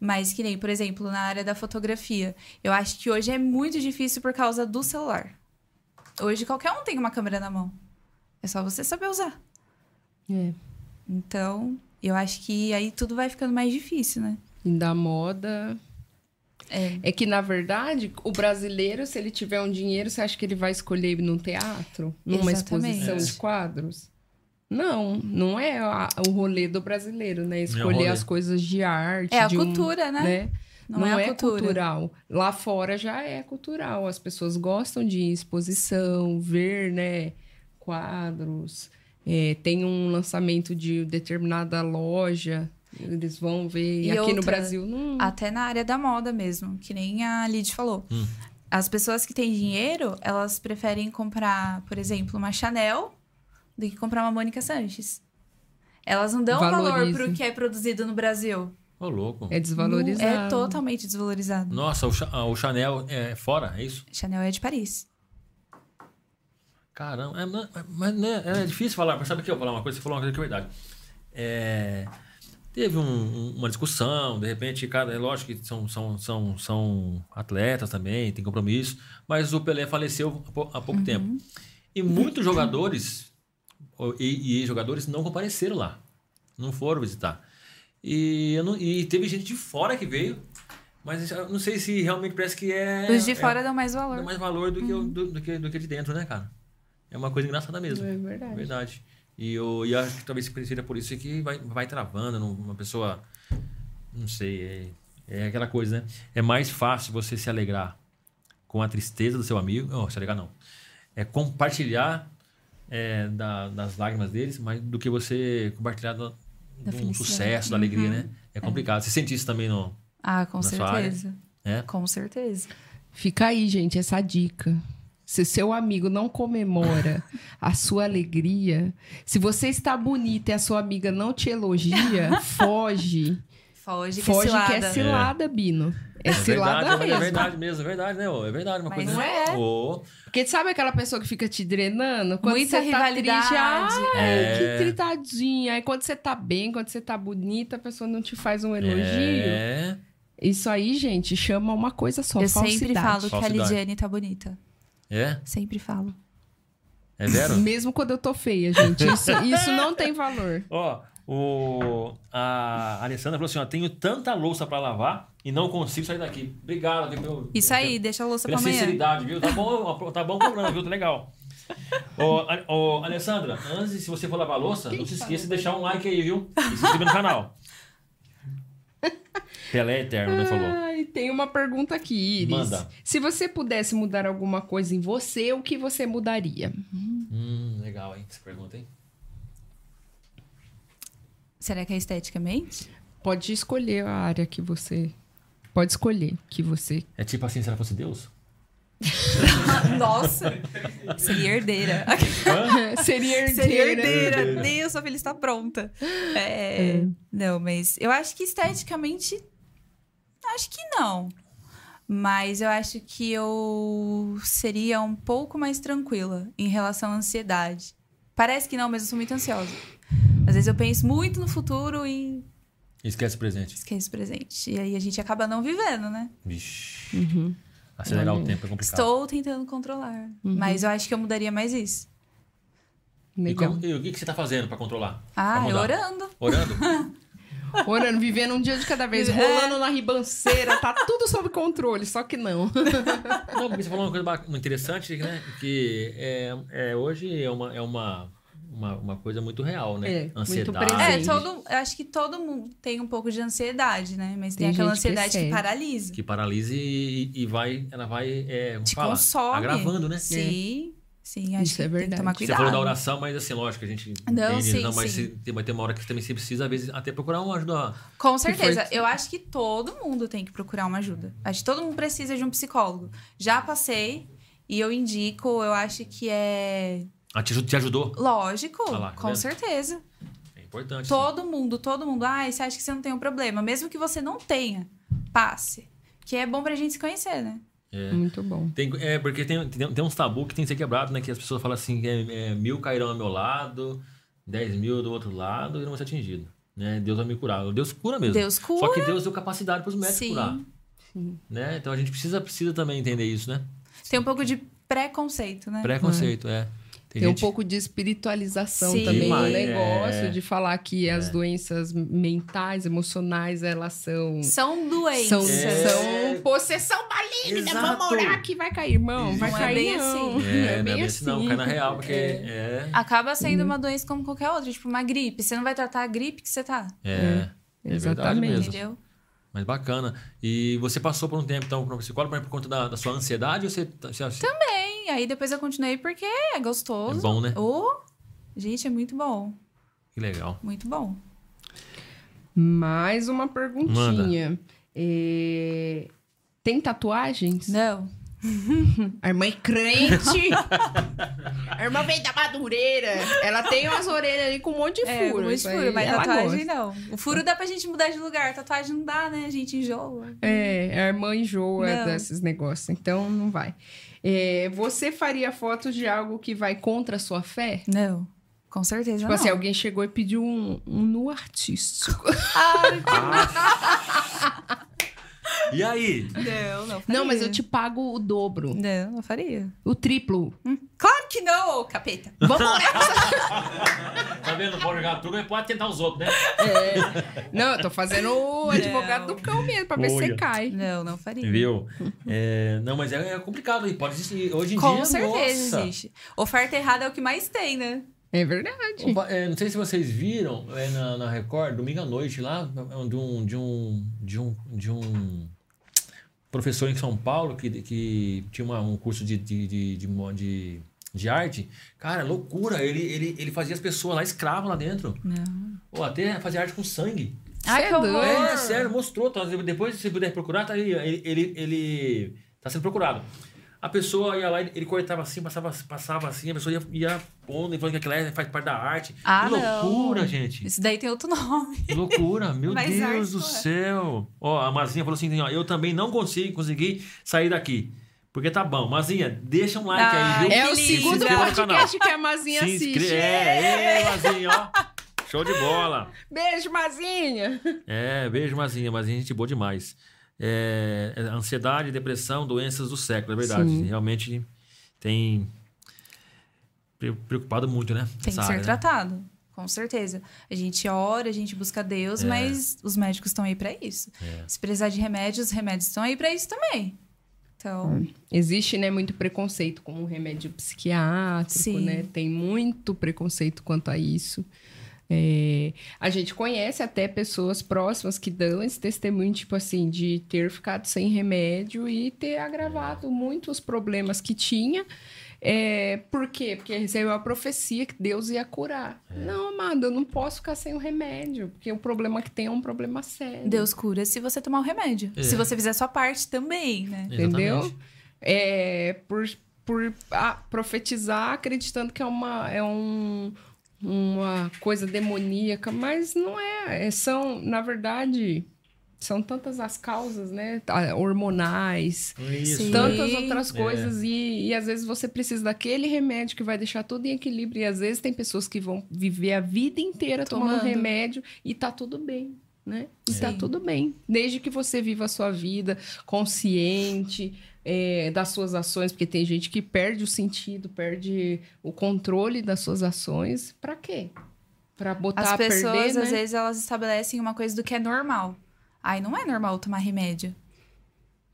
S3: Mas que nem, por exemplo, na área da fotografia. Eu acho que hoje é muito difícil por causa do celular. Hoje qualquer um tem uma câmera na mão. É só você saber usar.
S2: É.
S3: Então, eu acho que aí tudo vai ficando mais difícil, né?
S2: E da moda.
S3: É.
S2: É que, na verdade, o brasileiro, se ele tiver um dinheiro, você acha que ele vai escolher ir num teatro? Numa
S3: Exatamente.
S2: exposição de quadros? Não, não é a- o rolê do brasileiro, né? Escolher
S1: rolê.
S2: as coisas de arte.
S3: É a
S2: de um-
S3: cultura, né?
S2: né?
S3: Não, é, a cultura.
S2: cultural. Lá fora já é cultural. As pessoas gostam de ir em exposição, ver, né? Quadros. É, tem um lançamento de determinada loja, eles vão ver.
S3: E
S2: aqui no
S3: outra,
S2: Brasil não.
S3: Até na área da moda mesmo, que nem a Lid falou.
S1: Hum.
S3: As pessoas que têm dinheiro, elas preferem comprar, por exemplo, uma Chanel do que comprar uma Mônica Sanches. Elas não dão valor
S2: Valoriza.
S3: pro que é produzido no Brasil.
S1: Ô, louco.
S2: É desvalorizado.
S3: É totalmente desvalorizado.
S1: Nossa, o, Cha- ah, o Chanel é fora, é isso?
S3: Chanel é de Paris.
S1: Caramba, é, não- mas né, é difícil falar, mas sabe o que eu vou falar uma coisa? Você falou uma coisa que é verdade. É, teve um- um- uma discussão, de repente, cara, é lógico que são, são, são, são atletas também, tem compromisso, mas o Pelé faleceu há pou- há pouco
S3: Uhum.
S1: tempo. E muitos jogadores ou- e, e jogadores não compareceram lá, não foram visitar. E, eu não- e teve gente de fora que veio, mas eu não sei se realmente parece que é.
S3: Os de
S1: é-
S3: fora dão mais valor.
S1: dá mais valor do que, o- do, do que, do que de dentro, né, cara? É uma coisa engraçada mesmo.
S2: É verdade.
S1: Verdade. E eu, e eu acho que talvez seja por isso que vai, vai travando não- uma pessoa. Não sei. É, é aquela coisa, né? É mais fácil você se alegrar com a tristeza do seu amigo. Não, se alegrar não. É compartilhar é, da- das lágrimas deles, mas do que você compartilhar do, do
S3: Da felicidade.
S1: sucesso, da
S2: Uhum.
S1: alegria, né? É complicado. Você sente isso também, não?
S3: Ah, com
S1: Na sua área.
S3: certeza.
S1: É.
S3: Com certeza.
S2: Fica aí, gente, essa dica. Se seu amigo não
S3: [LAUGHS]
S2: comemora a sua alegria, se você está bonita e a sua amiga
S3: [LAUGHS]
S2: não te elogia, foge.
S3: Foge que é
S2: foge que
S3: cilada.
S2: é cilada, Bino. Esse
S1: verdade,
S2: lado
S1: mas
S2: é
S1: é
S2: mesmo.
S1: verdade mesmo, é verdade, né? ô? É verdade, uma
S3: Mas
S1: coisa.
S3: é.
S1: Ô,
S2: Porque sabe aquela pessoa que fica te drenando? Quando
S3: Muita
S2: você tá triste,
S3: rivalidade.
S2: ai,
S1: É.
S2: que tritadinha. Aí quando você tá bem, quando você tá bonita, a pessoa não te faz um elogio.
S1: é.
S2: Isso aí, gente, chama uma coisa só,
S3: Eu
S2: falsidade.
S3: sempre falo que a
S1: Falsidade.
S3: Lidiane tá bonita.
S1: É?
S3: Sempre falo.
S1: É
S4: [LAUGHS]
S1: vero?
S2: Mesmo quando eu tô feia, gente. Isso, isso não tem valor.
S1: Ó,
S4: O, a Alessandra falou assim: ó, tenho tanta louça pra lavar e não consigo sair daqui. Obrigado, viu, pelo-
S3: Isso aí, deixa a louça
S4: Pela
S3: pra amanhã.
S4: sinceridade, viu? Tá bom, tá bom o programa, viu? Tá legal. Ô, A- ô, Alessandra, antes, de- se você for lavar a louça, não se esqueça de deixar um like aí, viu? E se inscrever no
S3: [LAUGHS]
S4: canal. Pelé Eterno, né?
S3: Ah.
S4: Falou.
S2: Ai, tem uma pergunta aqui, Iris.
S4: Manda.
S2: Se você pudesse mudar alguma coisa em você, o que você mudaria?
S1: Hum, legal, hein? Essa pergunta, hein?
S3: Será que é esteticamente?
S2: Pode escolher a área que você. Pode escolher que você.
S1: É tipo assim, se ela fosse
S3: [LAUGHS]
S1: Deus?
S3: [LAUGHS] Nossa! Seria herdeira.
S1: [LAUGHS]
S2: Seria herdeira.
S3: [LAUGHS] Seria herdeira. Deus, sua filha está pronta. É, Não, mas eu acho que esteticamente. Acho que não. Mas eu acho que eu seria um pouco mais tranquila em relação à ansiedade. Parece que não, mas eu sou muito ansiosa. Às vezes eu penso muito no futuro e
S1: Esquece o presente.
S3: esqueço o presente. E aí a gente acaba não vivendo, né?
S1: Vixe. Acelerar o tempo é complicado.
S3: Uhum. Estou tentando controlar. Mas eu acho que eu mudaria mais isso.
S1: E,
S2: Legal.
S1: como- e o que que você tá fazendo pra controlar? Pra
S3: Ah, eu
S1: mudar?
S3: orando.
S1: Orando? [LAUGHS]
S2: Orando, vivendo um dia de cada vez,
S3: É.
S2: rolando na ribanceira, tá tudo sob controle, só que não.
S1: Não, porque você falou uma coisa bac- interessante, né? Que é, é, hoje é, uma, é uma, uma, uma coisa muito real,
S2: É,
S1: né?
S2: muito
S1: Ansiedade.
S3: É,
S2: Sim.
S3: todo, eu acho que todo mundo tem um pouco de ansiedade, né? Mas tem,
S2: Tem
S3: aquela
S2: gente que
S3: ansiedade que,
S2: recebe.
S3: paralisa.
S1: Que paralisa e, e vai, ela vai, é, como
S3: te
S1: fala?
S3: consome.
S1: Agravando, né?
S3: Sim, sim. Acho
S2: Isso
S3: que
S2: é
S3: Tem que
S2: verdade.
S3: tomar
S2: Você
S1: Você
S3: cuidado.
S1: falou da oração, mas assim, lógico, a gente
S3: Não, sim,
S1: não, mas
S3: sim.
S1: se- tem- vai ter uma hora que também você precisa, às vezes, até procurar uma ajuda.
S3: Com
S2: foi-
S3: certeza. Eu acho que todo mundo tem que procurar uma ajuda. Acho que todo mundo precisa de um psicólogo. Já passei e eu indico, eu acho que é
S1: Ah, te, aju- te ajudou.
S3: lógico,
S1: Ah lá, tá
S3: com
S1: vendo?
S3: certeza.
S1: É importante.
S3: Todo mundo, todo mundo. Ah, você acha que você não tem um problema. Mesmo que você não tenha, passe. Que é bom pra gente se conhecer, né?
S2: [LAUGHS] Muito bom.
S1: Tem, é, porque tem, tem, tem uns tabu que tem que ser quebrado, né? Que as pessoas falam assim, é, é, mil cairão ao meu lado, dez mil do outro lado, e não vou ser atingido. Né? Deus vai me curar. Deus cura mesmo.
S3: Deus cura.
S1: Só que Deus deu capacidade para os médicos
S3: Sim.
S1: curar. Né? Então a gente precisa, precisa também entender isso, né?
S3: Tem um pouco de preconceito, né?
S1: Preconceito, é.
S2: Tem, um pouco de espiritualização
S3: Sim.
S2: também no
S1: Demais,
S2: negócio,
S1: é.
S2: de falar que as doenças mentais, emocionais, elas são.
S3: São
S2: São,
S3: doenças.
S1: É.
S2: são possessão maligna,
S1: Exato.
S2: vamos orar que vai cair, irmão. Vai
S3: Não é
S2: cair. [LAUGHS]
S3: bem
S2: não.
S3: assim.
S1: É, não é bem assim, não, cai na real, porque é.
S3: Acaba sendo
S2: Uhum.
S3: uma doença como qualquer outra, tipo uma gripe. Você não vai tratar a gripe que você tá,
S1: É, é, verdade
S2: Exatamente.
S1: mesmo.
S3: entendeu?
S1: Mas bacana. E você passou por um tempo, então, para psicólogo, mas por conta da, da sua ansiedade ou você. Também.
S3: Bem, aí depois eu continuei porque é
S1: É
S3: gostoso.
S1: bom, né?
S3: Ô, gente, é muito bom.
S1: Que legal.
S3: Muito bom.
S2: Mais uma perguntinha. É, Tem tatuagens?
S3: Não.
S2: A irmã é crente. a irmã vem da Madureira. Ela tem umas orelhas ali com um monte de
S3: É,
S2: furo.
S3: muito
S2: isso aí
S3: furo, mas
S2: ela
S3: tatuagem
S2: gosta.
S3: não. O furo dá pra gente mudar de lugar, tatuagem não dá, né? A gente enjoa.
S2: É, a irmã enjoa
S3: Não.
S2: desses negócios, então não vai. É, você faria fotos de algo que vai contra a sua fé?
S3: Não. Com certeza
S2: Tipo
S3: não.
S2: assim, alguém chegou e pediu um, um nu artístico.
S3: Ai, Ah,
S1: E aí?
S3: não, não faria.
S2: Não, mas eu te pago o dobro,
S3: Não, não faria.
S2: o triplo.
S3: Claro que não, ô capeta.
S2: Vamos orar.
S1: Tá vendo? Pode jogar tudo, mas pode tentar os outros, né?
S2: Não, eu tô fazendo o advogado do cão mesmo, pra ver se você
S1: Olha.
S2: cai.
S3: Não, não faria.
S1: Viu? É, não, mas é, é complicado. E pode existir. Hoje em
S3: Com
S1: dia.
S3: certeza
S1: nossa.
S3: existe. Oferta errada é o que mais tem, né?
S2: É verdade.
S1: O ba- é, não sei se vocês viram é, na, na Record, domingo à noite, lá, é, de um, de um, de um, de um professor em São Paulo que, que tinha uma- um curso de, de, de, de, mo- de- de arte. Cara, loucura. Ele, ele, ele fazia as pessoas lá escravas lá dentro. Ou até fazia arte com sangue.
S3: Ai,
S2: Cê
S3: que horror.
S2: doido.
S1: É, sério, mostrou. tá? Depois, se puder procurar, tá aí. Ele, ele, ele tá sendo procurado. A pessoa ia lá, ele ele cortava assim, passava, passava assim, a pessoa ia, ia pondo e falando que aquilo é- faz parte da arte.
S3: Ah,
S1: que
S3: não.
S1: loucura, gente.
S3: Isso daí tem outro [LAUGHS] nome.
S1: Que loucura, meu
S3: Mas
S1: Deus
S3: arte,
S1: do
S3: ué.
S1: céu. Ó, a Mazinha falou assim, ó, eu também não consigo, consegui sair daqui. Porque tá bom. Mazinha, deixa um like
S3: Ah,
S1: aí, viu?
S3: Que
S2: É o
S3: lindo.
S2: segundo
S1: Se inscreva no canal.
S2: podcast que assim. a Mazinha assiste.
S1: É, é, Mazinha, ó. Show de bola.
S2: Beijo, Mazinha!
S1: É, beijo, Mazinha. Mazinha, é gente boa demais. É, é, ansiedade, depressão, doenças do século, é verdade.
S2: Sim.
S1: Realmente tem pre- preocupado muito, né?
S3: Tem que
S1: Essa
S3: ser
S1: área, né?
S3: tratado. Com certeza. A gente ora, a gente busca Deus,
S1: É.
S3: mas os médicos estão aí pra isso. Se precisar de remédios, os remédios estão aí pra isso também. Então,
S2: Existe, né, muito preconceito com o remédio psiquiátrico,
S3: Sim.
S2: né? Tem muito preconceito quanto a isso. É, a gente conhece até pessoas próximas que dão esse testemunho, tipo assim, de ter ficado sem remédio e ter agravado muito os problemas que tinha. É, por quê? Porque recebeu a profecia que Deus ia curar.
S1: É.
S2: Não, amada, eu não posso ficar sem o remédio, porque o problema que tem é um problema sério.
S3: Deus cura se você tomar o remédio.
S1: É.
S3: Se você fizer a sua parte também, né?
S2: entendeu?
S1: Exatamente.
S2: É, por por ah, profetizar acreditando que é uma é um, uma coisa demoníaca, mas não é, é, são na verdade são tantas as causas, né, Ah, hormonais,
S1: Isso.
S3: Sim.
S1: né?
S2: tantas outras
S1: É.
S2: coisas e, e às vezes você precisa daquele remédio que vai deixar tudo em equilíbrio e às vezes tem pessoas que vão viver a vida inteira tomando,
S3: Tomando.
S2: remédio e tá tudo bem, né? E tá
S3: Sim.
S2: tudo bem, desde que você viva a sua vida consciente é, das suas ações, porque tem gente que perde o sentido, perde o controle das suas ações, pra quê? Pra botar
S3: As
S2: a
S3: pessoas,
S2: perder, né?
S3: às vezes, elas estabelecem uma coisa do que é normal. Aí não é normal tomar remédio.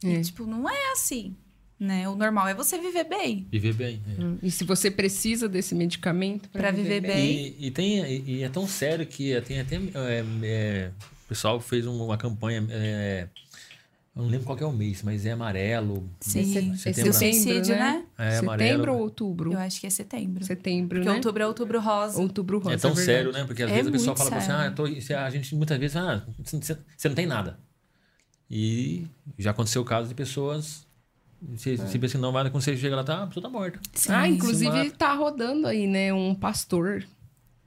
S3: E,
S2: É.
S3: tipo, não é assim, né? O normal é você viver bem.
S1: Viver bem. é.
S2: E se você precisa desse medicamento
S3: Pra viver bem.
S1: E, e tem, e, e é tão sério que tem até. é, é, o pessoal fez um- uma campanha. é, eu não lembro qual que é o mês, mas é amarelo.
S3: Sim.
S1: Esse-
S3: Do
S1: setembro,
S3: suicídio,
S2: né?
S3: né?
S1: É
S2: Setembro
S1: amarelo.
S2: ou outubro?
S3: Eu acho que é setembro.
S2: Setembro,
S3: Porque
S2: né?
S3: outubro é outubro rosa.
S2: Outubro rosa.
S1: É tão
S2: verdade.
S1: sério, né? Porque às
S3: É
S1: vezes a pessoa
S3: muito
S1: fala pra você,
S3: sério.
S1: ah, eu tô, isso é- a gente muitas vezes, ah, você você não tem nada. E já aconteceu casos de pessoas, se, se pensa que não vai acontecer, chega lá, tá, a pessoa tá morta.
S3: Sim.
S2: Ah,
S1: Sim,
S2: inclusive
S1: mata.
S2: tá rodando aí, né? Um pastor.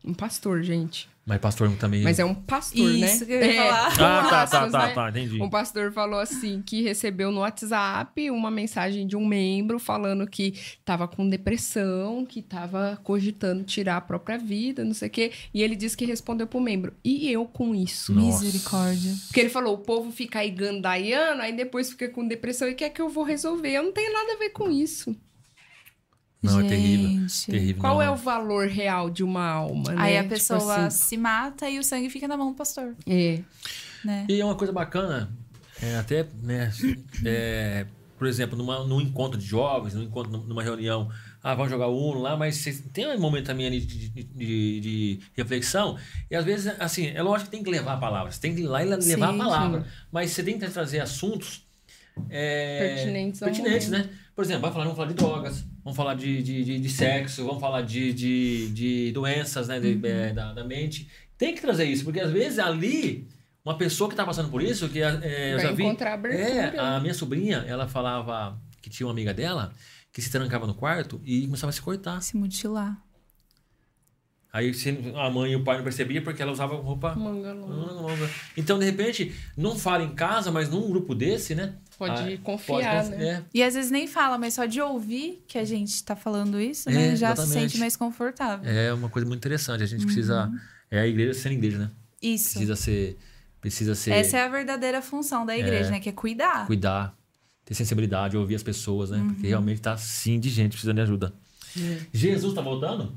S2: Um pastor, gente.
S1: Mas pastor também...
S2: Mas é um pastor, né?
S3: Isso que eu ia
S2: É,
S3: falar.
S2: com
S1: Ah, tá, tá,
S2: aspas,
S1: tá,
S2: né?
S1: tá, entendi.
S2: Um pastor falou assim que recebeu no WhatsApp uma mensagem de um membro falando que tava com depressão, que tava cogitando tirar a própria vida, não sei o quê. E ele disse que respondeu pro membro. E eu com isso?
S1: Nossa.
S3: Misericórdia.
S2: Porque ele falou, o povo fica aí gandaiano, aí depois fica com depressão e quer que eu vou resolver. Eu não tenho nada a ver com isso.
S1: Não, é terrível.
S3: Gente.
S1: terrível
S2: Qual
S1: não,
S2: é o
S1: não.
S2: valor real de uma alma, né?
S3: Aí a
S2: Tipo
S3: pessoa assim,
S2: assim,
S3: se mata e o sangue fica na mão do pastor,
S2: É.
S3: né?
S1: E é uma coisa bacana, é, até, né, é, por exemplo, numa, num encontro de jovens, num encontro, numa reunião, ah, vamos jogar Uno lá, mas vocês- tem um momento também ali de, de- de- de reflexão, e às vezes, assim, é lógico que tem que levar a palavra, você tem que ir lá e levar
S3: Sim,
S1: a palavra, mas você tem que trazer assuntos é,
S2: Pertinentes ao
S1: pertinentes, né? Por exemplo, vai falar- vamos falar de drogas, vamos falar de, de, de- de sexo, vamos falar de, de, de doenças né, de- é, da, da mente. Tem que trazer isso, porque às vezes ali, uma pessoa que tá passando por isso, que é, eu
S2: Vai
S1: já vi.
S2: encontrar abertura.
S1: É, a minha sobrinha, ela falava que tinha uma amiga dela que se trancava no quarto e começava a se cortar.
S3: Se mutilar.
S1: Aí se- a mãe e o pai não percebiam porque ela usava roupa
S2: Manga longa.
S1: longa, longa. Então, de repente, não fala em casa, mas num grupo desse, né?
S2: Pode
S1: Ah,
S2: confiar,
S1: confi-
S2: né?
S1: é,
S3: E às vezes nem fala, mas só de ouvir que a gente tá falando isso, né?
S1: É,
S3: já se
S1: exatamente.
S3: sente mais confortável.
S1: É uma coisa muito interessante. A gente
S2: Uhum.
S1: precisa. É a igreja sendo igreja, né?
S3: Isso.
S1: Precisa ser. Precisa ser.
S3: Essa é a verdadeira função da igreja, né? Que é cuidar.
S1: Cuidar, ter sensibilidade, ouvir as pessoas,
S2: Uhum.
S1: né? Porque realmente tá sim de gente precisando de ajuda.
S2: É.
S1: Jesus tá voltando?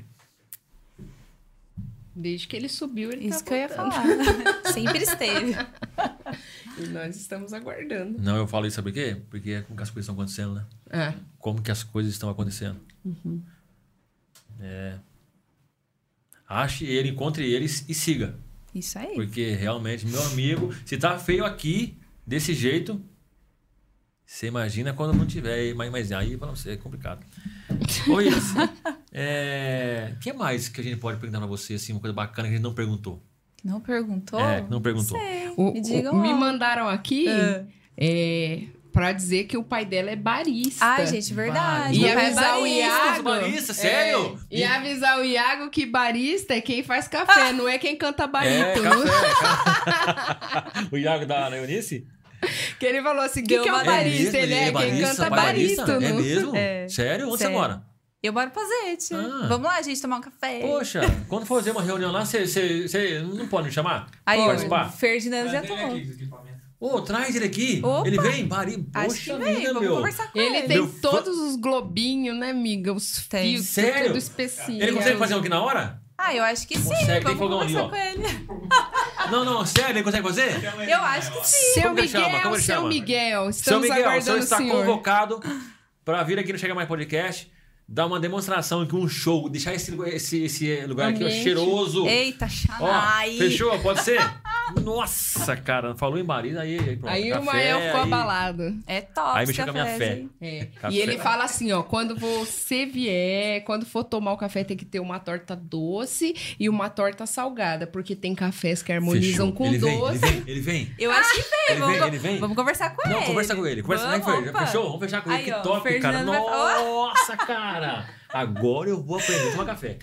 S2: Desde que ele subiu, ele
S3: Isso
S2: tá
S3: que eu ia
S2: voltando.
S3: falar. [LAUGHS]
S1: [LAUGHS]
S3: Sempre esteve.
S2: E nós estamos aguardando.
S1: Não, eu falo isso, sabe por quê? Porque é como que as coisas estão acontecendo, né?
S3: É.
S2: Ah,
S1: Como que as coisas estão acontecendo. É. Ache ele, encontre ele e siga.
S3: Isso aí.
S1: Porque realmente, meu amigo, se tá feio aqui, desse jeito, você imagina quando não tiver. Mas, mas aí, pra você, é complicado. Ô, Iris, [LAUGHS] é, o que mais que a gente pode perguntar pra você, assim, uma coisa bacana que a gente não perguntou?
S3: Que Não perguntou?
S1: É, que não perguntou.
S3: Sei.
S2: o- o-
S3: me digam
S2: me
S3: lá.
S2: mandaram aqui
S3: É.
S2: é, pra pra dizer que o pai dela é barista.
S3: Ai, gente, verdade.
S2: E
S3: Meu pai é
S2: avisar o
S3: barista.
S2: Iago.
S1: barista, sério?
S2: É, e avisar o Iago que barista é quem faz café, não é quem canta
S1: É,
S2: [LAUGHS] barítono.
S1: café. [LAUGHS]
S7: O Iago da
S1: né,
S7: Ana Eunice?
S2: que ele falou assim: o que,
S3: Deu
S2: que é
S3: uma
S2: um barista? Ele é, quem
S1: barista,
S2: canta né?
S1: barista?
S2: barítono.
S1: É mesmo?
S3: É.
S1: Sério? Onde você
S3: Sério.
S1: mora?
S3: Eu moro pra Zete.
S1: Ah.
S3: Vamos lá, gente, tomar um café.
S1: Poxa, quando for fazer uma reunião lá, você- você você não pode me chamar?
S3: Aí,
S1: participar?
S3: o Ferdinando já
S5: Mas ele é
S3: tomou.
S5: aqui, esse equipamento.
S1: Ô, traz ele aqui.
S3: Opa.
S1: Ele vem, Bari.
S3: Acho que
S1: Poxa
S3: vem,
S1: vida,
S3: vamos
S1: meu.
S3: conversar com ele.
S2: Ele tem
S1: Meu fã-
S2: todos os globinhos, né, amiga? Os
S3: Tem.
S2: fios,
S1: Sério?
S2: tudo especial.
S1: Ele consegue fazer um aqui na hora?
S3: Ah, eu acho que sim.
S1: Consegue, tem
S3: vamos
S1: fogão ali,
S3: conversar
S1: ó.
S3: com ele.
S1: Não, não, sério, ele consegue fazer?
S5: Chama ele,
S3: Eu
S5: né?
S3: acho que sim.
S2: Seu
S1: Como que ele
S2: Miguel,
S1: chama? Como ele
S2: seu
S1: chama?
S2: Miguel, estamos
S1: Seu Miguel, o
S2: aguardando
S1: senhor
S2: o
S1: está
S2: senhor.
S1: convocado para vir aqui no Chega Mais Podcast, dar uma demonstração aqui, um show, deixar esse, esse, esse lugar aqui ó,
S8: Ambiente.
S1: cheiroso.
S3: Eita,
S1: Ó,
S3: Xanai.
S1: fechou? Pode ser? [LAUGHS] Nossa, cara, falou em Bari, aí, aí pronto.
S2: Aí
S1: Café,
S2: o Mael ficou
S1: aí-
S2: abalado.
S3: É top.
S1: Aí
S3: esse
S1: mexeu com a minha
S3: café,
S1: fé.
S3: gente.
S2: É.
S1: Café.
S2: E ele fala assim, ó, quando você vier, quando for tomar o café tem que ter uma torta doce e uma torta salgada, porque tem cafés que harmonizam
S1: Fechou.
S2: com
S1: ele vem,
S2: doce.
S1: Ele vem, ele vem.
S3: Eu acho que vem.
S1: Ele
S3: vamos,
S1: vem, ele vem.
S3: vamos conversar com ele.
S1: Não, conversa com ele. Conversa
S3: É, vamos,
S1: com ele.
S3: opa.
S1: Fechou? Vamos fechar com ele.
S3: Aí,
S1: que
S3: ó, o
S1: top, cara.
S3: Fernando vai falar.
S1: Nossa, cara. Agora eu vou aprender a tomar café.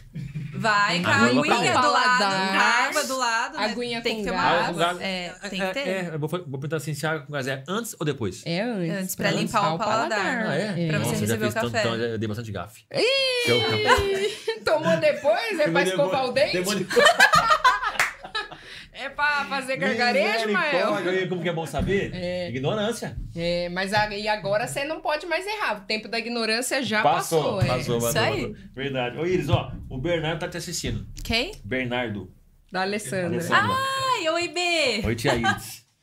S3: Vai, com a
S1: Agora eu vou
S3: aguinha
S2: pra
S3: do lado,
S2: paladar.
S3: a água do lado. né?
S2: Aguinha
S3: tem
S2: com
S3: que ter uma
S2: gás.
S1: Água com
S3: água.
S1: gás.
S3: É, tem que
S1: É,
S3: ter.
S1: É, eu vou, vou perguntar assim, se a água com gás é antes ou depois?
S2: É antes.
S3: Antes, pra limpar o paladar.
S1: Ah, é?
S2: É.
S3: Pra
S1: Nossa,
S3: você
S1: eu já
S3: receber
S1: fiz
S3: o café. É.
S1: Tanto, então, eu dei bastante gafe. Eu-
S2: Tomou depois? É pra
S1: Demônio-
S2: escovar o dente?
S1: demônio-
S2: É pra fazer gargarejo, Mael?
S1: Misericórdia, Como que é bom saber? Ignorância.
S2: É, mas a- e agora você não pode mais errar. O tempo da ignorância já passou.
S1: Passou,
S2: é.
S1: passou,
S3: Isso
S1: passou,
S3: aí.
S1: passou. Verdade. Ô, Iris, ó, o Bernardo tá te assistindo.
S3: Quem?
S1: Bernardo.
S2: Da Alessandra.
S1: Alessandra.
S3: Ai, oi, B.
S1: Oi, tia Iris.
S2: [LAUGHS]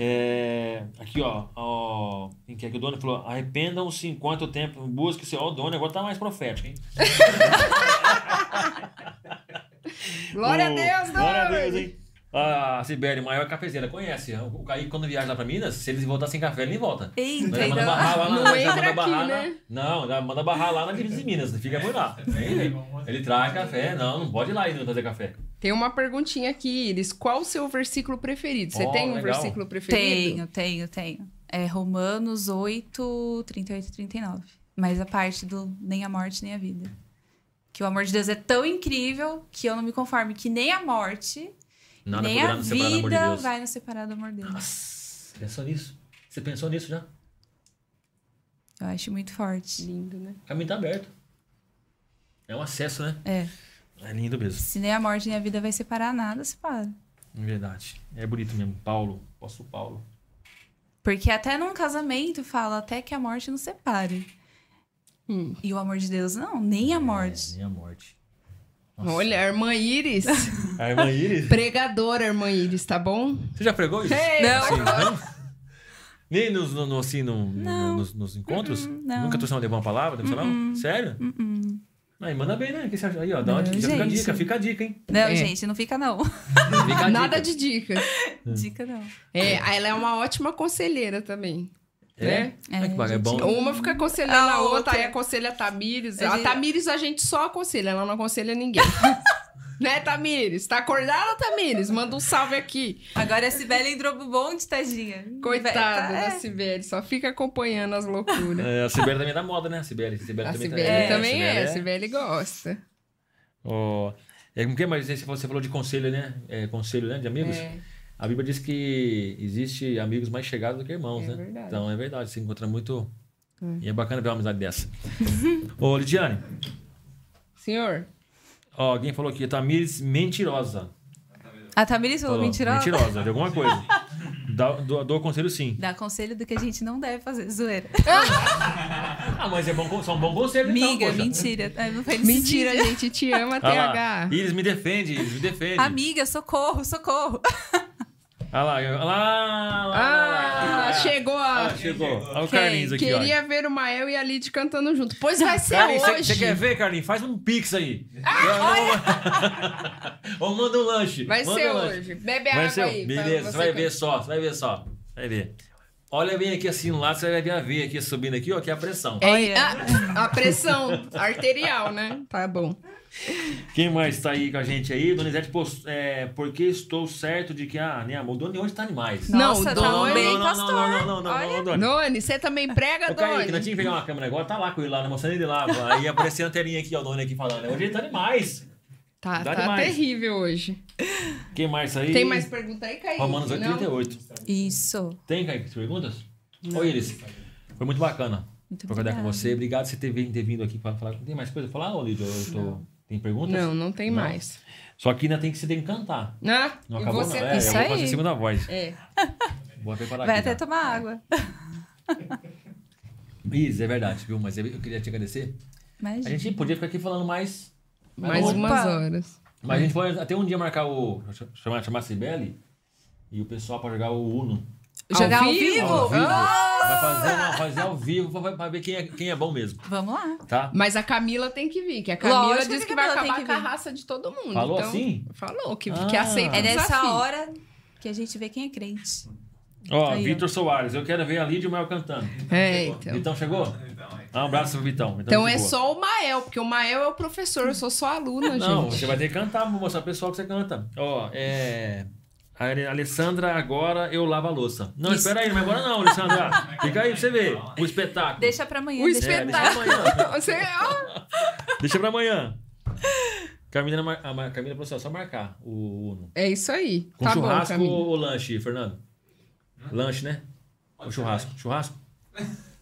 S1: É, aqui, ó, ó. Quem que é que o dono falou? Arrependam-se enquanto o tempo busque o seu. Ó, o dono agora tá mais profético, hein?
S2: Glória a
S1: O-
S2: Deus,
S1: Glória a
S2: Dona!
S1: Deus, hein? A Sibeli, maior cafezeira, conhece. é, O Kaique, quando viaja lá pra Minas, se eles voltar sem café, ele nem volta.
S3: Eita,
S1: Nós já manda
S3: então.
S1: barrar lá
S2: Não
S1: na- já
S2: entra
S1: manda
S2: aqui,
S1: barrar na-
S2: né?
S1: Não, já manda barrar lá na Minas de Minas, fica por lá. [LAUGHS] Ele, ele traz café, não, não pode ir lá e não fazer café.
S2: Tem uma perguntinha aqui, Iris. Qual o seu versículo preferido? Você
S1: Ó,
S2: tem um
S1: legal.
S2: versículo preferido?
S3: Tenho, tenho, tenho. É Romanos 8, 38 e 39. Mas a parte do nem a morte, nem a vida. Que o amor de Deus é tão incrível que eu não me conformo que nem a morte,
S1: Nada
S3: nem
S1: poderá
S3: a
S1: nos é separar do amor de
S3: vida
S1: Deus.
S3: vai nos separar do amor dele.
S1: Nossa, pensou nisso? Você pensou nisso já?
S3: Eu acho muito forte.
S2: Lindo, né?
S1: O caminho tá aberto. É um acesso, né?
S3: É.
S1: É lindo mesmo.
S3: Se nem a morte, nem a vida vai separar nada, separa.
S1: É Verdade. É bonito mesmo. Paulo, posso Paulo.
S3: Porque até num casamento fala até que a morte nos separe.
S2: Hum.
S3: E o amor de Deus, não, nem a morte.
S1: É, nem a morte.
S2: Olha, a irmã
S3: [LAUGHS]
S2: Iris.
S1: A irmã
S2: [LAUGHS]
S1: Iris.
S2: Pregadora, irmã Iris, tá bom?
S1: Você já pregou isso?
S3: Não.
S1: Assim, não? Nem nos, no, no- assim, no- no-
S3: Não.
S1: nos, nos encontros?
S3: Uhum, não.
S1: Nunca trouxe uma levou uma palavra? Deve falar? Sério? Aí manda bem, né? O que você acha? Aí, ó, dá uma,
S3: Não,
S1: já fica a
S3: gente.
S1: dica, fica a dica, hein?
S3: Não,
S2: É.
S3: gente, não fica não.
S1: Fica a
S2: Nada
S1: dica.
S2: de dicas.
S3: [LAUGHS] Dica não.
S2: É, ela é uma ótima conselheira também.
S1: É?
S2: né?
S1: É, que bagulho, é
S3: gente.
S1: bom.
S2: Uma fica aconselhando
S3: A
S2: a, outra,
S3: outra.
S2: aí aconselha a Tamires.
S3: A
S2: A
S3: gente-
S2: Tamires a gente só aconselha, ela não aconselha
S3: [LAUGHS]
S2: ninguém. né, Tamires? Tá acordada, Tamires? Manda um salve aqui.
S3: Agora a Sibeli entrou pro bonde, tadinha.
S2: Coitada
S3: Vai-
S2: da
S3: tá-
S2: Sibeli, só fica acompanhando as loucuras.
S1: É, a Sibeli também é da moda, né? A Sibeli, a Sibeli
S2: A
S1: também tá-
S2: Sibeli
S1: é, a
S2: também
S1: Sibeli
S2: é, a Sibeli gosta.
S1: Ó, é, como que é, mas você falou, você falou de conselho, né? É, conselho, né? De amigos.
S2: É.
S1: A Bíblia diz que existe amigos mais chegados do que irmãos,
S2: É
S1: né?
S2: verdade.
S1: Então é verdade, você encontra muito. E é bacana ver uma amizade
S2: [LAUGHS]
S1: dessa. Ô, Lidiane,
S2: Senhor,
S1: ó, alguém falou aqui, Tamires mentirosa.
S3: A Tamiris falou
S1: Falou,
S3: mentirosa.
S1: Mentirosa, de alguma
S2: [LAUGHS]
S1: coisa. Dá, dou, dou conselho sim.
S3: Dá conselho do que a gente não deve fazer, zoeira.
S1: Ah, mas é bom, con- são bom conselho,
S3: Amiga,
S1: então, poxa.
S3: mentira. Ai, não foi nesse
S2: mentira,
S3: dia.
S2: gente, te ama,
S1: Ah lá,
S2: TH.
S1: Iris me defende, Iris me defende.
S3: Amiga, socorro, socorro.
S1: Ah lá, eu- ah lá, ah lá, ah lá.
S2: Ah, chegou a...
S1: Ah, chegou. Olha o
S3: Quem?
S1: Carlinhos aqui, ó.
S2: Queria ver o Mael e a Lid cantando junto. Pois vai ser
S1: Carlinhos,
S2: é hoje. Ah,
S1: você quer ver, Carlinhos? Faz um pix aí. [LAUGHS] Não, não. Ou manda um lanche.
S2: Vai
S1: manda
S2: ser
S1: um lanche.
S2: hoje. Bebe
S1: Vai
S2: água
S1: ser-
S2: aí. pra é
S1: Beleza, você vai
S2: cantar.
S1: ver só, você vai ver só. Vai ver. Olha bem aqui assim no lado, você vai ver a veia aqui subindo aqui, ó, que é a pressão.
S2: É,
S3: Olha.
S2: a, a pressão arterial, né? Tá bom.
S1: Quem mais tá aí com a gente aí? Donizete, post, é, porque estou certo de que. Ah, né, amor, Doni hoje tá demais.
S2: Não,
S3: Nossa,
S2: Doni.
S3: tá bem,
S1: não, não,
S3: pastor.
S1: não, não, não, não,
S3: Olha.
S1: não, Doni.
S2: Noni, você também prega,
S1: Ô, Kaique, nós
S2: Doni?
S1: tínhamos que pegar uma câmera agora, tá lá com ele lá, né, mostrando ele lá. Aí apareceu a telinha aqui, ó, o Doni aqui falando. né, Hoje ele tá demais.
S2: Tá,
S1: Dá
S2: tá
S1: demais.
S2: terrível hoje.
S1: Quem mais tá aí?
S2: Tem mais pergunta aí, Caí?
S1: É Romanos 8,38.
S3: Isso.
S1: Tem, Kaique, perguntas? Oi, Iris. Foi muito bacana
S3: Muito
S1: concordar com
S3: obrigada.
S1: você. Obrigado por você ter vindo, ter vindo aqui para falar. Tem mais coisa pra falar, ô Lídia? Eu tô- Tem perguntas?
S2: Não, não tem
S1: Não.
S2: mais.
S1: Só que ainda tem que você tem que cantar.
S2: Ah,
S1: Não
S2: e
S1: acabou não.
S2: você tem-
S1: É, eu
S3: Isso
S1: vou
S3: aí.
S1: fazer a segunda voz.
S2: É.
S1: Vou preparar
S3: Vai
S1: aqui. tá?
S3: até
S1: já.
S3: tomar água.
S1: Iris, é verdade, viu? Mas eu eu queria te agradecer. A
S3: Imagina.
S1: gente podia ficar aqui falando mais.
S2: mais
S1: Opa.
S2: umas horas.
S1: Mas a gente pode até um dia marcar o. chamar, chamar a Cibele e o pessoal pra jogar o Uno.
S3: Jogar ao
S2: vivo?
S3: vivo?
S1: Ao vivo.
S3: Ah,
S1: Vai fazer, uma- fazer ao vivo pra, pra ver quem é, quem é bom mesmo,
S3: Vamos lá.
S1: tá?
S2: Mas a Camila tem que vir, que a Camila
S3: Lógico
S2: diz
S3: que
S2: que
S3: a
S2: vai
S3: Camila tem
S2: acabar
S3: que
S2: com a
S3: vir.
S2: raça de todo mundo.
S1: Falou
S2: então,
S1: assim?
S2: Falou, que, que
S1: Ah.
S2: aceita assim,
S3: É
S2: o
S3: nessa
S2: Um desafio.
S3: hora que a gente vê quem é crente.
S1: Ó,
S3: Aí, ó.
S1: Vitor Soares, eu quero ver a Lídia e o Mael cantando.
S2: É, então.
S1: Vitão chegou? Ah, um abraço pro Vitão. tá Vitão
S2: Então é
S1: chegou.
S2: só o Mael, porque o Mael é o professor, eu sou só aluna,
S1: Não,
S2: gente.
S1: você vai ter que cantar, vou mostrar pro pessoal que você canta. Ó, é. A Ale- Alessandra, agora eu lavo a louça. Não,
S3: Isso.
S1: espera aí, não vai embora não, Alessandra. Fica aí pra você ver o espetáculo.
S3: Deixa pra amanhã.
S2: O
S3: deixa pra
S1: É, deixa
S3: amanhã.
S1: pra amanhã.
S2: [LAUGHS] Você, ó,
S1: Deixa pra amanhã. Camila, mar- a mar- Camila professor, só marcar o Uno.
S2: é isso aí.
S1: Com
S2: tá bom,
S1: churrasco
S2: Camila.
S1: ou lanche, Fernando? Lanche, né? Ou churrasco? Churrasco?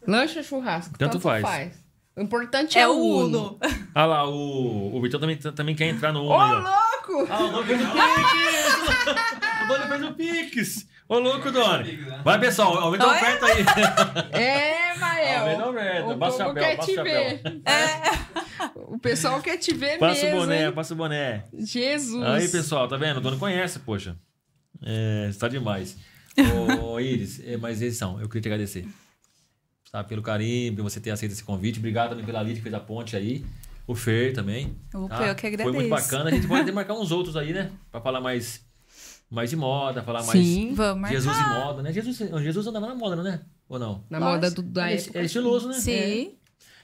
S2: Lanche ou churrasco?
S1: Tanto faz.
S2: O importante é,
S3: É o
S2: Uno.
S3: Uno.
S1: Ah lá, o, o Vitão também, também quer entrar no
S2: Ô,
S1: Uno. aí, ó.
S2: louco!
S1: Ah, o Doni fez o Pix! o Doni fez o Pix! Ô, louco, Doni! Vai, pessoal, aumenta a
S3: Olha.
S1: oferta
S3: [LAUGHS]
S1: aí!
S2: É, Mael.
S1: Aumenta a oferta,
S2: o
S1: baixa o
S2: povo
S1: chapéu,
S2: quer
S1: baixa
S2: te
S1: o chapéu.
S2: ver.
S3: É.
S2: O pessoal quer te ver
S1: Passa o
S2: mesmo.
S1: boné,
S2: hein?
S1: passa o boné.
S2: Jesus.
S1: Aí, pessoal, tá vendo? O Doni conhece, poxa. É, está demais. Ô, [LAUGHS] Iris, é, mas eles são, eu queria te agradecer. Tá, pelo carinho, por você ter aceito esse convite. Obrigado também pela Lid que fez a ponte aí. O Fer também.
S3: Opa,
S1: tá?
S3: eu que
S1: Foi
S3: agradeço.
S1: muito bacana. A gente
S3: [LAUGHS]
S1: pode até marcar uns outros aí, né? Pra falar mais, mais de moda, falar mais
S2: Sim.
S3: Vamos marcar.
S1: Jesus em moda, né? Jesus, Jesus andava na moda, né? Ou não?
S2: Na
S3: Lógico.
S2: moda do, da
S1: É,
S2: época.
S1: é estiloso, né?
S3: Sim.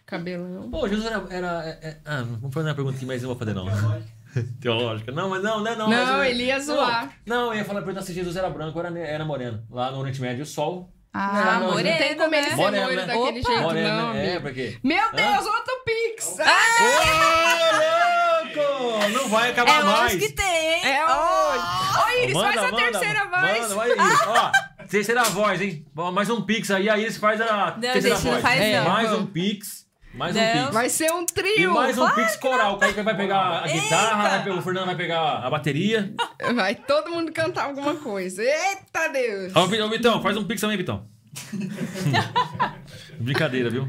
S2: Cabelão.
S1: Pô, Jesus era. era- é- é- ah, não foi uma pergunta que mais eu vou fazer, não. [LAUGHS] Teológica. Não, mas não, né, não, não. mas
S2: Não,
S1: eu-
S2: ele ia zoar.
S1: Não, eu ia falar perguntar se Jesus era branco ou era, ne- era moreno. Lá no Oriente Médio, o sol.
S3: Ah,
S2: não,
S3: morena,
S2: não é, tem como ele
S3: né?
S2: ser
S1: Morena,
S2: loiro
S1: é, né?
S2: daquele
S3: Opa.
S2: jeito,
S1: moreno,
S2: não,
S1: né? É,
S2: amigo.
S1: porque.
S2: Meu Deus, outro Pix!
S1: Ô, louco! Não vai acabar
S3: É
S1: mais.
S3: hoje que tem, hein?
S2: É hoje! Ô, Iris, faz a terceira voz!
S1: Manda, olha isso. Ó, terceira voz, hein? Ó, Mais um pix aí, aí eles faz a terceira
S3: deixa, não
S1: voz.
S3: faz não.
S1: mais
S2: vamos.
S1: um pix. Mais um
S3: Não.
S1: pix.
S2: Vai ser um
S1: E
S2: trio!
S1: mais um Pix coral. O Kaique vai pegar a guitarra, vai pegar- o Fernando vai pegar a bateria.
S2: Vai todo mundo cantar alguma coisa. Eita Deus!
S1: Ó, Vi- Ô, Vitão, faz um Pix também, Vitão. Brincadeira, viu?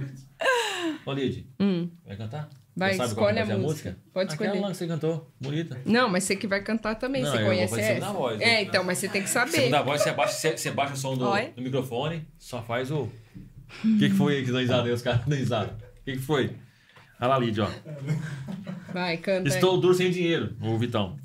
S1: Ô, Lid, vai cantar?
S2: Hum. Vai,
S1: Já sabe qual
S2: escolhe
S1: vai
S2: a
S1: ser
S2: música. Pode
S1: Aquela
S2: escolher.
S1: lá que você cantou, bonita.
S2: Não, mas você que vai cantar também,
S1: Não,
S2: você
S1: eu
S2: conhece
S1: vou fazer
S2: essa?
S1: segunda voz, né?
S2: é, então, mas você tem que saber.
S1: Segunda voz, você abaixa, você, você abaixa o som do,
S3: Oi.
S1: do microfone, só faz o... O que, que foi aí que deu risada aí, os caras dão risada? O que, que foi? Olha lá, Lid, ó.
S2: Vai, canta aí.
S1: Estou duro sem dinheiro, o Vitão.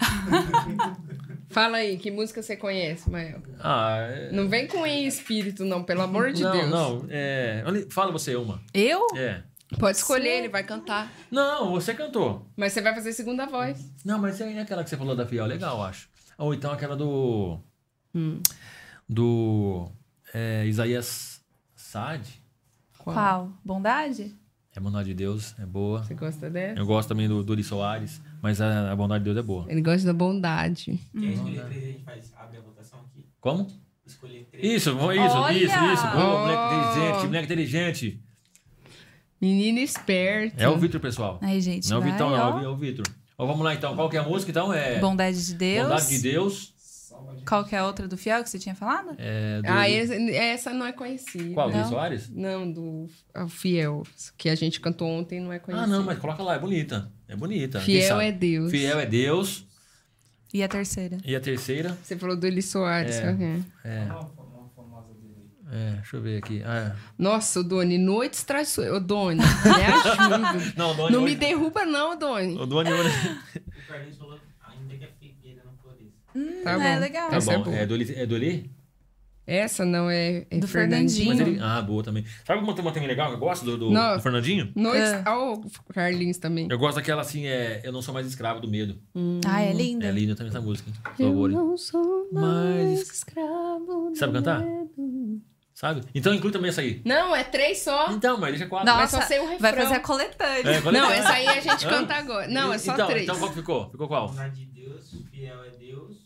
S2: Fala aí, que música você conhece, Mael?
S1: Ah, é...
S2: Não vem com em espírito, não, pelo amor de
S1: não,
S2: Deus.
S1: não, é... olha, Fala você uma.
S3: Eu?
S1: É.
S2: Pode escolher, ele vai cantar.
S1: Não, você cantou.
S2: Mas você vai fazer segunda voz.
S1: Não, mas é aquela que você falou da Fiel, legal, eu acho. Ou então aquela do. Do. é, Isaías Sad.
S3: Qual? Bondade?
S1: É bondade de Deus, é boa.
S2: Você gosta dessa?
S1: Eu gosto também do Dori Soares, mas a, a bondade de Deus é boa.
S2: Ele gosta da bondade.
S5: Quem escolher três, a gente faz, abre a votação aqui.
S1: Como?
S5: Escolher três.
S1: Isso, isso, isso,
S3: Olha!
S1: isso. Boa, moleque
S2: Oh!
S1: inteligente, moleque inteligente.
S2: Menino esperto.
S1: É o Vitor, pessoal.
S3: Aí, gente.
S1: Não é o
S3: vai,
S1: Vitão,
S3: ó.
S1: não, é o Vitor. Ó, vamos lá então. Qual que é a música então? É.
S3: Bondade de Deus.
S1: Bondade de Deus.
S3: Qual que é a outra do fiel que você tinha falado?
S1: É, do...
S2: Ah, essa, essa não é conhecida.
S1: Qual? Dori
S3: Não.
S1: Soares?
S2: Não, do ah, o Fiel, que a gente cantou ontem, não é conhecida.
S1: Ah, não, mas coloca lá, é bonita. É bonita. quem
S2: Fiel
S1: sabe?
S2: é Deus.
S1: Fiel é Deus.
S3: E a terceira?
S1: E a terceira?
S2: Você falou do Eli Soares.
S1: É.
S2: ok.
S1: É,
S5: Uma fa- uma famosa dele.
S1: é, deixa eu ver aqui. Ah, é.
S2: Nossa, o Doni, noites traiçoeiras. Ô,
S1: [LAUGHS]
S2: Doni, me ajuda.
S1: Não, o Doni.
S2: não me
S1: hoje-
S2: derruba não, Doni.
S1: O né? Doni hoje.
S2: [LAUGHS]
S5: O Carlinhos falou, ainda que a figueira não floresça.
S2: Tá
S3: é
S2: bom.
S3: legal.
S1: Tá
S2: Essa é
S1: bom.
S2: boa.
S1: É do Eli? É do Eli?
S2: Essa não é, é
S3: Do
S2: Fernandinho.
S1: Mas
S3: Sim.
S1: ele- ah, boa também. Sabe uma uma também legal que eu gosto do, do-
S2: Não.
S1: do Fernandinho?
S2: Noites.
S3: É.
S2: Ó, o Carlinhos também.
S1: Eu gosto daquela assim, é Eu Não Sou Mais Escravo do Medo.
S3: Ah, é linda.
S1: É linda também essa música, hein? Por
S6: Eu
S1: favor, hein?
S6: não sou mais
S1: Mas-
S6: escravo. do
S1: Sabe cantar?
S6: medo.
S1: Sabe? Então inclui também essa aí.
S2: Não, é três só.
S1: Então, mas deixa quatro.
S3: Nossa,
S2: Mas só sei o refrão.
S3: Vai fazer a coletânea.
S1: É, qual é?
S2: Não, essa aí a gente
S1: Hã?
S2: canta agora. Não, é só
S1: então,
S2: três.
S1: Então qual que ficou? Ficou qual?
S5: Vontade de Deus, fiel é Deus.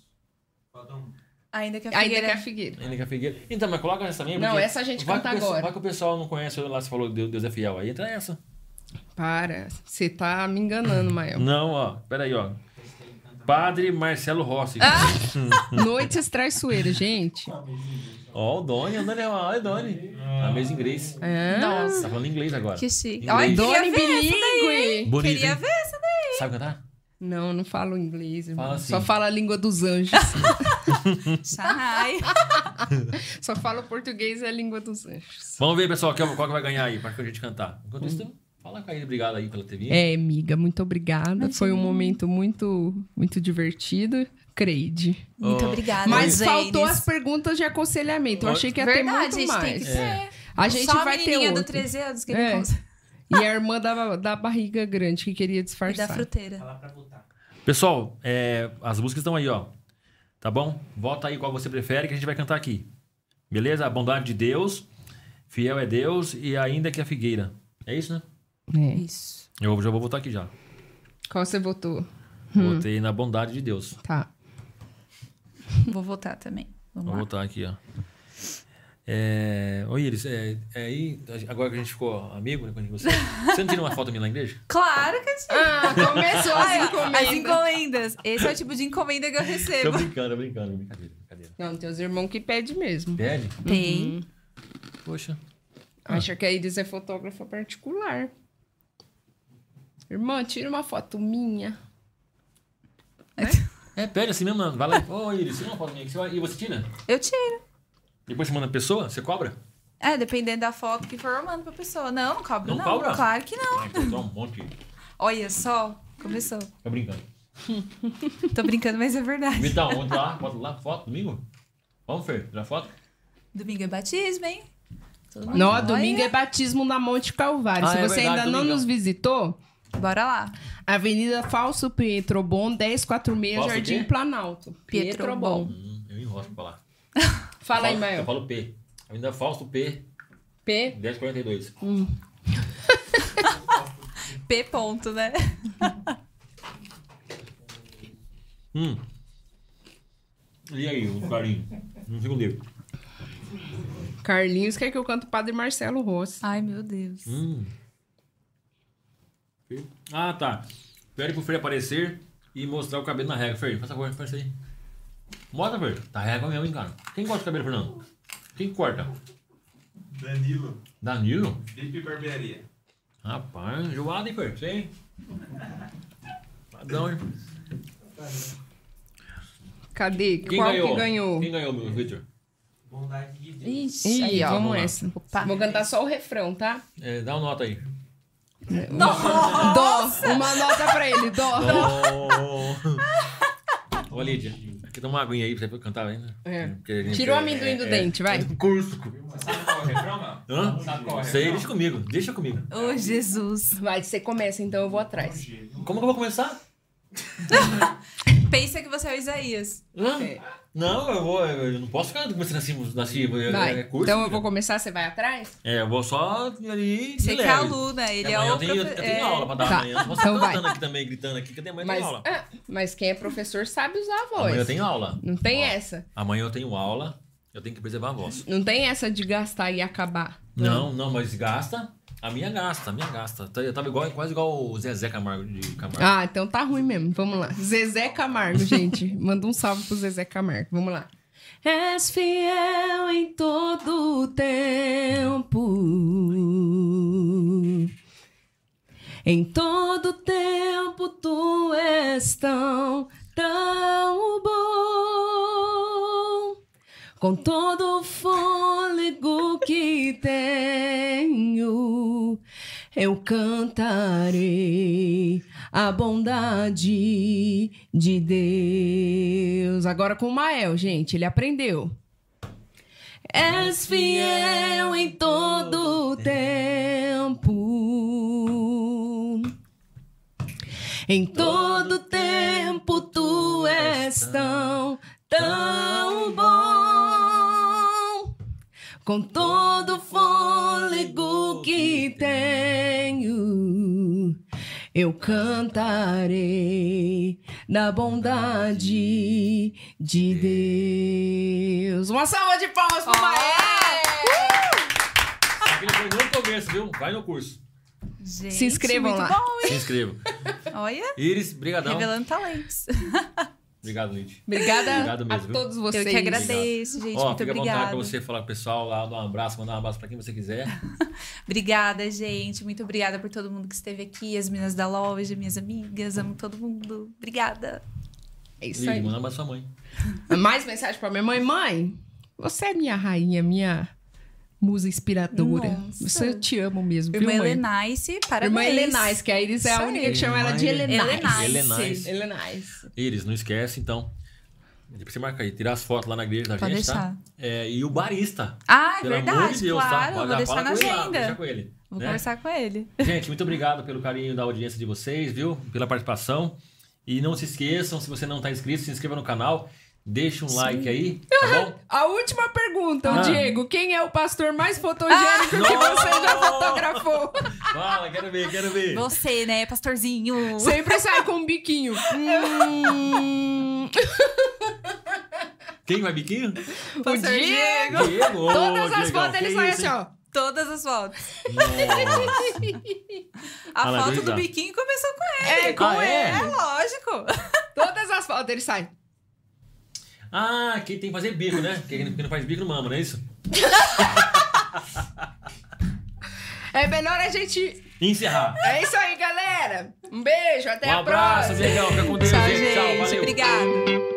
S5: Falta um.
S3: Ainda que a
S2: Ainda
S3: figueira...
S2: que a Figueira.
S1: Ainda que a Figueira. Então, mas coloca essa mesmo.
S2: Não,
S1: porque
S2: essa a gente
S1: vai
S2: canta
S1: que o pessoal-
S2: agora. Tá
S1: Vai que o pessoal não conhece, lá você falou que Deus Deus é fiel. Aí entra essa.
S2: Para, você tá me
S1: [LAUGHS]
S2: enganando, Mael.
S1: Não, ó. Peraí, ó.
S5: hashtag canta
S1: Padre Marcelo Rossi.
S2: Ah! Noites traiçoeiras, gente.
S1: Ó, o Doni. O Doni é uma- Olha o Doni. Tá Amazing Grace.
S2: É.
S1: Tá falando inglês agora.
S3: Que chique.
S1: Inglês.
S3: Olha,
S2: Dona
S3: queria ver essa
S2: Bilingue.
S1: Bonito,
S3: Queria
S1: hein?
S3: ver essa daí.
S1: Sabe cantar?
S2: Não, não falo inglês, irmão.
S1: Fala assim.
S2: Só fala a língua dos anjos. [LAUGHS]
S3: Shanghai.
S2: Só falo português e a língua dos anjos.
S1: Vamos ver, pessoal, qual qual que vai ganhar aí, pra gente cantar. Enquanto isso, fala com a ele. Obrigado aí pela tevinha.
S2: É, amiga, muito obrigada. Foi um momento muito, muito divertido. Creide.
S3: Muito
S1: Ó,
S3: obrigada,
S2: Mas
S3: Janis.
S2: faltou as perguntas de aconselhamento. Eu
S1: Ó,
S2: achei que ia
S3: Verdade, a
S2: ter muito
S3: gente tem
S2: mais.
S3: que ter.
S2: A gente
S3: Só
S2: vai
S3: a
S2: ter
S3: menininha
S2: outro.
S3: do 13 anos que
S2: É.
S3: ele consegue.
S2: E a irmã da, da barriga grande que queria
S3: E da
S2: disfarçar.
S3: fruteira.
S5: Falar pra voltar.
S1: Pessoal, é, as músicas estão aí, ó. Tá bom? Vota aí qual você prefere que a gente vai cantar aqui. Beleza? A bondade de Deus, fiel é Deus e ainda que a figueira. É isso, né?
S2: É.
S3: Isso.
S1: Eu já vou votar aqui já.
S2: Qual você votou?
S3: Hum.
S1: Votei na bondade de Deus.
S2: Tá.
S3: Vou voltar também. Vamos
S1: Vou
S3: lá.
S1: votar aqui, ó. É... Oi, Iris, é, é aí, agora que a gente ficou amigo, né, com você,
S2: [LAUGHS]
S1: você não tira uma foto minha lá na igreja?
S3: Claro que eu tinha.
S2: Ah, começou
S3: Ai,
S2: as
S3: ó, As
S2: encomendas.
S3: encomendas. Esse é o tipo de encomenda que eu
S1: Tô
S3: recebo.
S1: brincando, tô brincando, brincadeira, brincadeira.
S2: Não, tem os irmãos que pedem mesmo.
S1: Pede?
S2: Uhum.
S3: Tem.
S1: Poxa. Ah.
S2: Acha que a Iris é fotógrafa particular. Irmã, tira uma foto minha.
S1: É, pede assim mesmo, mano. vai lá. e- Ô, Iris, tira uma foto minha aqui, você vai- e você tira?
S3: Eu tiro.
S1: Depois você manda a pessoa, você cobra?
S3: É, dependendo da foto que for, eu mando pra pessoa. Não, não cobro,
S1: Não
S3: não.
S1: cobra?
S3: Claro que não.
S1: Ah, encontrou um monte.
S3: Olha só, começou.
S1: Tô brincando.
S3: Tô brincando, mas é verdade.
S1: [LAUGHS] Me dá um, onde lá, bota lá, foto, domingo? Vamos, Fer, tirar foto?
S3: Domingo é batismo, hein? Todo mundo
S2: Não,
S3: olha.
S2: domingo é batismo na Monte Calvário.
S1: Ah,
S2: Se
S1: é
S2: você
S1: verdade,
S2: ainda não
S1: domingão.
S2: nos visitou,
S3: Bora lá.
S2: Avenida Falso Pietro Bom, 1046,
S1: Falso
S2: Jardim
S1: quê?
S2: Planalto.
S3: Pietro Bom.
S1: Hum, eu enrosco pra lá.
S2: Fala aí,
S1: Fausto- Eu
S2: Mael.
S1: falo P. Ainda Fausto P,
S2: P.
S1: 1042.
S3: P ponto, né?
S1: Hum. E aí, o carinho? Não fica livre.
S2: Carlinhos quer que eu canto Padre Marcelo Rossi.
S3: Ai, meu Deus.
S1: Hum. Ah, tá. Pede pro Fer aparecer e mostrar o cabelo na régua. Fer, faz favor, faz aí. Mostra, Fer. Tá régua mesmo, hein, cara? Quem corta o cabelo, Fernando? Quem corta?
S5: Danilo,
S1: Danilo?
S5: Felipe Barbearia.
S1: Rapaz, enjoado, hein, Fer? Você, hein? Padrão, hein?
S2: Cadê?
S1: Quem
S2: Qual
S1: ganhou?
S2: que ganhou?
S1: Quem ganhou, meu Victor?
S5: Bondade de Deus.
S3: Ixi,
S2: Ih,
S3: aí, ó.
S2: vamos,
S1: vamos lá.
S2: essa.
S3: Opa.
S2: Vou cantar só o refrão, tá?
S1: É, dá uma
S2: [LAUGHS]
S1: nota aí.
S2: Dó! Uma nota pra ele, dó!
S1: Ô, Lídia, aqui dá uma aguinha aí pra você cantar ainda.
S2: É.
S1: Porque-
S2: Tira o
S1: é-
S2: amendoim do
S1: é-
S2: dente, vai.
S5: Você sabe qual é o refrão, mano?
S1: Hã?
S5: Sabe qual é o
S1: Isso aí,
S5: refrão?
S1: deixa comigo, deixa comigo.
S3: Ô, Jesus.
S2: Vai, você começa, então eu vou
S5: é
S2: atrás.
S1: Como que eu vou começar?
S3: Pensa que você é o Isaías.
S1: Hã?
S2: É.
S1: Não, eu vou. Eu não posso ficar começando assim, assim é, é
S2: Vai.
S1: curso.
S2: Então eu vou começar, você vai atrás?
S1: É, eu vou só ali. de
S3: Você que
S1: leve.
S3: é aluno, ele é,
S1: amanhã
S3: o
S1: eu tenho, eu
S3: profe-
S1: tenho
S3: é.
S1: aula pra dar
S2: Tá,
S1: amanhã. Eu não posso
S2: então
S1: ficar
S2: vai.
S1: cantando aqui também, gritando aqui, que até amanhã
S2: Mas,
S1: tem aula.
S2: ah, mas quem é professor sabe usar a voz.
S1: Amanhã eu tenho aula.
S2: Não tem
S1: Ó,
S2: essa.
S1: Amanhã eu tenho aula, eu tenho que preservar a voz.
S2: Não tem essa de gastar e acabar.
S1: Não, não, mas gasta. A minha gasta, a minha gasta. Tá- Eu tava igual, quase igual o Zezé Camargo de Camargo.
S2: Ah, então tá ruim mesmo. Vamos lá. Zezé Camargo, gente. Manda um salve pro Zezé Camargo. Vamos lá.
S6: És fiel em todo o tempo. Em todo o tempo tu és tão, tão bom. Com todo o fôlego que tenho, eu cantarei a bondade de Deus.
S2: Agora com o Mael, gente. Ele aprendeu. és fiel em todo o tempo. Em todo tempo tu és tão, tão bom. Com todo fôlego que tenho, eu cantarei da bondade de Deus. Uma salva de palmas pro
S3: Ó.
S2: Maé! Ah.
S1: Aquele foi no começo, viu? Vai no curso.
S3: Gente,
S2: Se inscrevam
S3: muito
S2: lá.
S3: bom, hein?
S1: Se inscreva.
S3: Olha,
S1: Iris, brigadão.
S3: revelando talentos.
S1: Obrigado, Lid.
S5: Obrigada
S1: Obrigado mesmo,
S5: a
S1: viu?
S5: todos
S3: Eu
S5: vocês.
S3: que agradeço, gente.
S1: Ó,
S3: muito
S1: fica à vontade
S3: obrigada.
S1: pra você falar pro pessoal lá, dar um abraço, mandar um abraço pra quem você quiser.
S3: Obrigada, gente. Muito obrigada por todo mundo que esteve aqui, as meninas da loja, minhas amigas. Amo todo mundo. Obrigada.
S5: É
S1: E
S5: isso aí.
S1: mandar um abraço pra sua mãe.
S5: Mais mensagem pra minha mãe. Mãe, você é minha rainha, minha musa inspiradora.
S3: Nossa.
S5: Você eu te amo mesmo, viu,
S3: Irmã
S5: mãe?
S3: Helenice, parabéns.
S5: Irmã Helenais, que a Iris é a
S3: Isso
S5: única
S3: aí.
S5: que chama ela de
S1: Irmã
S5: Helenais.
S3: Helenais.
S1: Helenais.
S5: Helenais.
S1: Iris, não esquece, então. Depois você marca aí, tirar as fotos lá na igreja da
S3: Pode
S1: gente, tá?
S3: deixar.
S1: É, e o barista.
S3: Ah, é
S1: pelo amor
S3: Ah, verdade,
S1: de Deus,
S3: claro.
S1: tá?
S3: Vou
S1: Já
S3: deixar
S1: fala
S3: na
S1: com ele lá,
S3: agenda.
S1: deixa com ele.
S3: Vou
S1: né?
S3: conversar com ele.
S1: Gente, muito obrigado pelo carinho da audiência de vocês, viu? Pela participação. E não se esqueçam, se você não está inscrito, se inscreva no canal, deixa um like aí, tá
S3: [LAUGHS]
S1: bom?
S5: A última pergunta, o
S1: Ah.
S5: Diego. Quem é o pastor mais fotogênico que
S1: Nossa!
S5: você já fotografou?
S1: Fala, quero ver, quero ver.
S3: Você, né,
S1: [LAUGHS]
S3: pastorzinho?
S5: Sempre sai com um
S3: [LAUGHS]
S5: biquinho. Hum,
S1: Quem vai biquinho?
S5: o
S3: Pastor
S5: Diego.
S1: Diego! ô,
S5: Todas as
S1: Diegão,
S5: fotos
S1: que
S5: ele assim, sai
S1: isso,
S5: assim,
S1: hein?
S5: ó.
S3: Todas as fotos.
S1: Nossa.
S3: A
S1: Ah, lá,
S3: foto
S1: dois
S3: do
S1: lá.
S3: biquinho começou com
S5: É, com
S1: Ah, é?
S5: ele.
S3: ele, lógico.
S5: Todas as fotos ele sai.
S1: [LAUGHS] Ah, quem tem que fazer bico, né? Quem quem não faz bico não mama, não é isso?
S5: É melhor a gente.
S1: Encerrar.
S5: É isso aí, galera. Um beijo, até
S1: um
S5: a próxima.
S1: abraço, Diegão. Fica com Deus,
S3: Tchau,
S1: gente. Tchau,
S3: gente.
S1: valeu.
S3: Obrigada.